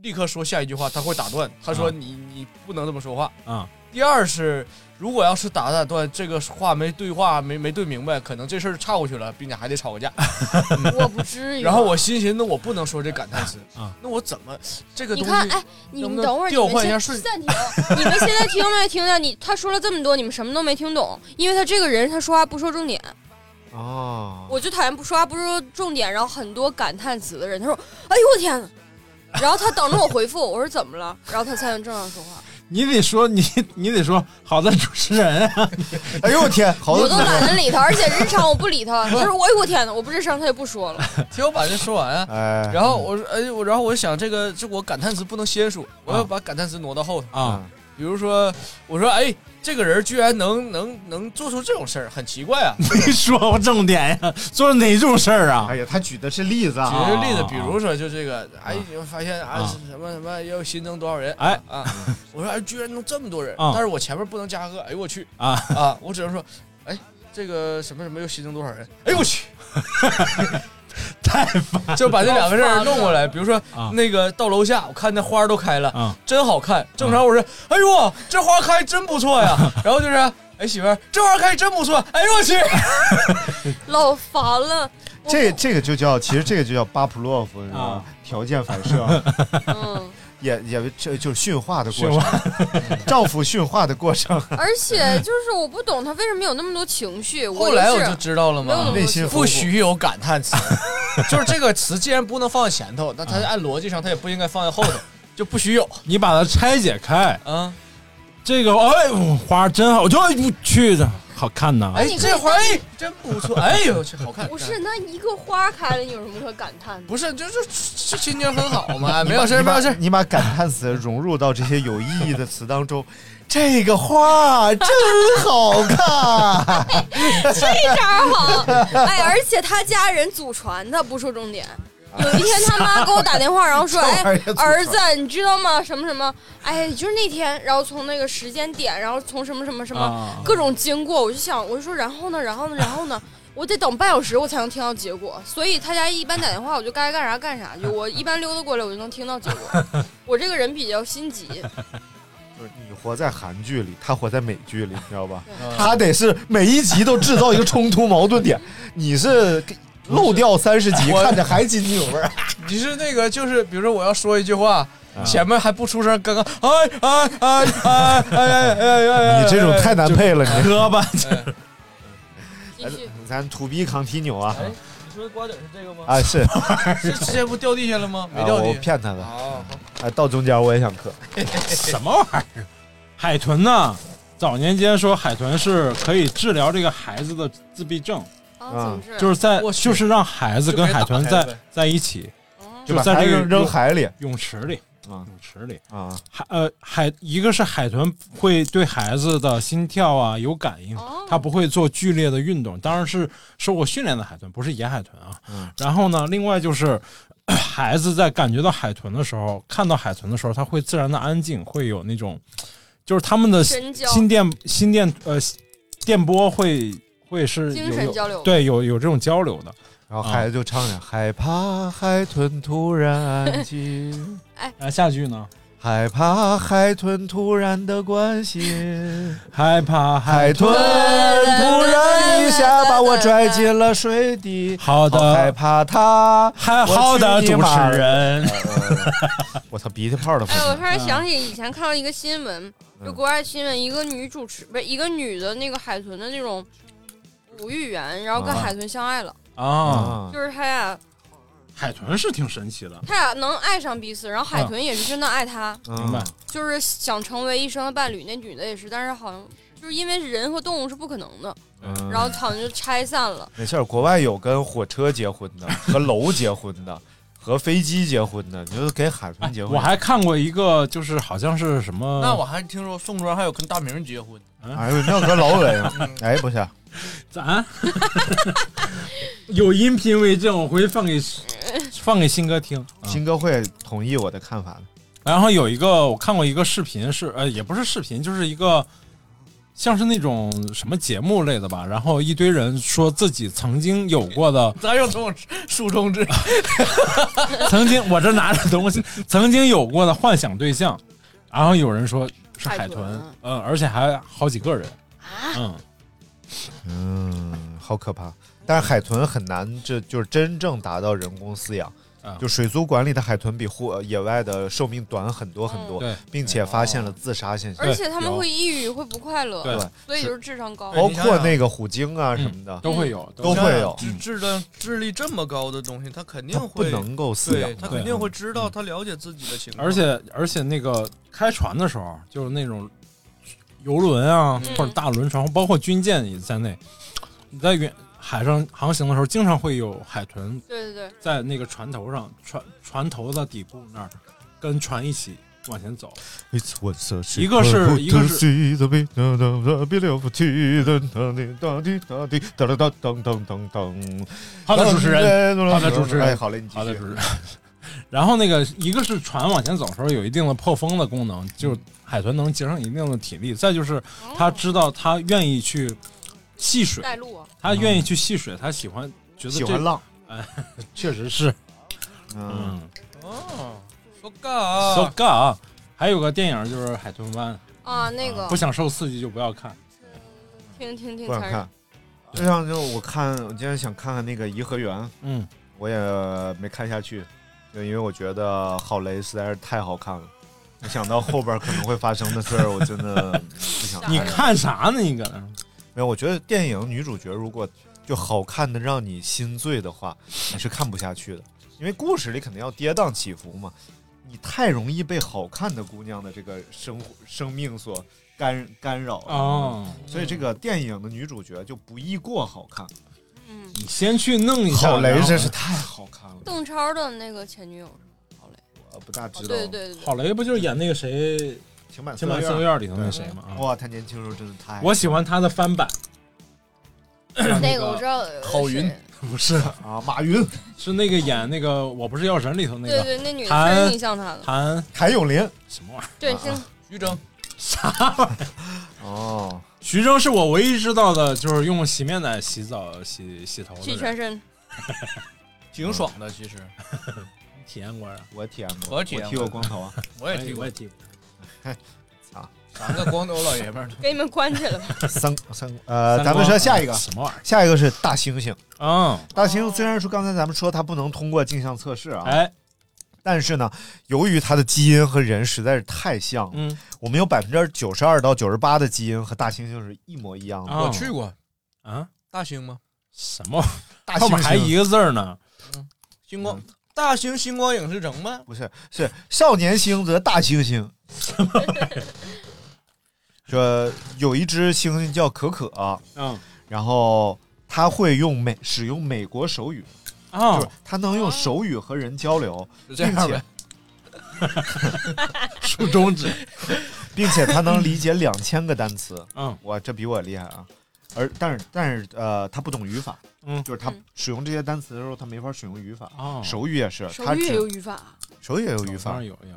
[SPEAKER 4] 立刻说下一句话，他会打断，他说
[SPEAKER 6] 啊
[SPEAKER 4] 你你不能这么说话。
[SPEAKER 6] 啊
[SPEAKER 4] 第二是，如果要是打打断这个话没对话没没对明白，可能这事儿岔过去了，并且还得吵个架。
[SPEAKER 5] 哎我不至于。啊
[SPEAKER 4] 然后我心寻思，我不能说这感叹词，
[SPEAKER 6] 啊，
[SPEAKER 4] 那我怎么这个
[SPEAKER 5] 你
[SPEAKER 4] 东西？
[SPEAKER 5] 看，哎，你
[SPEAKER 4] 能
[SPEAKER 5] 们
[SPEAKER 4] 不能
[SPEAKER 5] 等会儿，你
[SPEAKER 4] 调
[SPEAKER 5] 们
[SPEAKER 4] 换一下
[SPEAKER 5] 先
[SPEAKER 4] 顺序
[SPEAKER 5] 暂停。你们现在听没听见？你他说了这么多，你们什么都没听懂，因为他这个人他说话不说重点。
[SPEAKER 3] 哦，
[SPEAKER 5] 我就讨厌不说话不说重点，然后很多感叹词的人。他说：“哎呦我天呐！”然后他等着我回复，我说怎么了？然后他才能正常说话。
[SPEAKER 6] 你得说你你得说好的主持人啊，
[SPEAKER 3] 哎呦我天，好
[SPEAKER 5] 我
[SPEAKER 3] 的，
[SPEAKER 5] 都懒得理他，而且日常我不理他。他说：“哎呦我天呐，我不吱声，他也不说了。
[SPEAKER 4] 听我把这说完啊。
[SPEAKER 3] 哎，
[SPEAKER 4] 然后我说，哎，我然后我想这个，这我感叹词不能先说，我要
[SPEAKER 6] 啊
[SPEAKER 4] 把感叹词挪到后头。
[SPEAKER 6] 啊
[SPEAKER 4] 比如说，我说，哎，这个人居然能能能做出这种事儿，很奇怪啊。
[SPEAKER 6] 没说过重点呀，做哪种事儿啊？
[SPEAKER 3] 哎呀，他举的是例子
[SPEAKER 4] 举
[SPEAKER 3] 啊，
[SPEAKER 4] 个例子，比如说就这个，哎，你们发现啊，什么什么要新增多少人？
[SPEAKER 6] 哎
[SPEAKER 4] 啊，我说哎，居然能这么多人，
[SPEAKER 6] 啊
[SPEAKER 4] 但是我前面不能加个，哎呦我去
[SPEAKER 6] 啊
[SPEAKER 4] 啊，我只能说，哎，这个什么什么又新增多少人？哎呦我去，
[SPEAKER 6] 太烦
[SPEAKER 4] 就把这两个事儿弄过来。比如说
[SPEAKER 6] 啊
[SPEAKER 4] 那个到楼下，我看那花儿都开了，
[SPEAKER 6] 啊
[SPEAKER 4] 真好看。正常我说，哎呦，这花开真不错 呀。然后就是，哎媳妇儿，这花开真不错。哎呦我去，”
[SPEAKER 5] 老烦了。我
[SPEAKER 3] 这这个就叫，其实这个就叫巴甫洛夫，你知道吗？条件反射，
[SPEAKER 5] 嗯，
[SPEAKER 3] 也也这就是驯化的过
[SPEAKER 6] 驯
[SPEAKER 3] 程，丈夫驯化的过程，
[SPEAKER 5] 而且就是我不懂他为什么有那么多情绪。
[SPEAKER 4] 后
[SPEAKER 5] 我
[SPEAKER 4] 来我
[SPEAKER 5] 是
[SPEAKER 4] 就知道了
[SPEAKER 5] 没有那
[SPEAKER 4] 嘛
[SPEAKER 5] 么，
[SPEAKER 3] 内
[SPEAKER 5] 多
[SPEAKER 3] 心
[SPEAKER 5] 情
[SPEAKER 3] 丰富
[SPEAKER 4] 不许有感叹词，就是这个词既然不能放在前头，那它按逻辑上它也不应该放在后头，就不许有
[SPEAKER 6] 你把它拆解开，
[SPEAKER 4] 啊！
[SPEAKER 6] 这个哎花真好，我就哎我去的好看呐，
[SPEAKER 4] 哎
[SPEAKER 5] 你，可以
[SPEAKER 4] 这花儿哎真不错，哎呦我去，好看！
[SPEAKER 5] 不是那一个花开了，你有什么可感叹的？
[SPEAKER 4] 不是，就是这心情很好嘛，
[SPEAKER 3] 你
[SPEAKER 4] 没有
[SPEAKER 3] 把
[SPEAKER 4] 事儿没
[SPEAKER 3] 你把
[SPEAKER 4] 有事儿。
[SPEAKER 3] 你把感叹词融入到这些有意义的词当中，这个花真好看，
[SPEAKER 5] 这招儿好，哎，而且他家人祖传的，不说重点。有一天，他妈给 我打电话，然后说：“
[SPEAKER 3] 这玩
[SPEAKER 5] 哎
[SPEAKER 3] 意儿祖，传
[SPEAKER 5] 儿子，你知道吗？什么什么？哎，就是那天，然后从那个时间点，然后从什么什么什么
[SPEAKER 6] 啊
[SPEAKER 5] 各种经过，我就想，我就说，然后呢，然后呢，然后呢，我得等半小时我才能听到结果。所以他家一般打电话，我就该干啥干啥去。我一般溜达过来，我就能听到结果。我这个人比较心急，
[SPEAKER 3] 就是你活在韩剧里，他活在美剧里，你知道吧？
[SPEAKER 4] 嗯
[SPEAKER 3] 他得是每一集都制造一个冲突矛盾点，你是漏掉三十集，
[SPEAKER 4] 我
[SPEAKER 3] 看着还津津有味儿。
[SPEAKER 4] 你是那个，就是比如说我要说一句话，前面还不出声，刚刚哎哎哎哎哎哎哎哎，
[SPEAKER 3] 你这种太难配了，你。
[SPEAKER 6] 磕吧，
[SPEAKER 5] 继续。
[SPEAKER 3] 咱 to be continue 啊
[SPEAKER 4] 哎，你说的瓜子是这个吗？
[SPEAKER 3] 啊是，啊
[SPEAKER 4] 是之前不掉地下了吗？没掉
[SPEAKER 3] 我
[SPEAKER 4] 地。
[SPEAKER 3] 骗他的
[SPEAKER 4] 哦，
[SPEAKER 3] 啊，到中间我也想磕，
[SPEAKER 6] 什么玩意儿？海豚呢？早年间说海豚是可以治疗这个孩子的自闭症，
[SPEAKER 5] 啊，
[SPEAKER 3] 啊
[SPEAKER 5] 总之，
[SPEAKER 6] 就是在
[SPEAKER 4] 我去
[SPEAKER 6] 就是让孩子跟海豚
[SPEAKER 4] 就别打孩
[SPEAKER 6] 在
[SPEAKER 4] 子
[SPEAKER 6] 在一起，
[SPEAKER 5] 嗯
[SPEAKER 3] 就
[SPEAKER 6] 就
[SPEAKER 3] 把
[SPEAKER 6] 在
[SPEAKER 3] 孩
[SPEAKER 6] 这个
[SPEAKER 3] 子扔
[SPEAKER 6] 泳
[SPEAKER 3] 海里
[SPEAKER 6] 泳池里，
[SPEAKER 3] 啊
[SPEAKER 6] 泳池里
[SPEAKER 3] 啊，
[SPEAKER 6] 海呃海一个是海豚会对孩子的心跳啊有感应
[SPEAKER 5] 哦，
[SPEAKER 6] 它不会做剧烈的运动，当然是受过训练的海豚，不是野海豚啊。
[SPEAKER 3] 嗯
[SPEAKER 6] 然后呢，另外就是。孩子在感觉到海豚的时候，看到海豚的时候，他会自然的安静，会有那种，就是他们的
[SPEAKER 5] 神交
[SPEAKER 6] 心电心电呃电波会会是
[SPEAKER 5] 精
[SPEAKER 6] 有
[SPEAKER 5] 神
[SPEAKER 6] 有
[SPEAKER 5] 交流
[SPEAKER 6] 对有有这种交流的。
[SPEAKER 3] 然后孩子就唱着害怕海豚突然安静，
[SPEAKER 5] 哎
[SPEAKER 6] 然后下句呢？
[SPEAKER 3] 害怕海豚突然的 关心，
[SPEAKER 4] 害怕
[SPEAKER 3] 海豚突然一下把我拽进了 水底。
[SPEAKER 4] 好的
[SPEAKER 3] 害怕它。
[SPEAKER 4] 还好的主持 人，
[SPEAKER 3] 我操，鼻涕泡都
[SPEAKER 5] 哎，我突然想起以前看到一个新闻，就国外新闻，一个女主持不是一个女的那个海豚的那种哺育员，然后跟
[SPEAKER 4] 啊
[SPEAKER 5] 海豚相爱了，
[SPEAKER 4] 啊，
[SPEAKER 3] 啊！
[SPEAKER 5] 就是他俩
[SPEAKER 4] 海豚是挺神奇的，
[SPEAKER 5] 他俩能爱上彼此，然后海豚也是真的爱他，
[SPEAKER 4] 明白？
[SPEAKER 5] 就是想成为一生的伴侣。那女的也是，但是好像就是因为人和动物是不可能的，
[SPEAKER 3] 嗯
[SPEAKER 5] 然后好像就拆散了。
[SPEAKER 3] 没事儿，国外有跟火车结婚 的，和楼结婚的，和飞机结婚的，你就给海豚结婚。
[SPEAKER 4] 我还看过一个，就是好像是什么，
[SPEAKER 6] 那我还听说宋庄还有跟大明结婚，
[SPEAKER 3] 哎呦，那和老 伟，
[SPEAKER 6] 嗯
[SPEAKER 3] 哎不是，
[SPEAKER 4] 咱啊 有音频为证，我回去放给放给新哥听。啊
[SPEAKER 3] 新哥会同意我的看法的。
[SPEAKER 4] 然后有一个我看过一个视频是，呃也不是视频，就是一个像是那种什么节目类的吧。然后一堆人说自己曾经有过 的，
[SPEAKER 6] 咱又从书中之
[SPEAKER 4] 曾经我这拿着东西，曾经有过的幻想对象。然后有人说是海
[SPEAKER 5] 海
[SPEAKER 4] 豚
[SPEAKER 5] 豚，
[SPEAKER 4] 嗯，而且还好几个人，嗯，
[SPEAKER 3] 嗯，好可怕。但是海豚很难，这就是真正达到人工饲养。
[SPEAKER 4] 啊
[SPEAKER 3] 就水族馆里的海豚比户呃野外的寿命短很多很多，
[SPEAKER 4] 对
[SPEAKER 3] 并且发现了自杀现象。
[SPEAKER 5] 而且他们会抑郁，会不快乐，
[SPEAKER 4] 对
[SPEAKER 5] 所以就是智商高。
[SPEAKER 3] 包
[SPEAKER 6] 你想
[SPEAKER 3] 括
[SPEAKER 6] 想
[SPEAKER 3] 那个虎鲸啊
[SPEAKER 4] 嗯
[SPEAKER 3] 什么的，
[SPEAKER 4] 都会有，
[SPEAKER 3] 都会有
[SPEAKER 6] 智智的智力这么高的东西，他肯定
[SPEAKER 3] 它不
[SPEAKER 6] 会，
[SPEAKER 3] 能够饲
[SPEAKER 6] 对
[SPEAKER 3] 养。
[SPEAKER 6] 他肯定会知道，他了解自己的情况，
[SPEAKER 4] 而且而且那个开船的时候，就是那种游轮啊，
[SPEAKER 5] 嗯
[SPEAKER 4] 或者大轮船，包括军舰也在内，你在远海上航行的时候，经常会有海豚
[SPEAKER 5] 对对对，
[SPEAKER 4] 在那个船头上，船船头的底部那儿跟船一起往前走。
[SPEAKER 3] It's one such-
[SPEAKER 4] 一个是一个
[SPEAKER 3] See the big- da- da- da- big of tea, da- da- da- da- da- da- da- da- da- dang- dang- dang- dang
[SPEAKER 4] 好的，主持人，
[SPEAKER 3] 好
[SPEAKER 4] 好的主持人
[SPEAKER 3] 哎，好嘞，你继续。
[SPEAKER 4] 好的，主持人。然后那个一个是船往前走的时候有一定的破风的功能，就是海豚能节省一定的体力；再就是
[SPEAKER 6] 哦
[SPEAKER 4] 它知道它愿意去戏水，
[SPEAKER 5] 带路啊，
[SPEAKER 4] 他愿意去戏水，他喜欢，觉得
[SPEAKER 3] 喜
[SPEAKER 4] 这
[SPEAKER 3] 欢浪，
[SPEAKER 4] 确实是，
[SPEAKER 3] 嗯，
[SPEAKER 4] 嗯
[SPEAKER 6] 哦，说干
[SPEAKER 4] ，so
[SPEAKER 6] 啊，
[SPEAKER 4] g 啊。还有个电影就是《海豚湾》，
[SPEAKER 5] 啊那个
[SPEAKER 4] 不想受刺激就不要看。
[SPEAKER 5] 挺挺挺
[SPEAKER 3] 不想
[SPEAKER 5] 残忍。
[SPEAKER 3] 看。就像就我看，我今天想看看那个颐和园，
[SPEAKER 4] 嗯，
[SPEAKER 3] 我也没看下去，就因为我觉得郝雷实在是太好看了。我想到后边可能会发生的事儿，我真的不想看。
[SPEAKER 4] 你看啥呢？你搁那儿
[SPEAKER 3] 没有，我觉得电影女主角如果就好看的让你心醉的话，你是看不下去的，因为故事里肯定要跌宕起伏嘛。你太容易被好看的姑娘的这个生活生命所干干扰了，
[SPEAKER 4] 哦，
[SPEAKER 3] 所以这个电影的女主角就不宜过好看。
[SPEAKER 5] 嗯，
[SPEAKER 4] 你先去弄一下。
[SPEAKER 3] 郝雷
[SPEAKER 4] 然后
[SPEAKER 3] 真是，太好看了，
[SPEAKER 5] 邓超的那个前女友是郝蕾，
[SPEAKER 3] 我不大
[SPEAKER 5] 哦
[SPEAKER 3] 知道。
[SPEAKER 5] 对对对对，
[SPEAKER 4] 郝雷不就是演那个谁《
[SPEAKER 3] 情满
[SPEAKER 4] 情满
[SPEAKER 3] 色
[SPEAKER 4] 寺
[SPEAKER 3] 愿
[SPEAKER 4] 院》里头那谁吗？啊
[SPEAKER 3] 哇，他年轻时候真的太……
[SPEAKER 4] 我喜欢他的翻版。
[SPEAKER 5] 那个我知道，
[SPEAKER 6] 郝云
[SPEAKER 5] 是
[SPEAKER 4] 不是，
[SPEAKER 3] 啊，马云、
[SPEAKER 4] 是那个演那个《我不是药神》里头那
[SPEAKER 5] 对
[SPEAKER 4] 个
[SPEAKER 5] 对，那女的
[SPEAKER 4] 谭
[SPEAKER 5] 确实挺像他的，
[SPEAKER 4] 谭
[SPEAKER 3] 谭咏麟
[SPEAKER 4] 什么玩意儿？
[SPEAKER 5] 对，
[SPEAKER 3] 啊
[SPEAKER 5] 挺
[SPEAKER 6] 徐峥
[SPEAKER 3] 哦，
[SPEAKER 4] 徐峥是我唯一知道的，就是用洗面奶洗澡、洗洗头的
[SPEAKER 5] 洗
[SPEAKER 4] 人。
[SPEAKER 5] 全身，
[SPEAKER 6] 挺爽的，其实
[SPEAKER 4] 体验过呀、啊哎
[SPEAKER 3] 我体验过，
[SPEAKER 6] 我体
[SPEAKER 3] 剃
[SPEAKER 6] 验过
[SPEAKER 3] 过光头 啊，
[SPEAKER 6] 我也剃过，
[SPEAKER 4] 剃过。
[SPEAKER 6] 咱个光头老爷们儿
[SPEAKER 5] 给你们关起来吧。
[SPEAKER 3] 三三呃，咱们说下一个，
[SPEAKER 4] 啊什么玩意儿？
[SPEAKER 3] 下一个是大猩猩。
[SPEAKER 4] 嗯，
[SPEAKER 3] 大猩猩虽然说刚才咱们说它不能通过镜像测试啊，
[SPEAKER 4] 哎，
[SPEAKER 3] 但是呢，由于它的基因和人实在是太像了，
[SPEAKER 4] 嗯，
[SPEAKER 3] 我们有百分之九十二到九十八的基因和大猩猩是一模一样的。
[SPEAKER 4] 啊
[SPEAKER 6] 我去过
[SPEAKER 4] 啊，
[SPEAKER 6] 大兴吗？
[SPEAKER 4] 什 么？
[SPEAKER 3] 大
[SPEAKER 4] 后
[SPEAKER 3] 猩
[SPEAKER 4] 面还
[SPEAKER 3] 猩
[SPEAKER 4] 一个字儿呢。
[SPEAKER 6] 星光大兴星光影视城吗？
[SPEAKER 3] 不是是少年星则大猩猩，说有一只猩猩叫可可、
[SPEAKER 4] 嗯
[SPEAKER 3] 然后它会用美使用美国手语，
[SPEAKER 4] 啊
[SPEAKER 3] 就是，它能用手语和人交
[SPEAKER 4] 哦
[SPEAKER 3] 流，
[SPEAKER 6] 就这
[SPEAKER 3] 并
[SPEAKER 6] 样
[SPEAKER 3] 且
[SPEAKER 6] 呗。
[SPEAKER 4] 竖中 指。
[SPEAKER 3] 并且它能理解两千个单词。
[SPEAKER 4] 嗯
[SPEAKER 3] 哇，这比我厉害啊！而但是但是呃，他不懂语法，
[SPEAKER 4] 嗯
[SPEAKER 3] 就是他
[SPEAKER 5] 嗯
[SPEAKER 3] 使用这些单词的时候，他没法使用语法。
[SPEAKER 4] 啊，
[SPEAKER 3] 手语也是，
[SPEAKER 5] 手
[SPEAKER 3] 他
[SPEAKER 5] 语也
[SPEAKER 3] 只
[SPEAKER 5] 有语法，啊
[SPEAKER 3] 手语也有语
[SPEAKER 4] 哦当
[SPEAKER 3] 法
[SPEAKER 4] 然。有有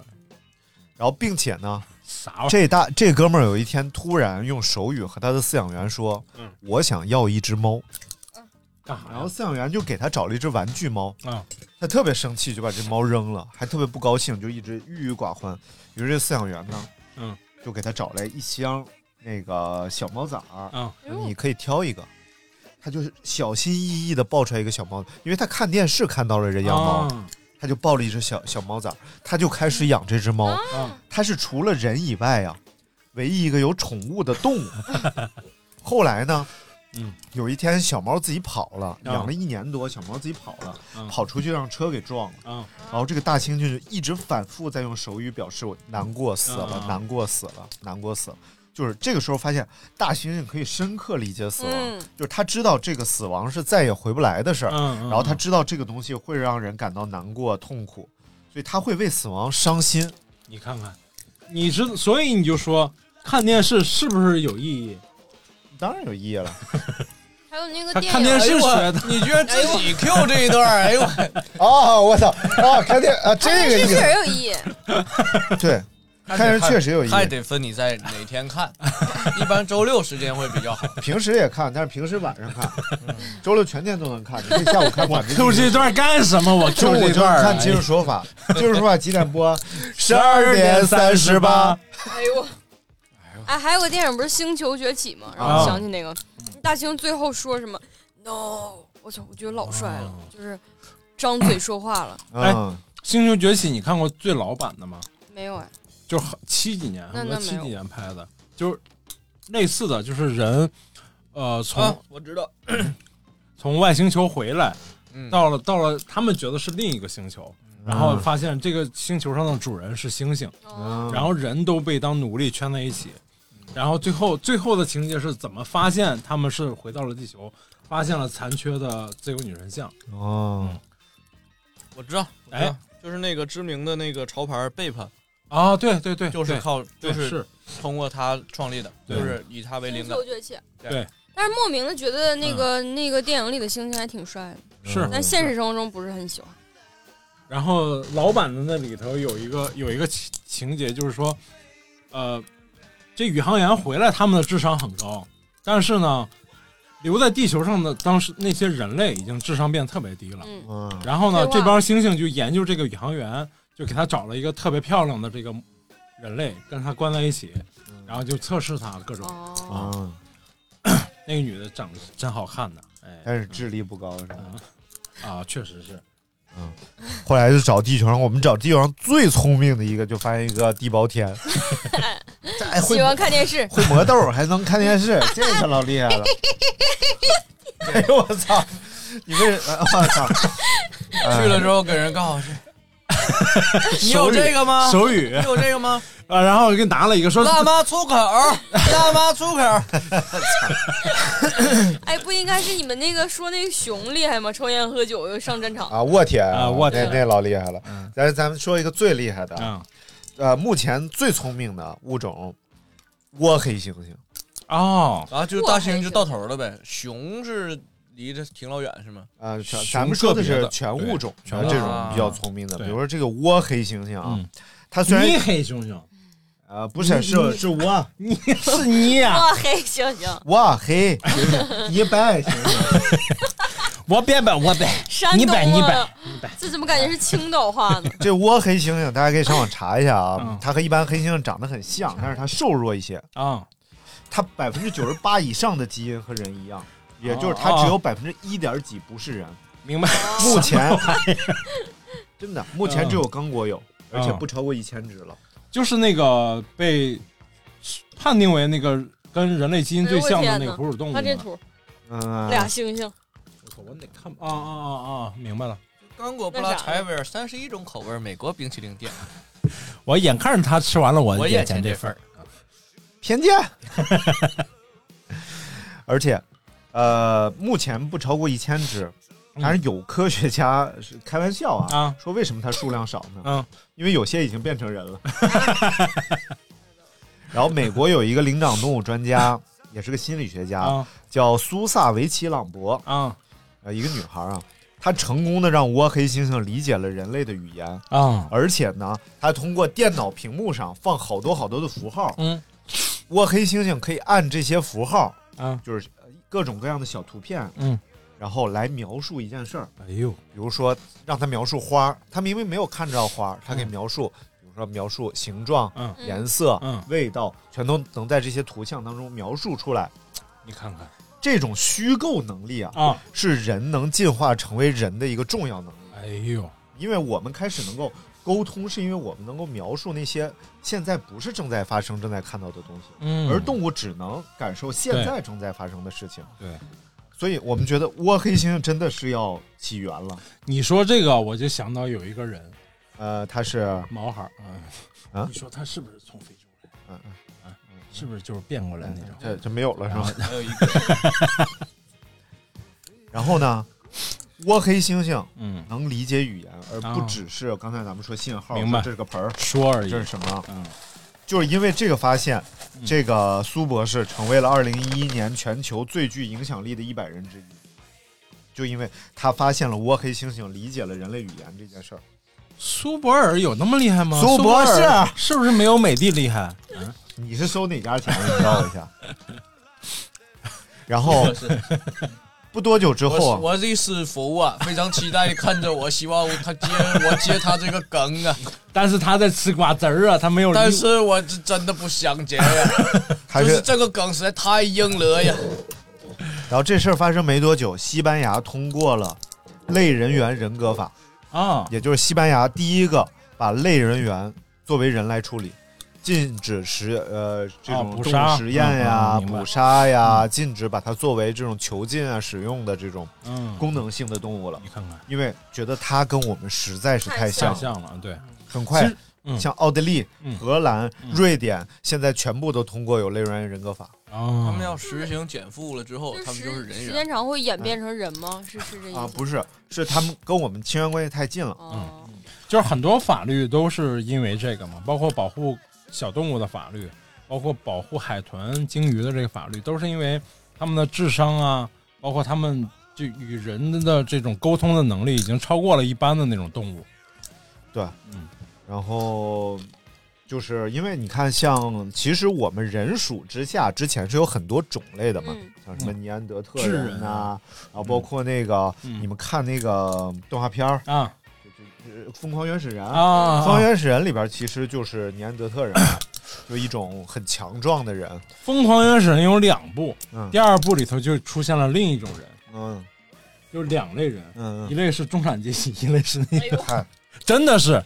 [SPEAKER 3] 然后并且呢，
[SPEAKER 4] 啥玩意儿？
[SPEAKER 3] 这大这哥们儿有一天突然用手语和他的饲养员说：“
[SPEAKER 4] 嗯
[SPEAKER 3] 我想要一只猫。”
[SPEAKER 4] 干啥
[SPEAKER 3] 然后
[SPEAKER 4] 呀？
[SPEAKER 3] 饲养员就给他找了一只玩具猫。
[SPEAKER 4] 啊
[SPEAKER 3] 他特别生气，就把这猫扔了，还特别不高兴，就一直郁郁寡欢。于是这饲养员呢，
[SPEAKER 4] 嗯，
[SPEAKER 3] 就给他找来一箱那个小猫崽儿，
[SPEAKER 4] 嗯
[SPEAKER 3] 说你可以挑一个。他就是小心翼翼的抱出来一个小猫，因为他看电视看到了这
[SPEAKER 4] 这
[SPEAKER 3] 样猫，
[SPEAKER 4] 啊
[SPEAKER 3] 他就抱了一只小小猫崽儿，他就开始养这只猫。
[SPEAKER 4] 啊
[SPEAKER 3] 它是除了人以外啊，唯一一个有宠物的 动物。后来呢，
[SPEAKER 4] 嗯，
[SPEAKER 3] 有一天小猫自己跑了，
[SPEAKER 4] 啊
[SPEAKER 3] 养了一年多，小猫自己跑了，
[SPEAKER 4] 嗯
[SPEAKER 3] 跑出去让车给撞了。
[SPEAKER 4] 啊
[SPEAKER 3] 然后这个大猩猩就一直反复在用手语表示我难过死了
[SPEAKER 4] 嗯，
[SPEAKER 3] 难过死了，难过死了。就是这个时候发现大猩猩可以深刻理解死亡，
[SPEAKER 5] 嗯
[SPEAKER 3] 就是他知道这个死亡是再也回不来的事儿，
[SPEAKER 4] 嗯嗯
[SPEAKER 3] 然后他知道这个东西会让人感到难过、痛苦，所以他会为死亡伤心。
[SPEAKER 4] 你看看，你知，所以你就说看电视是不是有意义？
[SPEAKER 3] 当然有意义 了，
[SPEAKER 5] 还有那个
[SPEAKER 4] 他
[SPEAKER 5] 电
[SPEAKER 4] 看
[SPEAKER 5] 影
[SPEAKER 4] 电
[SPEAKER 5] 儿，
[SPEAKER 4] 视学
[SPEAKER 6] 哎呦我
[SPEAKER 4] 的，
[SPEAKER 6] 你居然自己 Q 这一段儿，哎呦我，
[SPEAKER 3] 哦，我操！啊，看电啊，
[SPEAKER 5] 看
[SPEAKER 3] 这
[SPEAKER 5] 电视确
[SPEAKER 3] 个意思
[SPEAKER 5] 实有意义。
[SPEAKER 3] 对，看着确实有意
[SPEAKER 6] 还
[SPEAKER 3] 义。
[SPEAKER 6] 得分你在哪天看，一般周六时间会比较好。
[SPEAKER 3] 平时也看，但是平时晚上看，周六全天都能看。你这下午 看晚
[SPEAKER 4] Q 这段干什么？ 我
[SPEAKER 3] 中
[SPEAKER 4] Q
[SPEAKER 3] 午
[SPEAKER 4] 这
[SPEAKER 3] 就
[SPEAKER 4] 段啊
[SPEAKER 3] 能
[SPEAKER 4] 哎
[SPEAKER 3] 看《今日说法》，《今日说法》几点播？ 十二点三十八。
[SPEAKER 5] 哎呦我，哎，还有个电影不是《星球崛起》吗？然后
[SPEAKER 4] 啊
[SPEAKER 5] 想起那个、大猩最后说什么 “no”，我操，我觉得老帅了，就是张嘴说话了。
[SPEAKER 4] 哎
[SPEAKER 3] 啊嗯，
[SPEAKER 4] 星球崛起》，你看过最老版的吗？
[SPEAKER 5] 没有哎，
[SPEAKER 4] 就是很七几年，
[SPEAKER 5] 那
[SPEAKER 4] 我
[SPEAKER 5] 那
[SPEAKER 4] 七
[SPEAKER 5] 没
[SPEAKER 4] 几
[SPEAKER 5] 有
[SPEAKER 4] 年拍的，就是类似的，就是人，呃，从、
[SPEAKER 6] 啊，我知道，
[SPEAKER 4] 从外星球回来，
[SPEAKER 6] 嗯
[SPEAKER 4] 到了到了他们觉得是另一个星球，然后发现这个星球上的主人是猩猩，
[SPEAKER 5] 哦
[SPEAKER 6] 嗯
[SPEAKER 4] 然后人都被当奴隶圈在一起，然后最后最后的情节是怎么发现他们是回到了地球，发现了残缺的自由女神像，
[SPEAKER 3] 哦，
[SPEAKER 6] 我知道，我知道
[SPEAKER 4] 哎，
[SPEAKER 6] 就是那个知名的那个潮牌贝帕，
[SPEAKER 4] 啊，对对对，
[SPEAKER 6] 就是
[SPEAKER 4] 对
[SPEAKER 6] 靠就
[SPEAKER 4] 对
[SPEAKER 6] 是
[SPEAKER 4] 是
[SPEAKER 6] 通过他创立的，就
[SPEAKER 4] 对
[SPEAKER 6] 是以他为
[SPEAKER 5] 《
[SPEAKER 6] 灵
[SPEAKER 5] 星
[SPEAKER 6] 感
[SPEAKER 5] 球。崛起》
[SPEAKER 6] 对
[SPEAKER 4] 对
[SPEAKER 5] 但是莫名的觉得那个、那个电影里的猩猩还挺帅的，
[SPEAKER 6] 嗯
[SPEAKER 4] 是
[SPEAKER 5] 但现实生活中不是很喜欢。
[SPEAKER 4] 然后老版的那里头有一个有一个情情节，就是说，呃，这宇航员回来，他们的智商很高，但是呢，留在地球上的当时那些人类已经智商变特别低了。
[SPEAKER 5] 嗯，
[SPEAKER 3] 嗯，
[SPEAKER 4] 然后呢，
[SPEAKER 5] 对哇
[SPEAKER 4] 这帮猩猩就研究这个宇航员，就给他找了一个特别漂亮的这个人类，跟他关在一起，
[SPEAKER 6] 嗯
[SPEAKER 4] 然后就测试他各种。
[SPEAKER 5] 哦，
[SPEAKER 3] 嗯，
[SPEAKER 4] 那个女的长得真好看的，哎，
[SPEAKER 3] 但是智力不高是吧？
[SPEAKER 4] 啊，确实是。
[SPEAKER 3] 后来就找地球上，我们找地球上最聪明的一个，就发现一个地包天，这还 会
[SPEAKER 5] 喜欢看电视，
[SPEAKER 3] 会磨豆，还能看 电视，这可老厉害了。哎呦我操！你为什么？我操！
[SPEAKER 6] 去了之后给人告诉，你有这个
[SPEAKER 5] 啊
[SPEAKER 6] 吗？
[SPEAKER 4] 手语
[SPEAKER 6] 你有这个吗？
[SPEAKER 4] 啊，然后我给拿了一个说，
[SPEAKER 6] 辣妈出口，辣妈出口，
[SPEAKER 5] 哎，不应该是你们那个说那个熊厉害吗？抽烟喝酒又上战场，
[SPEAKER 3] 啊，我天
[SPEAKER 4] 啊我天
[SPEAKER 3] 那那老厉害了。
[SPEAKER 4] 嗯
[SPEAKER 3] 咱咱们说一个最厉害的，
[SPEAKER 4] 啊
[SPEAKER 3] 呃，目前最聪明的物种，倭黑猩猩。
[SPEAKER 4] 哦，
[SPEAKER 6] 然后就大猩猩就到头了呗。熊是离这挺老远是吗？
[SPEAKER 3] 啊，咱
[SPEAKER 4] 熊
[SPEAKER 3] 咱们说的
[SPEAKER 4] 个别
[SPEAKER 3] 是
[SPEAKER 4] 的
[SPEAKER 3] 全物种，
[SPEAKER 4] 对
[SPEAKER 3] 啊
[SPEAKER 4] 全物
[SPEAKER 3] 这
[SPEAKER 6] 种
[SPEAKER 3] 种比较聪明的，
[SPEAKER 4] 对
[SPEAKER 3] 比如说这个倭黑猩猩啊
[SPEAKER 4] 嗯，
[SPEAKER 3] 它虽然
[SPEAKER 4] 你黑熊熊，
[SPEAKER 3] 呃不是是啊是倭
[SPEAKER 4] 你 是你呀、
[SPEAKER 5] 哇嘿，猩猩，
[SPEAKER 3] 倭黑猩猩，你白猩猩。
[SPEAKER 4] 我别摆，我摆，
[SPEAKER 5] 山
[SPEAKER 4] 你
[SPEAKER 5] 东
[SPEAKER 4] 摆你摆
[SPEAKER 5] 啊，这怎么感觉是青岛话呢？
[SPEAKER 3] 这窝黑猩猩，大家可以上网查一下啊
[SPEAKER 4] 嗯，
[SPEAKER 3] 它和一般黑猩猩长得很像，但是它瘦弱一些。
[SPEAKER 4] 啊！
[SPEAKER 3] 它百分之九十八以上的基因和人
[SPEAKER 4] 哦
[SPEAKER 3] 一样，也就是它只有百分之一点几不是人。
[SPEAKER 4] 明白，
[SPEAKER 3] 目前真的，目前
[SPEAKER 4] 嗯
[SPEAKER 3] 只有刚果有，而且
[SPEAKER 4] 哎嗯
[SPEAKER 3] 不超过一千只了。
[SPEAKER 4] 就是那个被判定为那个跟人类基因最像的
[SPEAKER 5] 哎呦我天
[SPEAKER 4] 那个
[SPEAKER 5] 哪
[SPEAKER 4] 哺乳动物嘛。
[SPEAKER 5] 看这图，
[SPEAKER 3] 嗯，
[SPEAKER 5] 俩猩猩，
[SPEAKER 4] 我操，我得看啊啊啊啊！明白了，
[SPEAKER 6] 刚果布拉柴维尔三十一种口味，美国冰淇淋店，
[SPEAKER 4] 我眼看着他吃完了，
[SPEAKER 6] 我
[SPEAKER 4] 我
[SPEAKER 6] 眼前
[SPEAKER 4] 前
[SPEAKER 6] 这份
[SPEAKER 4] 份
[SPEAKER 6] 儿。
[SPEAKER 3] 偏见。而且，呃，目前不超过一千只，但是有科学家是开玩笑啊，
[SPEAKER 4] 嗯啊
[SPEAKER 3] 说为什么它数量少呢？
[SPEAKER 4] 嗯，
[SPEAKER 3] 因为有些已经变成人了。 然后，美国有一个灵长动物专 家，也是个心理学家，
[SPEAKER 4] 啊
[SPEAKER 3] 叫苏萨维奇朗博，
[SPEAKER 4] 啊
[SPEAKER 3] 呃，一个女孩啊，她成功的让倭黑猩猩理解了人类的语言，
[SPEAKER 4] 啊！
[SPEAKER 3] 而且呢，她通过电脑屏幕上放好多好多的符号，
[SPEAKER 4] 嗯
[SPEAKER 3] 倭黑猩猩可以按这些符号，呃
[SPEAKER 4] 啊
[SPEAKER 3] 就是各种各样的小图片，
[SPEAKER 4] 嗯，
[SPEAKER 3] 然后来描述一件事儿。
[SPEAKER 4] 哎呦，
[SPEAKER 3] 比如说让他描述花儿，他明明没有看着花儿，他可以描述，比如说描述形状、
[SPEAKER 4] 嗯
[SPEAKER 3] 颜色、
[SPEAKER 4] 嗯
[SPEAKER 3] 味道，全都能在这些图像当中描述出来。
[SPEAKER 4] 你看看
[SPEAKER 3] 这种虚构能力啊，
[SPEAKER 4] 啊，
[SPEAKER 3] 是人能进化成为人的一个重要能力，
[SPEAKER 4] 哎呦，
[SPEAKER 3] 因为我们开始能够沟通，是因为我们能够描述那些现在不是正在发生、正在看到的东西。
[SPEAKER 4] 嗯
[SPEAKER 3] 而动物只能感受现在正在发生的事情。
[SPEAKER 4] 对，
[SPEAKER 3] 所以我们觉得窝黑猩猩真的是要起源了。
[SPEAKER 4] 你说这个，我就想到有一个人，
[SPEAKER 3] 呃，它是
[SPEAKER 4] 毛孩儿，
[SPEAKER 3] 啊
[SPEAKER 4] 嗯，你说他是不是从非洲来？
[SPEAKER 3] 嗯嗯
[SPEAKER 4] 啊，是不是就是变过来那种？
[SPEAKER 3] 这呃这没有了是吧？
[SPEAKER 6] 还有一个
[SPEAKER 3] 然后呢，窝黑猩猩
[SPEAKER 4] 嗯，
[SPEAKER 3] 能理解语言，而不
[SPEAKER 4] 哦
[SPEAKER 3] 只是刚才咱们说信号，
[SPEAKER 4] 明白
[SPEAKER 3] 说这是个盆儿，
[SPEAKER 4] 说而已
[SPEAKER 3] 这。是什么？
[SPEAKER 4] 嗯，
[SPEAKER 3] 就是因为这个发现，
[SPEAKER 6] 嗯
[SPEAKER 3] 这个苏博士成为了二零一一年全球最具影响力的一百人之一，就因为他发现了窝黑猩猩理解了人类语言这件事儿。
[SPEAKER 4] 苏博尔有那么厉害吗？
[SPEAKER 3] 苏
[SPEAKER 4] 博
[SPEAKER 3] 博士
[SPEAKER 4] 尔是不是没有美帝厉害？嗯，
[SPEAKER 3] 你是收哪家钱？你告诉 我一下。然后
[SPEAKER 6] 是是
[SPEAKER 3] 不多久之
[SPEAKER 6] 我是
[SPEAKER 3] 后啊，
[SPEAKER 6] 我是师傅啊，非常期待看着我，希望他接我接他这个梗啊，
[SPEAKER 4] 但是他在吃瓜子儿啊，他没有理。
[SPEAKER 6] 但是我是真的不想 接呀，
[SPEAKER 3] 哦还
[SPEAKER 6] 就是是这个梗实在太硬了呀。
[SPEAKER 3] 然后这事儿发生没多久，西班牙通过了类人猿人格法，
[SPEAKER 4] 啊，
[SPEAKER 3] 也就是西班牙第一个把类人猿作为人来处理，禁止实呃这种
[SPEAKER 4] 哦捕
[SPEAKER 3] 动
[SPEAKER 4] 杀
[SPEAKER 3] 物实验呀、
[SPEAKER 4] 嗯嗯明白
[SPEAKER 3] 捕杀呀，禁止把它作为这种囚禁啊使用的这种
[SPEAKER 4] 嗯，
[SPEAKER 3] 功能性的动物了
[SPEAKER 4] 你，看看，
[SPEAKER 3] 因为觉得它跟我们实在是太像
[SPEAKER 4] 太
[SPEAKER 3] 了。
[SPEAKER 4] 像了，对，
[SPEAKER 3] 很
[SPEAKER 4] 其
[SPEAKER 3] 快
[SPEAKER 4] 实，嗯
[SPEAKER 3] 像奥地利、
[SPEAKER 4] 嗯
[SPEAKER 3] 荷兰、瑞典，现在全部都通过有类人猿人格法
[SPEAKER 6] 他
[SPEAKER 4] 啊
[SPEAKER 6] 们要实行减负了之后，他们就是
[SPEAKER 5] 时
[SPEAKER 6] 人
[SPEAKER 5] 时
[SPEAKER 6] 人。
[SPEAKER 5] 间长会演变成人吗？是是这意思
[SPEAKER 3] 啊，不是，是他们跟我们亲缘关系太近了。
[SPEAKER 5] 哦，
[SPEAKER 4] 就是很多法律都是因为这个嘛，包括保护小动物的法律，包括保护海豚、鲸鱼的这个法律，都是因为他们的智商啊，包括他们就与人的这种沟通的能力已经超过了一般的那种动物。
[SPEAKER 3] 然后就是因为你看，像其实我们人属之下之前是有很多种类的嘛，
[SPEAKER 5] 嗯
[SPEAKER 3] 像什么尼安德特
[SPEAKER 4] 智
[SPEAKER 3] 人
[SPEAKER 4] 人
[SPEAKER 3] 呐，啊，包括那个
[SPEAKER 4] 嗯
[SPEAKER 3] 你们看那个动画片儿
[SPEAKER 4] 啊
[SPEAKER 3] 《疯狂原始人》
[SPEAKER 4] 啊，
[SPEAKER 3] 《疯狂
[SPEAKER 4] 啊
[SPEAKER 3] 原始人》里边其实就是尼安德特人，啊就一种很强壮的人，
[SPEAKER 4] 疯狂原始人有两部，
[SPEAKER 3] 嗯
[SPEAKER 4] 第二部里头就出现了另一种人，
[SPEAKER 3] 嗯
[SPEAKER 4] 就两类人，
[SPEAKER 3] 嗯
[SPEAKER 4] 一
[SPEAKER 3] 嗯，
[SPEAKER 4] 类是中产阶级，一类是那
[SPEAKER 5] 哎呦，
[SPEAKER 3] 看
[SPEAKER 4] 真的是
[SPEAKER 5] 是吗？哦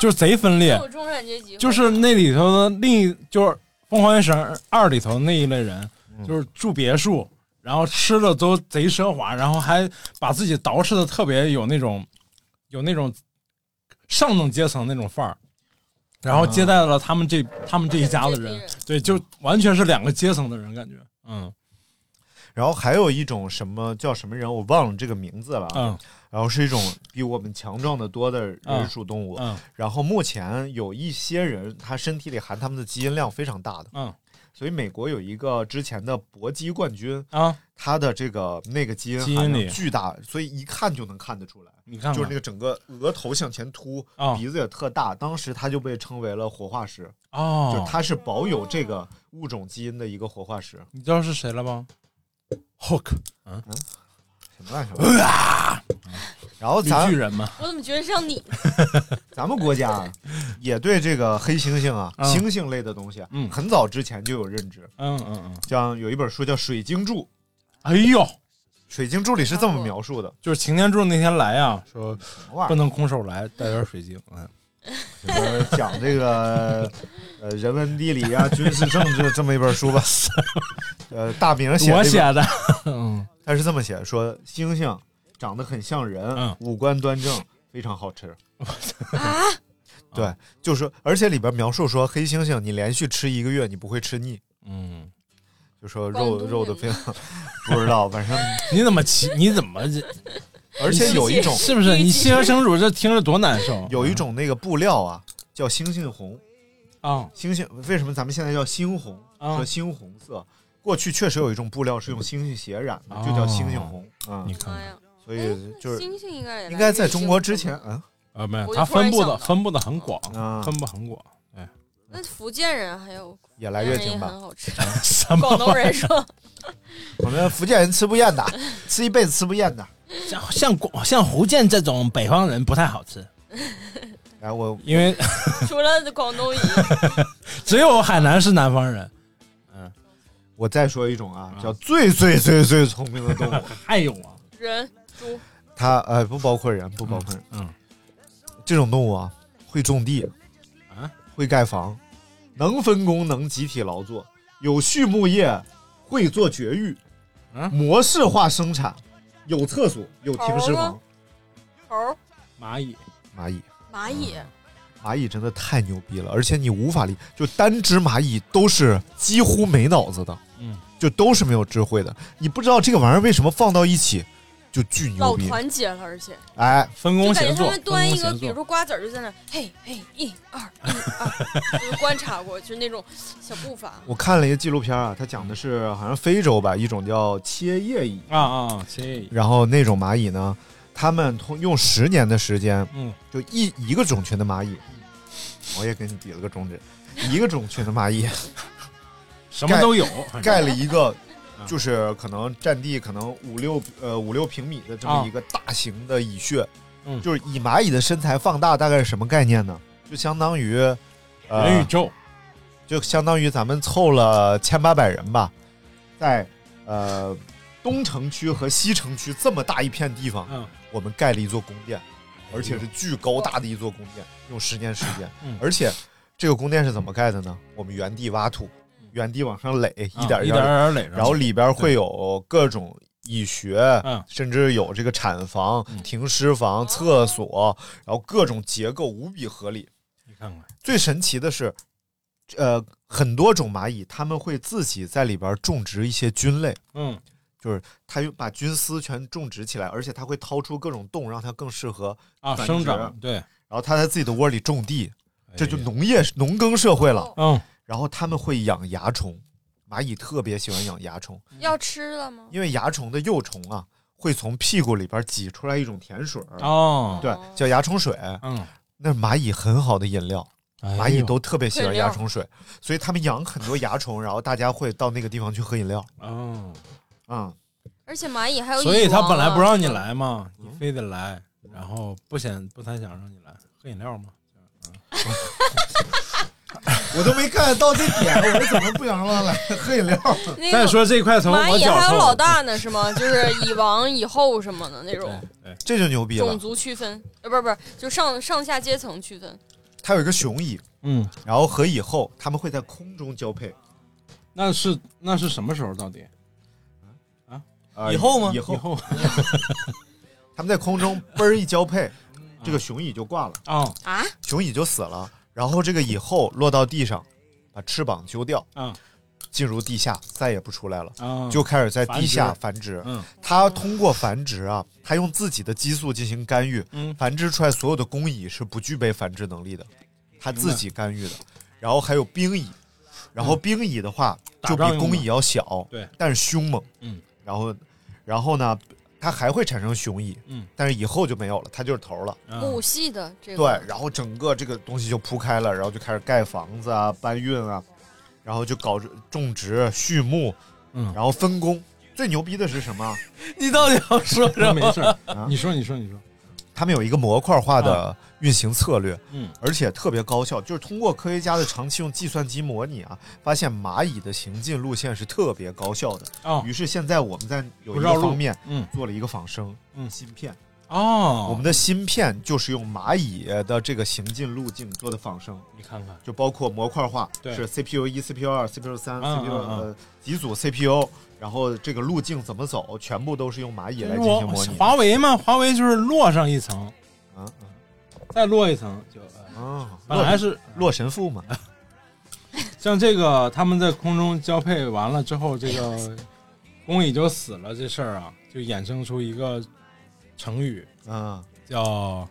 [SPEAKER 4] 就是贼分裂
[SPEAKER 5] 还，有中产阶级，
[SPEAKER 4] 就是那里头的另一就是《疯狂原始人二》里头那一类人，
[SPEAKER 3] 嗯
[SPEAKER 4] 就是住别墅，然后吃的都贼奢华，然后还把自己捯饬的特别有那种有那种上等阶层那种范儿，然后接待了他们这他们这一家子
[SPEAKER 5] 这批
[SPEAKER 4] 人
[SPEAKER 5] 人，
[SPEAKER 4] 对，就完全是两个阶层的人感觉，嗯
[SPEAKER 3] 然后还有一种什么叫什么人，我忘了这个名字了。啊
[SPEAKER 4] 嗯
[SPEAKER 3] 然后是一种比我们强壮的多的人属动物。
[SPEAKER 4] 嗯
[SPEAKER 3] 然后目前有一些人，他身体里含他们的基因量非常大的。
[SPEAKER 4] 嗯
[SPEAKER 3] 所以美国有一个之前的搏击冠军，
[SPEAKER 4] 啊，
[SPEAKER 3] 他的这个那个基因
[SPEAKER 4] 基因
[SPEAKER 3] 含
[SPEAKER 4] 里
[SPEAKER 3] 量巨大，所以一看就能看得出来。
[SPEAKER 4] 你看
[SPEAKER 3] 就是
[SPEAKER 4] 看
[SPEAKER 3] 那个整个额头向前凸，
[SPEAKER 4] 啊
[SPEAKER 3] 鼻子也特大，当时他就被称为了活化石，就是
[SPEAKER 4] 哦，
[SPEAKER 3] 他是保有这个物种基因的一个活化石。
[SPEAKER 4] 你知道是谁了吗？Hook
[SPEAKER 3] 什么玩意儿？ 然后
[SPEAKER 4] 绿
[SPEAKER 3] 咱
[SPEAKER 4] 巨人嘛，
[SPEAKER 5] 我怎么觉得像你？
[SPEAKER 3] 咱们国家啊也对这个黑猩猩啊、
[SPEAKER 4] 嗯
[SPEAKER 3] 猩猩类的东西，啊
[SPEAKER 4] 嗯
[SPEAKER 3] 很早之前就有认知。
[SPEAKER 4] 嗯嗯嗯，
[SPEAKER 3] 像有一本书叫《水晶柱》，《
[SPEAKER 4] 哎呦。
[SPEAKER 3] 水晶柱》里是这么描述的：
[SPEAKER 4] 就是擎天柱那天来啊，说
[SPEAKER 3] 什么玩
[SPEAKER 4] 不
[SPEAKER 3] 意
[SPEAKER 4] 能空手来，带点水晶。嗯，
[SPEAKER 3] 儿？就是讲这个呃人文地理啊、军事政治这么一本书吧。 呃，大明写的
[SPEAKER 4] 我
[SPEAKER 3] 一
[SPEAKER 4] 写
[SPEAKER 3] 本，
[SPEAKER 4] 的，嗯，
[SPEAKER 3] 他是这么写的说：猩猩长得很像人，
[SPEAKER 4] 嗯
[SPEAKER 3] 五官端正，非常好吃。
[SPEAKER 5] 啊
[SPEAKER 4] 啊
[SPEAKER 3] 对，就是，而且里边描述说，黑猩猩你连续吃一个月，你不会吃腻。
[SPEAKER 4] 嗯，
[SPEAKER 3] 就说
[SPEAKER 5] 广
[SPEAKER 3] 肉
[SPEAKER 5] 东
[SPEAKER 3] 肉的
[SPEAKER 5] 人
[SPEAKER 3] 非常 不知道， 反正
[SPEAKER 4] 你怎么骑？ 你怎么这？
[SPEAKER 3] 而且有 一种
[SPEAKER 4] 是不是？你西河生主这听着多难受？
[SPEAKER 3] 有一种那个布料啊，叫猩猩红，
[SPEAKER 4] 啊
[SPEAKER 3] 猩猩为什么咱们现在叫猩红
[SPEAKER 4] 啊
[SPEAKER 3] 和猩红色？过去确实有一种布料是用猩猩血染的，就叫猩猩红啊
[SPEAKER 4] 哦你，看
[SPEAKER 5] 妈
[SPEAKER 4] 看
[SPEAKER 5] 哎呀！
[SPEAKER 3] 所以就是
[SPEAKER 5] 星星哎应该也来
[SPEAKER 3] 应该在中国之前
[SPEAKER 5] 月
[SPEAKER 3] 啊
[SPEAKER 4] 啊，没有，
[SPEAKER 5] 我就
[SPEAKER 4] 它
[SPEAKER 5] 突然
[SPEAKER 4] 分布
[SPEAKER 5] 想
[SPEAKER 4] 的
[SPEAKER 5] 到
[SPEAKER 4] 分布的很广，
[SPEAKER 3] 啊
[SPEAKER 4] 分布很广。
[SPEAKER 5] 那福建人还有
[SPEAKER 3] 也来月经吧
[SPEAKER 5] 也很好吃。
[SPEAKER 3] 什么
[SPEAKER 5] 广东人说，
[SPEAKER 3] 我们福建人吃不厌的，吃一辈子吃不厌的。
[SPEAKER 4] 像像广像福建这种北方人不太好吃，
[SPEAKER 3] 然后哎我
[SPEAKER 4] 因为
[SPEAKER 5] 除了广东以
[SPEAKER 4] 只有海南是南方人。
[SPEAKER 3] 我再说一种啊，
[SPEAKER 4] 嗯
[SPEAKER 3] 叫最最最最聪明的动物，
[SPEAKER 4] 还有啊，
[SPEAKER 5] 人猪
[SPEAKER 3] 它呃不包括人，不包括人。
[SPEAKER 4] 嗯，
[SPEAKER 3] 这种动物啊，会种地，
[SPEAKER 4] 啊，
[SPEAKER 3] 会盖房，能分工，能集体劳作，有畜牧业，会做绝育，
[SPEAKER 4] 嗯
[SPEAKER 3] 模式化生产，有厕所，有停尸
[SPEAKER 5] 好
[SPEAKER 3] 房
[SPEAKER 5] 了。猴儿
[SPEAKER 4] 蚂蚁
[SPEAKER 3] 蚂蚁，
[SPEAKER 5] 蚂蚁，
[SPEAKER 3] 蚂蚁真的太牛逼了，而且你无法理，就单只蚂蚁都是几乎没脑子的，
[SPEAKER 4] 嗯，
[SPEAKER 3] 就都是没有智慧的，你不知道这个玩意儿为什么放到一起就巨牛
[SPEAKER 5] 老
[SPEAKER 3] 逼，
[SPEAKER 5] 团结了，而且
[SPEAKER 3] 哎，
[SPEAKER 4] 分
[SPEAKER 5] 就
[SPEAKER 4] 工
[SPEAKER 5] 感觉
[SPEAKER 4] 协
[SPEAKER 5] 他
[SPEAKER 4] 作，
[SPEAKER 5] 们端一个，
[SPEAKER 4] 分工
[SPEAKER 5] 比
[SPEAKER 4] 协
[SPEAKER 5] 如
[SPEAKER 4] 作
[SPEAKER 5] 说瓜子儿，就在那儿嘿嘿一二一二，就是观察过，就是那种小步伐。
[SPEAKER 3] 我看了一个纪录片啊，它讲的是好像非洲吧，一种叫切叶蚁，
[SPEAKER 4] 啊啊，行，
[SPEAKER 3] 然后那种蚂蚁呢，它们通用十年的时间，
[SPEAKER 4] 嗯，
[SPEAKER 3] 就一一个种群的蚂蚁，我也给你比了个中指，一个种群的蚂蚁
[SPEAKER 4] 什么都有，反正
[SPEAKER 3] 盖了一个，
[SPEAKER 4] 嗯
[SPEAKER 3] 就是可能占地可能五六呃五六平米的这么一个大型的蚁穴，
[SPEAKER 4] 嗯
[SPEAKER 3] 就是以蚂蚁的身材放大，大概是什么概念呢？就相当于，呃，
[SPEAKER 4] 人宇宙，
[SPEAKER 3] 就相当于咱们凑了千八百人吧，在呃东城区和西城区这么大一片地方，
[SPEAKER 4] 嗯，
[SPEAKER 3] 我们盖了一座宫殿，而且是巨高大的一座宫殿，用十年时间。
[SPEAKER 4] 嗯
[SPEAKER 3] 而且这个宫殿是怎么盖的呢？我们原地挖土，原地往上垒，一点
[SPEAKER 4] 啊
[SPEAKER 3] 儿
[SPEAKER 4] 一
[SPEAKER 3] 点
[SPEAKER 4] 点
[SPEAKER 3] 儿，
[SPEAKER 4] 儿垒上，
[SPEAKER 3] 然后里边会有各种蚁穴，
[SPEAKER 4] 嗯
[SPEAKER 3] 甚至有这个产房、停尸房、厕所，然后各种结构无比合理。
[SPEAKER 4] 你看看，
[SPEAKER 3] 最神奇的是，呃，很多种蚂蚁，它们会自己在里边种植一些菌类，
[SPEAKER 4] 嗯，
[SPEAKER 3] 就是它用把菌丝全种植起来，而且它会掏出各种洞，让它更适合，
[SPEAKER 4] 啊，
[SPEAKER 3] 繁殖
[SPEAKER 4] 生长，对，
[SPEAKER 3] 然后它在自己的窝里种地，这就
[SPEAKER 4] 哎呀
[SPEAKER 3] 农业农耕社会了。
[SPEAKER 4] 嗯，
[SPEAKER 3] 然后它们会养蚜虫，蚂蚁特别喜欢养蚜虫，
[SPEAKER 4] 嗯
[SPEAKER 5] 要吃了吗？
[SPEAKER 3] 因为蚜虫的幼虫啊，会从屁股里边挤出来一种甜水儿，
[SPEAKER 4] 哦，
[SPEAKER 3] 嗯对，叫蚜虫水，
[SPEAKER 4] 嗯，
[SPEAKER 3] 那是蚂蚁很好的饮料。蚂
[SPEAKER 4] 哎
[SPEAKER 3] 蚁
[SPEAKER 4] 呦
[SPEAKER 3] 都特别喜欢
[SPEAKER 5] 配料
[SPEAKER 3] 蚜虫水，所以他们养很多蚜虫，然后大家会到那个地方去喝饮料。
[SPEAKER 4] 哦，
[SPEAKER 3] 啊、
[SPEAKER 5] 而且蚂蚁嗯还有蚁王
[SPEAKER 4] 所
[SPEAKER 5] 啊，
[SPEAKER 4] 以他本来不让你来嘛，你非得来，然后不想不太想让你来，喝饮料嘛，
[SPEAKER 3] 我都没 get 到这点，我说怎么不想让他来 喝饮料？
[SPEAKER 5] 那个
[SPEAKER 4] 再说这块头，
[SPEAKER 5] 蚂
[SPEAKER 4] 我
[SPEAKER 5] 蚁
[SPEAKER 4] 脚
[SPEAKER 5] 还有
[SPEAKER 4] 臭
[SPEAKER 5] 老大呢，是吗？就是蚁王、蚁后什么的那种
[SPEAKER 4] 对，
[SPEAKER 3] 这就牛逼
[SPEAKER 5] 种
[SPEAKER 3] 了。
[SPEAKER 5] 族区分，呃，不是不是，就上上下阶层区分。
[SPEAKER 3] 它有一个雄蚁，
[SPEAKER 4] 嗯，
[SPEAKER 3] 然后和蚁后它们会在空中交配。
[SPEAKER 4] 那是那是什么时候到底？
[SPEAKER 3] 呃
[SPEAKER 9] 以后吗
[SPEAKER 3] 蚁
[SPEAKER 4] 以
[SPEAKER 3] 后
[SPEAKER 4] 后
[SPEAKER 3] 它们在空中嘣儿一交配，这个雄蚁就挂了，
[SPEAKER 4] 啊
[SPEAKER 5] 啊，
[SPEAKER 3] 雄蚁就死了。然后这个蚁后落到地上，把翅膀揪掉，
[SPEAKER 4] 啊
[SPEAKER 3] 进入地下，再也不出来了，
[SPEAKER 4] 啊，
[SPEAKER 3] 就开始在
[SPEAKER 4] 繁
[SPEAKER 3] 地下
[SPEAKER 4] 殖
[SPEAKER 3] 繁殖。
[SPEAKER 4] 嗯
[SPEAKER 3] 它通过繁殖啊，它用自己的激素进行干预，
[SPEAKER 4] 嗯
[SPEAKER 3] 繁殖出来所有的工蚁是不具备繁殖能力的，它
[SPEAKER 4] 白
[SPEAKER 3] 自己干预的。然后还有兵蚁，然后兵蚁的话、
[SPEAKER 4] 嗯打
[SPEAKER 3] 就
[SPEAKER 4] 仗
[SPEAKER 3] 比
[SPEAKER 4] 用
[SPEAKER 3] 工
[SPEAKER 4] 的
[SPEAKER 3] 蚁要小，
[SPEAKER 4] 对，
[SPEAKER 3] 但是凶猛，
[SPEAKER 4] 嗯。
[SPEAKER 3] 然后，然后呢，它还会产生雄蚁，
[SPEAKER 4] 嗯，
[SPEAKER 3] 但是以后就没有了，它就是头了。
[SPEAKER 4] 啊
[SPEAKER 5] 母系的这
[SPEAKER 3] 对
[SPEAKER 5] 个，，
[SPEAKER 3] 然后整个这个东西就铺开了，然后就开始盖房子啊、搬运啊，然后就搞种植、畜牧，
[SPEAKER 4] 嗯
[SPEAKER 3] 然后分工。最牛逼的是什么？
[SPEAKER 9] 你到底要说什
[SPEAKER 4] 没
[SPEAKER 9] 么？
[SPEAKER 4] 事儿，
[SPEAKER 3] 啊
[SPEAKER 4] 你说你说你说，
[SPEAKER 3] 他们有一个模块化的运行策略，
[SPEAKER 4] 嗯，
[SPEAKER 3] 而且特别高效，就是通过科学家的长期用计算机模拟啊，发现蚂蚁的行进路线是特别高效的。
[SPEAKER 4] 哦
[SPEAKER 3] 于是现在我们在有一
[SPEAKER 4] 不绕
[SPEAKER 3] 个
[SPEAKER 4] 路
[SPEAKER 3] 方面，
[SPEAKER 4] 嗯，
[SPEAKER 3] 做了一个仿生，
[SPEAKER 4] 嗯
[SPEAKER 3] 芯片。
[SPEAKER 4] 哦，
[SPEAKER 3] 我们的芯片就是用蚂蚁的这个行进路径做的仿生，
[SPEAKER 4] 你看看，
[SPEAKER 3] 就包括模块化，
[SPEAKER 4] 对
[SPEAKER 3] 是 CPU 一、CPU 二、CPU 三、
[SPEAKER 4] 嗯
[SPEAKER 3] CPU
[SPEAKER 4] 嗯嗯
[SPEAKER 3] 呃几组 CPU，然后这个路径怎么走，全部都是用蚂蚁来进
[SPEAKER 4] 我
[SPEAKER 3] 行模拟。
[SPEAKER 4] 华为嘛，华为就是落上一层，
[SPEAKER 3] 啊
[SPEAKER 4] 再落一层就，呃
[SPEAKER 3] 啊啊！
[SPEAKER 4] 本来是
[SPEAKER 3] 洛神赋嘛，
[SPEAKER 4] 像这个他们在空中交配完了之后，这个公蚁就死了这事儿啊，就衍生出一个成语
[SPEAKER 3] 啊，
[SPEAKER 4] 叫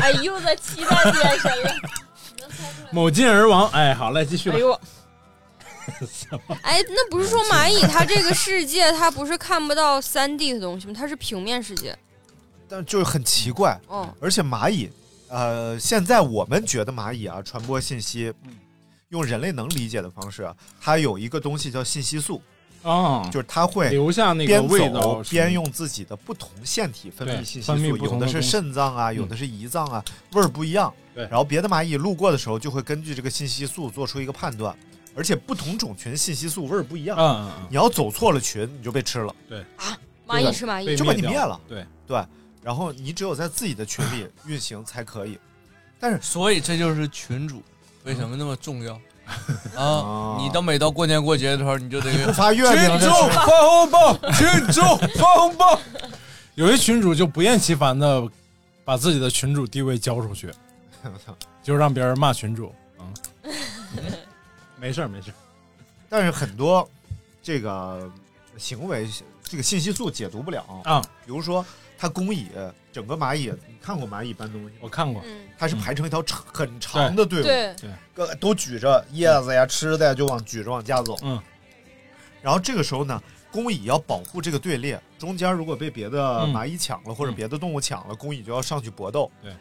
[SPEAKER 5] 哎呦，在期待的眼神了。
[SPEAKER 4] “某进而亡”。哎，好嘞，继续吧
[SPEAKER 5] 哎。呦，哎，那不是
[SPEAKER 3] 嗯
[SPEAKER 5] 说蚂蚁它这个世界它不是看不到三 D 的东西吗？它是平面世界。
[SPEAKER 3] 但就是很奇怪，
[SPEAKER 5] 嗯，
[SPEAKER 3] 而且蚂蚁呃，现在我们觉得蚂蚁啊传播信息，
[SPEAKER 10] 嗯
[SPEAKER 3] 用人类能理解的方式啊，它有一个东西叫信息素。
[SPEAKER 10] 啊，
[SPEAKER 3] 就是它会
[SPEAKER 10] 留下那个
[SPEAKER 3] 边
[SPEAKER 10] 味
[SPEAKER 3] 走
[SPEAKER 10] 道，
[SPEAKER 3] 边用自己的不同腺体分
[SPEAKER 10] 对
[SPEAKER 3] 泌信息
[SPEAKER 10] 分泌
[SPEAKER 3] 素，
[SPEAKER 10] 不同
[SPEAKER 3] 有
[SPEAKER 10] 的
[SPEAKER 3] 的是
[SPEAKER 10] 东西嗯
[SPEAKER 3] 肾脏啊，有的是胰脏啊，味儿不一样。
[SPEAKER 10] 对
[SPEAKER 3] 然后别的蚂蚁路过的时候，就会根据这个信息素做出一个判断，而且不同种群信息素味儿不一样。
[SPEAKER 10] 嗯嗯嗯
[SPEAKER 3] 你要走错了群，你就被吃了。
[SPEAKER 10] 对
[SPEAKER 3] 啊，
[SPEAKER 5] 蚂蚁吃蚂蚁被
[SPEAKER 3] 就把你
[SPEAKER 5] 灭
[SPEAKER 3] 灭
[SPEAKER 5] 掉
[SPEAKER 3] 了。
[SPEAKER 10] 对
[SPEAKER 3] 对，然后你只有在自己的群里运行才可以。但是，
[SPEAKER 6] 所以这就是群主为什么那么重要
[SPEAKER 3] 啊
[SPEAKER 6] 啊！你到每到过年过节的时候，你就得
[SPEAKER 3] 不发月饼
[SPEAKER 6] 群
[SPEAKER 3] 这
[SPEAKER 6] 主
[SPEAKER 3] 是
[SPEAKER 6] 发红包，群主发红包。
[SPEAKER 4] 有些群主就不厌其烦的把自己的群主地位交出 去，就让别人骂群主。嗯，没事儿没事儿，
[SPEAKER 3] 但是很多这个行为，这个信息素解读不了
[SPEAKER 4] 啊。
[SPEAKER 3] 比如说，它工蚁，整个蚂蚁，你看过蚂蚁搬东西吗？
[SPEAKER 4] 我看过
[SPEAKER 5] 嗯，
[SPEAKER 3] 它是排成一条长很长的队伍，
[SPEAKER 5] 对
[SPEAKER 4] 对，
[SPEAKER 3] 各都举着叶子呀、吃的呀，就往举着往家走。
[SPEAKER 4] 嗯，
[SPEAKER 3] 然后这个时候呢，工蚁要保护这个队列，中间如果被别的
[SPEAKER 4] 嗯
[SPEAKER 3] 蚂蚁抢了、或者别的动物抢了，工蚁就要上去搏斗。
[SPEAKER 4] 对，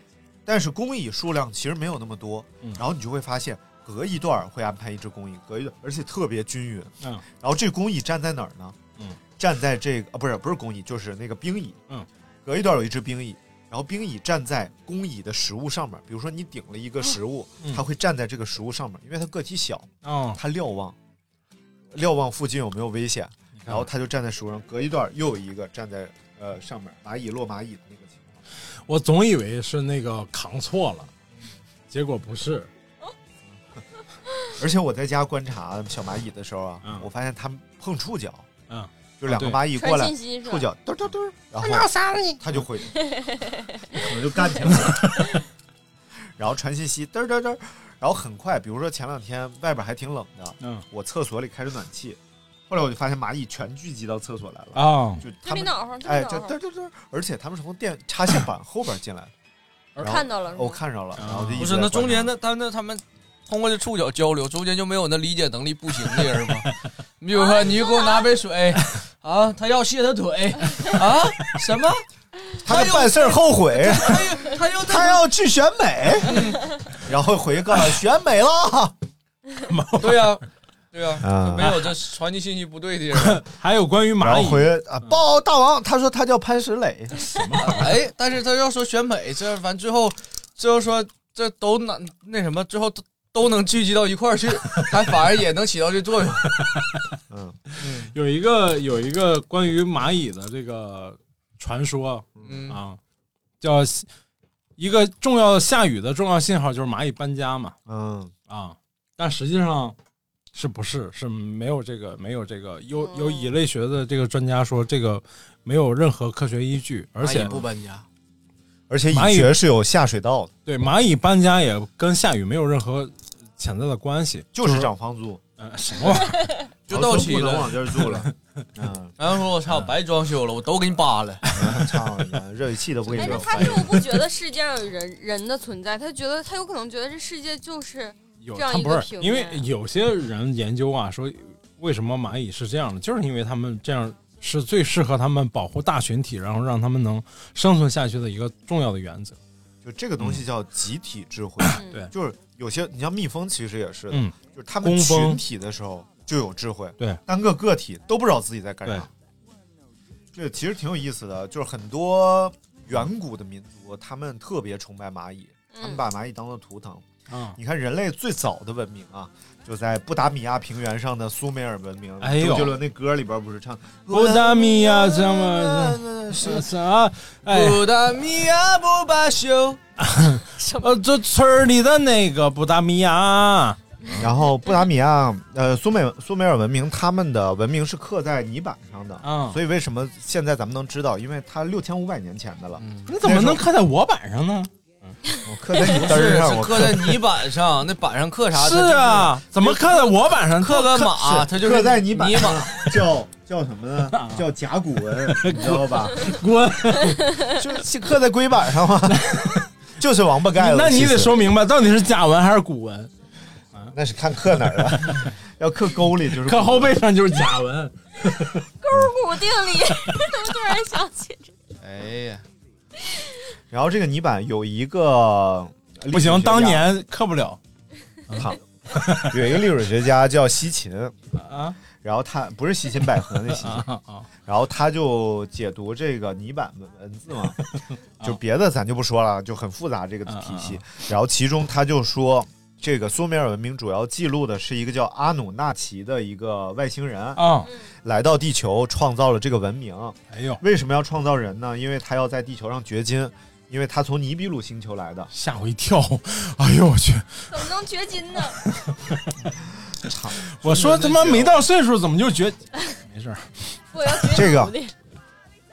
[SPEAKER 3] 但是工蚁数量其实没有那么多，
[SPEAKER 4] 嗯
[SPEAKER 3] 然后你就会发现。隔一段儿会安排一只工蚁，隔一段，而且特别均匀。
[SPEAKER 4] 嗯
[SPEAKER 3] 然后这工蚁站在哪儿呢？
[SPEAKER 4] 嗯，
[SPEAKER 3] 站在这个啊，不是不是工蚁，就是那个兵蚁。
[SPEAKER 4] 嗯，
[SPEAKER 3] 隔一段有一只兵蚁，然后兵蚁站在工蚁的食物上面，比如说你顶了一个食物，
[SPEAKER 4] 嗯
[SPEAKER 3] 它会站在这个食物上面，因为它个体小，
[SPEAKER 4] 哦，
[SPEAKER 3] 它瞭望，瞭望附近有没有危险，
[SPEAKER 4] 看
[SPEAKER 3] 然后它就站在食物上。隔一段又有一个站在呃上面，蚂蚁落蚂蚁的那个情况。
[SPEAKER 4] 我总以为是那个扛错了，结果不是。
[SPEAKER 3] 而且我在家观察小蚂蚁的时候啊，
[SPEAKER 4] 嗯
[SPEAKER 3] 我发现它们碰触角，
[SPEAKER 4] 嗯，
[SPEAKER 3] 就两个
[SPEAKER 4] 啊对
[SPEAKER 3] 蚂蚁过
[SPEAKER 5] 传
[SPEAKER 3] 来
[SPEAKER 5] 信息是
[SPEAKER 3] 触
[SPEAKER 5] 吧？
[SPEAKER 3] 角，嘟嘟嘟，然后闹啥你？它就会可能就干起来了。然后传信息，嘚儿嘚儿嘚儿，然后很快，比如说前两天外边还挺冷的，
[SPEAKER 4] 嗯
[SPEAKER 3] 我厕所里开着暖气，后来我就发现蚂蚁全聚集到厕所来了，
[SPEAKER 4] 啊，
[SPEAKER 3] 就
[SPEAKER 5] 这
[SPEAKER 3] 他
[SPEAKER 5] 没
[SPEAKER 3] 们，
[SPEAKER 5] 脑上，这没
[SPEAKER 3] 哎，这
[SPEAKER 5] 脑
[SPEAKER 3] 嘚儿嘚儿嘚儿，而且他们是从电插线板后边进来的，
[SPEAKER 5] 上，
[SPEAKER 3] 然后
[SPEAKER 5] 看到了是吗
[SPEAKER 3] 我看着了，然后就一直
[SPEAKER 6] 不是
[SPEAKER 3] 在
[SPEAKER 6] 那
[SPEAKER 3] 观
[SPEAKER 6] 中间
[SPEAKER 3] 察
[SPEAKER 6] 那他那他们通过这触角交流，中间就没有那理解能力不行的 人吗？你比如说，啊你就给我拿杯水啊，他要卸他腿啊，什么？
[SPEAKER 3] 他们办事儿后悔，
[SPEAKER 6] 他又他又 嗯
[SPEAKER 3] 他要去选美， 然后回告诉选 美了，
[SPEAKER 6] 对呀、对呀、
[SPEAKER 3] 啊
[SPEAKER 6] 没有这传递信息不对的人。
[SPEAKER 4] 还有关于
[SPEAKER 3] 然
[SPEAKER 4] 蚂
[SPEAKER 3] 后
[SPEAKER 4] 蚁，
[SPEAKER 3] 回啊报大王，他说他叫潘石磊，
[SPEAKER 6] 哎，但是他要说选美，这反正最后最后说这都那那什么，最后都都能聚集到一块 儿去，还反而也能起到这作用。
[SPEAKER 3] 嗯。
[SPEAKER 4] 有一个有一个关于蚂蚁的这个传说
[SPEAKER 6] 嗯，
[SPEAKER 4] 啊，叫一个重要的下雨的重要信号就是蚂蚁搬家嘛
[SPEAKER 3] 嗯
[SPEAKER 4] 啊，但实际上是不是是没有这个没有这个有
[SPEAKER 5] 哦
[SPEAKER 4] 有蚁类学的这个专家说这个没有任何科学依据，而且
[SPEAKER 6] 搬家，，
[SPEAKER 3] 而且蚁
[SPEAKER 4] 蚂蚁
[SPEAKER 3] 穴是有下水道的，
[SPEAKER 4] 对蚂蚁搬家也跟下雨没有任何潜在的关系，
[SPEAKER 3] 就是涨房租，
[SPEAKER 4] 呃什么玩意 儿？
[SPEAKER 6] 就到期
[SPEAKER 3] 不能
[SPEAKER 6] 了
[SPEAKER 3] 往。这儿住 了。嗯，
[SPEAKER 6] 然后说我操，白装修了，我都给你扒
[SPEAKER 4] 哎
[SPEAKER 6] 了。
[SPEAKER 3] 操你妈，热水器都不给
[SPEAKER 5] 哎，
[SPEAKER 3] 你
[SPEAKER 5] 那
[SPEAKER 3] 热。
[SPEAKER 5] 他是不觉得世界上有人人的存在，他觉得他有可能觉得这世界就是
[SPEAKER 4] 有
[SPEAKER 5] 这样
[SPEAKER 4] 他
[SPEAKER 5] 一
[SPEAKER 4] 不
[SPEAKER 5] 个
[SPEAKER 4] 是，
[SPEAKER 5] 平
[SPEAKER 4] 因为
[SPEAKER 5] 面
[SPEAKER 4] 有些人研究啊，说为什么蚂蚁是这样的，就是因为他们这样是最适合他们保护大群体，然后让他们能生存下去的一个重要的原则。
[SPEAKER 3] 就这个东
[SPEAKER 4] 嗯
[SPEAKER 3] 西叫集体智慧，
[SPEAKER 4] 对
[SPEAKER 3] 就是有些你像蜜蜂，其实也是的，
[SPEAKER 4] 嗯，
[SPEAKER 3] 就是他们
[SPEAKER 4] 工蜂
[SPEAKER 3] 群体的时候就有智慧，
[SPEAKER 4] 对，
[SPEAKER 3] 单个个体都不知道自己在干
[SPEAKER 4] 对
[SPEAKER 3] 啥。这其实挺有意思的，就是很多远古的民族，他们特别崇拜蚂蚁，他们
[SPEAKER 5] 嗯
[SPEAKER 3] 把蚂蚁当做图腾。
[SPEAKER 4] 啊，
[SPEAKER 3] 你看，人类最早的文明啊，就在布达米亚平原上的苏美尔文明。
[SPEAKER 4] 哎呦
[SPEAKER 3] 周杰伦那歌里边不是唱
[SPEAKER 4] 布达米亚这么
[SPEAKER 3] 是
[SPEAKER 4] 啥？哎，
[SPEAKER 6] 布达米亚不罢休，
[SPEAKER 4] 呃，这村儿里的那个布达米亚，
[SPEAKER 3] 然后布达米亚，呃，苏美苏美尔文明，他们的文明是刻在泥板上的，
[SPEAKER 4] 嗯
[SPEAKER 3] 所以为什么现在咱们能知道？因为它六千五百年前的了，
[SPEAKER 4] 你怎么能刻在我板上呢？
[SPEAKER 3] 我刻在泥
[SPEAKER 6] 不是
[SPEAKER 3] 嘚儿
[SPEAKER 6] 是
[SPEAKER 3] 上， 我
[SPEAKER 6] 刻在泥板上，那板上刻啥？
[SPEAKER 4] 是，啊，怎么刻在我板上？
[SPEAKER 6] 刻个马，
[SPEAKER 3] 是
[SPEAKER 6] 它就是
[SPEAKER 3] 刻在泥板
[SPEAKER 6] 泥
[SPEAKER 3] 上
[SPEAKER 6] 马。
[SPEAKER 3] 叫叫什么呢？
[SPEAKER 4] 啊
[SPEAKER 3] 叫甲骨文，你知道 吧？
[SPEAKER 4] 滚！
[SPEAKER 3] 就是刻在龟 板上嘛，就是王八盖了。
[SPEAKER 4] 那你
[SPEAKER 3] 其
[SPEAKER 4] 得
[SPEAKER 3] 实
[SPEAKER 4] 说明白，到底是甲文还是古文？
[SPEAKER 3] 那是看刻哪 儿了，要刻沟里就是
[SPEAKER 4] 刻后背上就是甲文。
[SPEAKER 5] 勾股定理，怎么突然想起这？
[SPEAKER 6] 哎呀，
[SPEAKER 3] 然后这个泥板有一个历史
[SPEAKER 4] 不行
[SPEAKER 3] 学家
[SPEAKER 4] 当年刻不了。
[SPEAKER 3] 好，有一个历史学家叫西秦
[SPEAKER 4] 啊，
[SPEAKER 3] 然后他不是西秦百合那西
[SPEAKER 4] 啊
[SPEAKER 3] 秦
[SPEAKER 4] 啊啊，
[SPEAKER 3] 然后他就解读这个泥板文文字嘛，就别的咱就不说了，就很复杂这个体系。然后其中他就说，这个苏美尔文明主要记录的是一个叫阿努纳奇的一个外星人
[SPEAKER 4] 啊，
[SPEAKER 3] 来到地球创造了这个文明。
[SPEAKER 4] 哎呦，
[SPEAKER 3] 为什么要创造人呢？因为他要在地球上掘金。因为他从尼比鲁星球来的，
[SPEAKER 4] 吓我一跳！哎呦我去！
[SPEAKER 5] 怎么能掘金呢？
[SPEAKER 4] 我说他妈没到岁数，怎么就觉没事儿？
[SPEAKER 5] 我要掘金
[SPEAKER 3] 这个
[SPEAKER 5] 徒弟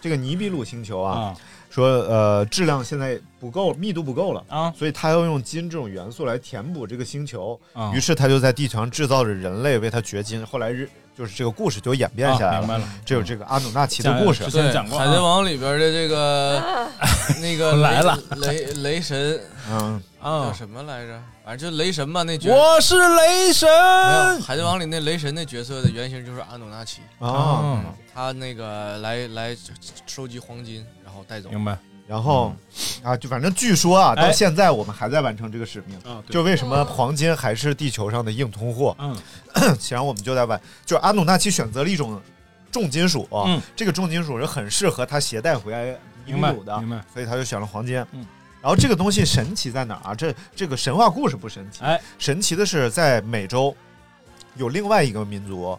[SPEAKER 3] 这个尼比鲁星球啊，说呃质量现在不够，密度不够了
[SPEAKER 4] 啊，
[SPEAKER 3] 所以它要用金这种元素来填补这个星球。
[SPEAKER 4] 啊
[SPEAKER 3] 于是它就在地球上制造着人类为它掘金。后来日就是这个故事就演变下来了，
[SPEAKER 4] 啊明白了
[SPEAKER 3] 这有这个阿努纳奇的故事。
[SPEAKER 4] 之前讲过啊
[SPEAKER 6] 海贼王》里边的这个 那个雷
[SPEAKER 4] 来了
[SPEAKER 6] 雷雷神
[SPEAKER 3] 嗯
[SPEAKER 6] 叫什么来着？反正就雷神吧，那角色。
[SPEAKER 4] 我是雷神，
[SPEAKER 6] 没有嗯《海贼王》里那雷神那角色的原型就是阿努纳奇
[SPEAKER 3] 啊
[SPEAKER 6] 嗯他那个来来收集黄金，然后带走。
[SPEAKER 4] 明白？嗯
[SPEAKER 3] 然后、啊，就反正据说啊，到
[SPEAKER 6] 哎
[SPEAKER 3] 现在我们还在完成这个使命。
[SPEAKER 4] 啊对
[SPEAKER 3] 就啊为什么黄金还是地球上的硬通货？
[SPEAKER 4] 嗯，
[SPEAKER 3] 其实我们就在问，就是阿努纳奇选择了一种重金属、啊
[SPEAKER 4] 嗯
[SPEAKER 3] 这个重金属是很适合他携带回来尼
[SPEAKER 4] 明
[SPEAKER 3] 比
[SPEAKER 4] 白
[SPEAKER 3] 鲁的，
[SPEAKER 4] 明白
[SPEAKER 3] 所以他就选了黄金。
[SPEAKER 4] 嗯。
[SPEAKER 3] 然后这个东西神奇在哪儿啊？这这个神话故事不神奇，
[SPEAKER 4] 哎，
[SPEAKER 3] 神奇的是在美洲有另外一个民族，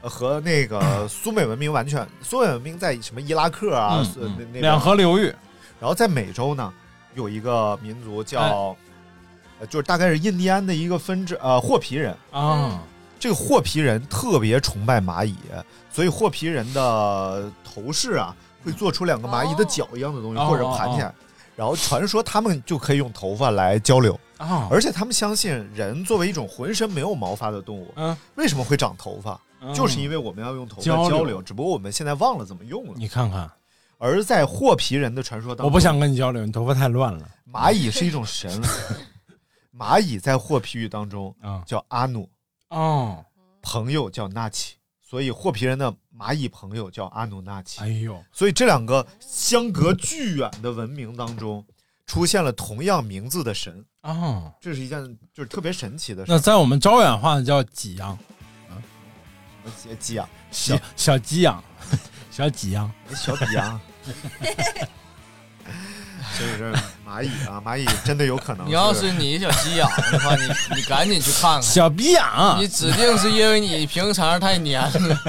[SPEAKER 3] 呃和 那个苏美文明完全，苏美文明在什么伊拉克啊，
[SPEAKER 4] 嗯
[SPEAKER 3] 苏那那边
[SPEAKER 4] 两河流域，
[SPEAKER 3] 然后在美洲呢，有一个民族
[SPEAKER 4] 哎
[SPEAKER 3] 叫，呃就是大概是印第安的一个分支，呃，霍皮人
[SPEAKER 4] 啊。
[SPEAKER 3] 这个霍皮人特别崇拜蚂蚁，所以霍皮人的头饰啊，会做出两个蚂蚁的脚一样的东西，
[SPEAKER 4] 哦
[SPEAKER 3] 或者盘起来。然后传说他们就可以用头发来交流，
[SPEAKER 4] 啊
[SPEAKER 3] 而且他们相信人作为一种浑身没有毛发的动物，
[SPEAKER 4] 嗯，
[SPEAKER 3] 为什么会长头发？
[SPEAKER 4] 嗯
[SPEAKER 3] 就是因为我们要用头发
[SPEAKER 4] 交流
[SPEAKER 3] 交流，只不过我们现在忘了怎么用了。
[SPEAKER 4] 你看看，
[SPEAKER 3] 而在霍皮人的传说当中，
[SPEAKER 4] 我不想跟你交流，你头发太乱了。
[SPEAKER 3] 蚂蚁是一种神， 蚂蚁在霍皮语当中
[SPEAKER 4] 啊
[SPEAKER 3] 叫阿努，啊
[SPEAKER 4] 哦，
[SPEAKER 3] 朋友叫纳奇，所以霍皮人的蚂蚁朋友叫阿努纳奇。
[SPEAKER 4] 哎呦，
[SPEAKER 3] 所以这两个相隔巨远的文明当中，出现了同样名字的神，
[SPEAKER 4] 哦，
[SPEAKER 3] 这是一件就是特别神奇的事。
[SPEAKER 4] 那在我们招远话叫几羊，
[SPEAKER 3] 什么鸡鸡啊羊、
[SPEAKER 4] 小小鸡羊， 小几羊，
[SPEAKER 3] 小比羊，所以这蚂蚁啊，蚂蚁真的有可能。
[SPEAKER 6] 你要
[SPEAKER 3] 就是
[SPEAKER 6] 你小鸡养的话，你你赶紧去看看。
[SPEAKER 4] 小鼻痒
[SPEAKER 6] 你指定是因为你平常太黏了，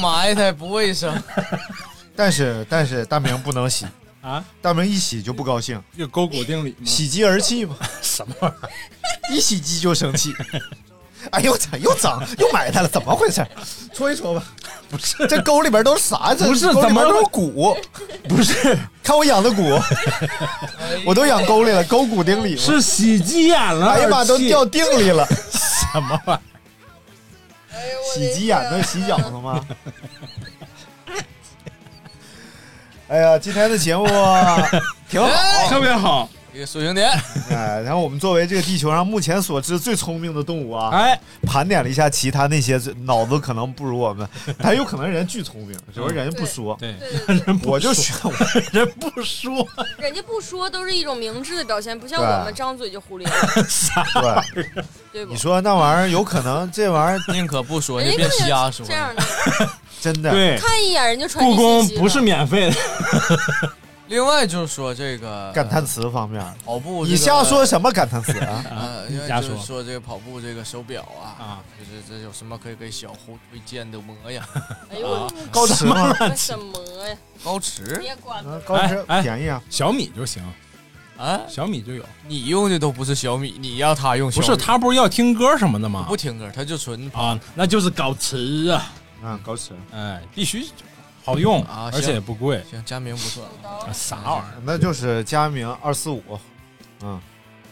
[SPEAKER 6] 埋汰不卫生。
[SPEAKER 3] 但是但是大明不能洗
[SPEAKER 4] 啊，嗯
[SPEAKER 3] 大明一洗就不高兴，
[SPEAKER 4] 有勾股定理吗？
[SPEAKER 3] 喜极而泣嘛，
[SPEAKER 4] 什么玩意儿？
[SPEAKER 3] 一洗机就生气。 哎呦我操，又脏又埋汰了，怎么回事？搓一 搓吧。
[SPEAKER 4] 不是，
[SPEAKER 3] 这沟里边都是啥？这
[SPEAKER 4] 不是
[SPEAKER 3] 沟里
[SPEAKER 4] 怎么
[SPEAKER 3] 边
[SPEAKER 4] 都
[SPEAKER 3] 都是骨？
[SPEAKER 4] 不是，
[SPEAKER 3] 看我养的骨，我都养沟里了，沟骨钉里 嘛。
[SPEAKER 4] 是喜鸡眼了，
[SPEAKER 3] 哎呀妈，
[SPEAKER 4] 耳
[SPEAKER 3] 都
[SPEAKER 4] 气
[SPEAKER 3] 掉腚里了。
[SPEAKER 4] 什么玩意儿？
[SPEAKER 3] 洗鸡眼那是洗脚了吗？ 哎呀，今天的节目啊挺好。
[SPEAKER 4] 特别好，
[SPEAKER 6] 一个水晶点，
[SPEAKER 3] 哎，然后我们作为这个地球上目前所知最聪明的动物啊，
[SPEAKER 4] 哎，
[SPEAKER 3] 盘点了一下其他那些最脑子可能不如我们，但有可能人巨聪明，只是人家 不说。
[SPEAKER 4] 对，
[SPEAKER 5] 对，
[SPEAKER 3] 我就选 我
[SPEAKER 4] 人不说，
[SPEAKER 5] 人家不说都是一种明智的表现，不像
[SPEAKER 3] 对
[SPEAKER 5] 我们张嘴就胡咧，
[SPEAKER 4] 啥？
[SPEAKER 3] 对，
[SPEAKER 5] 对不
[SPEAKER 3] 你？说那玩意儿有可能，这玩意儿
[SPEAKER 6] 宁可不说，
[SPEAKER 5] 人家
[SPEAKER 6] 就别
[SPEAKER 5] 看见
[SPEAKER 6] 瞎说
[SPEAKER 5] 这。样的，
[SPEAKER 3] 真的
[SPEAKER 4] 对，
[SPEAKER 5] 看一眼人家传递
[SPEAKER 4] 故宫
[SPEAKER 5] 信息了
[SPEAKER 4] 不是免费的，
[SPEAKER 6] 另外就是说这个
[SPEAKER 3] 感叹词方面，
[SPEAKER 6] 跑步，
[SPEAKER 3] 你瞎说什么感叹词啊？
[SPEAKER 6] 呃，
[SPEAKER 4] 你
[SPEAKER 6] 因为
[SPEAKER 4] 瞎
[SPEAKER 6] 就是
[SPEAKER 4] 说
[SPEAKER 6] 说这个跑步这个手表啊
[SPEAKER 4] 啊，
[SPEAKER 6] 就是这有什么可以给小胡推荐的模样？
[SPEAKER 5] 哎呦我
[SPEAKER 3] 高驰吗？
[SPEAKER 5] 说什么呀？
[SPEAKER 6] 高驰
[SPEAKER 5] 别管了，
[SPEAKER 3] 高驰
[SPEAKER 4] 哎哎
[SPEAKER 3] 便宜啊！
[SPEAKER 4] 小米就行，
[SPEAKER 6] 啊，
[SPEAKER 4] 小米就有。
[SPEAKER 6] 你用的都不是小米，你让他用
[SPEAKER 4] 不
[SPEAKER 6] 小米
[SPEAKER 4] 是，他不是要听歌什么的吗
[SPEAKER 6] 不？听歌，他就纯
[SPEAKER 4] 啊，那就是搞词啊，
[SPEAKER 3] 啊，高驰，
[SPEAKER 4] 哎，必须好用，
[SPEAKER 6] 啊
[SPEAKER 4] 而且
[SPEAKER 6] 行
[SPEAKER 4] 也不贵。
[SPEAKER 6] 行，佳明不错，
[SPEAKER 4] 啊啥玩意
[SPEAKER 3] 那就是佳明二四五，嗯，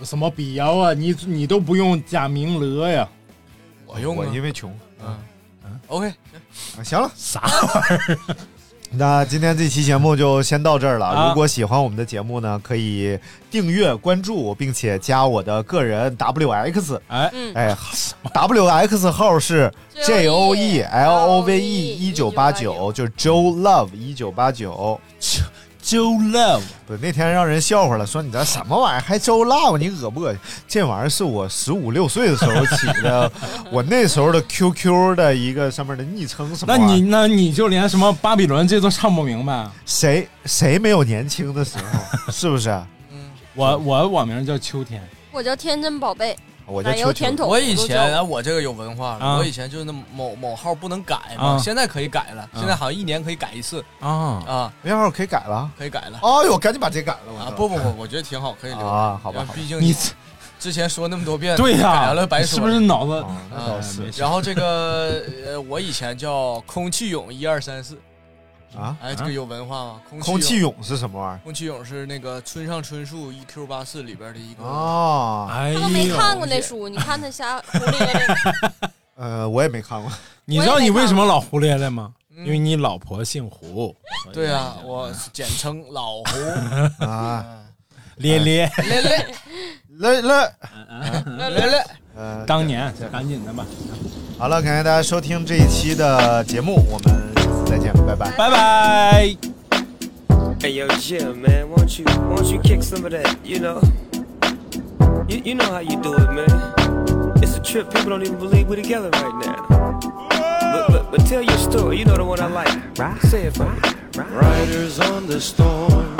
[SPEAKER 4] 儿？什么比较啊？你你都不用假名了呀？
[SPEAKER 6] 我用
[SPEAKER 3] 我
[SPEAKER 6] 啊
[SPEAKER 3] 因为穷。
[SPEAKER 6] 嗯嗯，OK，
[SPEAKER 3] 啊，行了，
[SPEAKER 4] 啥玩意儿？
[SPEAKER 3] 那今天这期节目就先到这儿了。
[SPEAKER 4] 啊
[SPEAKER 3] 如果喜欢我们的节目呢，可以订阅、关注，并且加我的个人 WX。
[SPEAKER 4] 哎，
[SPEAKER 5] 嗯，
[SPEAKER 3] 哎，WX 号是 J O E L O V E 一九八九，就是 Joe Love 一九八九。
[SPEAKER 11] Joe Love。
[SPEAKER 3] 对，那天让人笑话了，说你这什么玩意儿还 Joe Love，你恶不恶心？这玩意儿是我十五六岁的时候起 的，我那时候的 QQ 的一个上面的昵称什 么
[SPEAKER 11] 那
[SPEAKER 3] 玩意儿。
[SPEAKER 11] 你那你就连什么巴比伦这都唱不明白。
[SPEAKER 3] 谁谁没有年轻的时 候？是不啊是？
[SPEAKER 11] 我我网名叫秋天。
[SPEAKER 5] 我叫天真宝贝，
[SPEAKER 3] 我
[SPEAKER 5] 奶油甜筒。
[SPEAKER 7] 我以前
[SPEAKER 5] 我都叫
[SPEAKER 7] 啊我这个有文化
[SPEAKER 11] 啊
[SPEAKER 7] 了，我以前就是那某某号不能改
[SPEAKER 11] 啊
[SPEAKER 7] 嘛，
[SPEAKER 5] 嗯
[SPEAKER 7] 现在可以改了，现在好像一年可以改一次
[SPEAKER 11] 啊
[SPEAKER 7] 啊，
[SPEAKER 3] 那号哎可以改了。
[SPEAKER 7] 可以改了。
[SPEAKER 3] 哎呦，赶紧把这改了！我
[SPEAKER 7] 啊
[SPEAKER 3] 操
[SPEAKER 7] 不不不，我觉得挺好，可以留
[SPEAKER 3] 啊好吧好吧
[SPEAKER 7] 毕竟
[SPEAKER 11] 你
[SPEAKER 7] 之前说那么多遍，
[SPEAKER 11] 对呀、
[SPEAKER 7] 改了嗯白
[SPEAKER 11] 你
[SPEAKER 7] 说，
[SPEAKER 11] 是不是？脑子？
[SPEAKER 3] 啊那倒是
[SPEAKER 11] 没事
[SPEAKER 7] 然后这个呃，我以前叫空气勇一二三四，
[SPEAKER 3] 啊。
[SPEAKER 7] 哎，这个有文化吗？空
[SPEAKER 3] 空
[SPEAKER 7] 气
[SPEAKER 3] 气
[SPEAKER 7] 勇，
[SPEAKER 3] 勇是什么玩
[SPEAKER 7] 空气勇是那个村上春树《一 Q 八四》里边的一
[SPEAKER 3] 意儿？
[SPEAKER 7] 个，
[SPEAKER 3] 哦，
[SPEAKER 11] 哎呦
[SPEAKER 5] 他都，没看过那书，你看他瞎胡咧咧。
[SPEAKER 3] 呃，我也没 看过。
[SPEAKER 11] 你知道你为什么老胡咧咧吗？
[SPEAKER 7] 嗯
[SPEAKER 11] 因为你老婆姓胡，
[SPEAKER 7] 对啊，我简称老胡，
[SPEAKER 3] 啊，
[SPEAKER 11] 咧咧。
[SPEAKER 7] 来来
[SPEAKER 3] 来来，
[SPEAKER 7] 嗯来来。
[SPEAKER 3] 呃，
[SPEAKER 11] 当年赶紧的吧，
[SPEAKER 3] 好了，感谢大家收听这一期的节目，我们下次再见，拜拜。
[SPEAKER 11] 拜拜。
[SPEAKER 12] Hey yo, chill, man. Won't you, won't you kick some of that? You know, you, you know how you do it, man. It's a trip. People don't even believe we're together right now. But, but, but tell your story. You know the one I like. Say it for me.
[SPEAKER 4] Riders on the storm.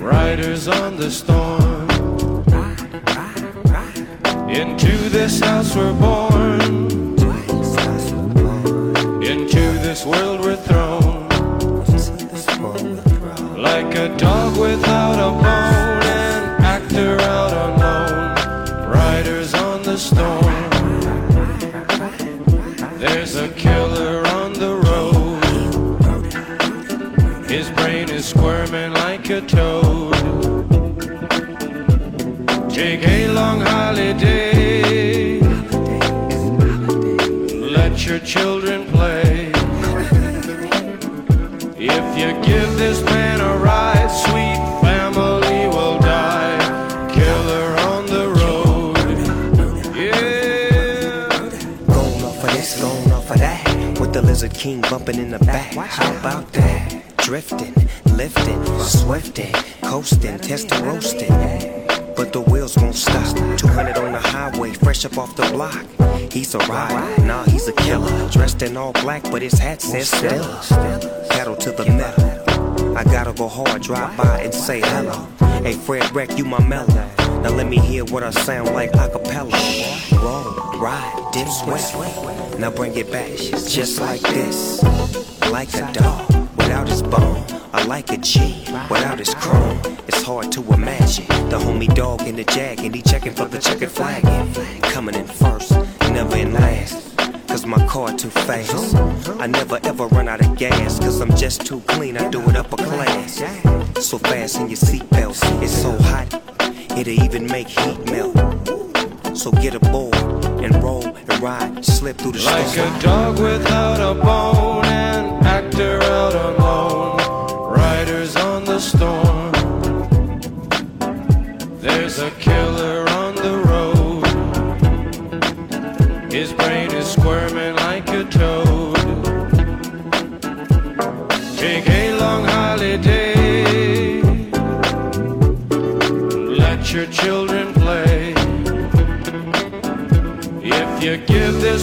[SPEAKER 4] Riders on the storm. Into this house we're born. Into this world we're thrown. Like a dog without a bone, an actor out on loan. Riders on the storm. There's a killer on the road. His brain is squirming like a toad. Take a long holiday. Let your children play. If you give this man a ride, sweet family will die. Killer on the road. Yeah.
[SPEAKER 13] Going off of this, going off of that. With the Lizard King bumping in the back. How about that? Drifting, lifting, swifting, coasting, testing, roasting. But the wheels won't stop. 200 on the highway, fresh up off the block. He's a rider, nah, he's a killer. Dressed in all black, but his hat says Stella. Pedal to the metal. I gotta go hard, drive by and say hello. Hey, Fred Wreck, you my mellow. Now let me hear what I sound like a cappella. Roll, ride, dip, sweat. Now bring it back, just like this. Like a dog without his bone. I like a G without his chrome. It's hard to imagine. The homie dog in the jag, and he checking for the checkered flag. Coming in first, never in last. Cause my car too fast. I never ever run out of gas. Cause I'm just too clean, I do it upper class. So fast in your seatbelts, it's so hot, it'll even make heat melt. So get aboard and roll and ride, slip through the
[SPEAKER 4] Like
[SPEAKER 13] storm.
[SPEAKER 4] a dog without a bone, an actor out alone. Riders on the storm. There's a killer on the road. His brain is squirming like a toad. Take a long holiday. Let your children play. If you give this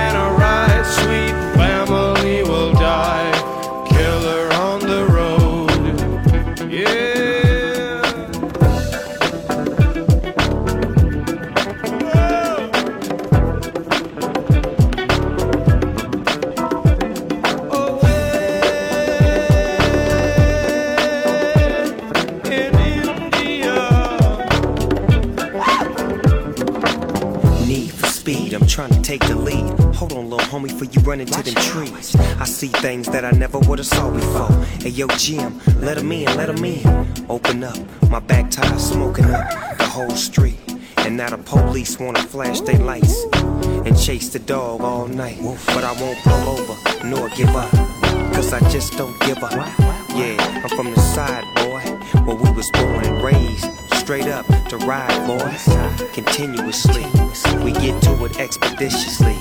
[SPEAKER 4] a ride, sweet family will die. Killer on the road. Yeah. Away in India.
[SPEAKER 13] Need for speed, I'm trying to take the lead. Hold on, little homie, for you run into them trees. I see things that I never would have saw before. Hey, yo, Jim, let 'em in, let 'em in. Open up, my back tire smoking up the whole street. And now the police wanna flash their lights and chase the dog all night. But I won't pull over nor give up, cause I just don't give up. Yeah, I'm from the side, boy, where we was born and raised. straight up to ride, boys. Continuously, we get to it expeditiously.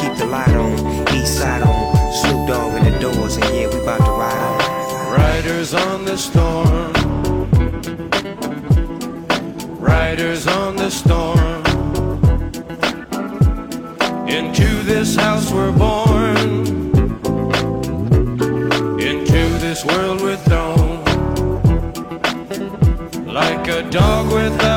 [SPEAKER 13] Keep the light on, east side on. Snoop Dogg in the doors, and yeah, we about to ride on.
[SPEAKER 4] Riders on the storm. Riders on the storm. Into this house we're born. Into this world we're thrown. Like a dog without.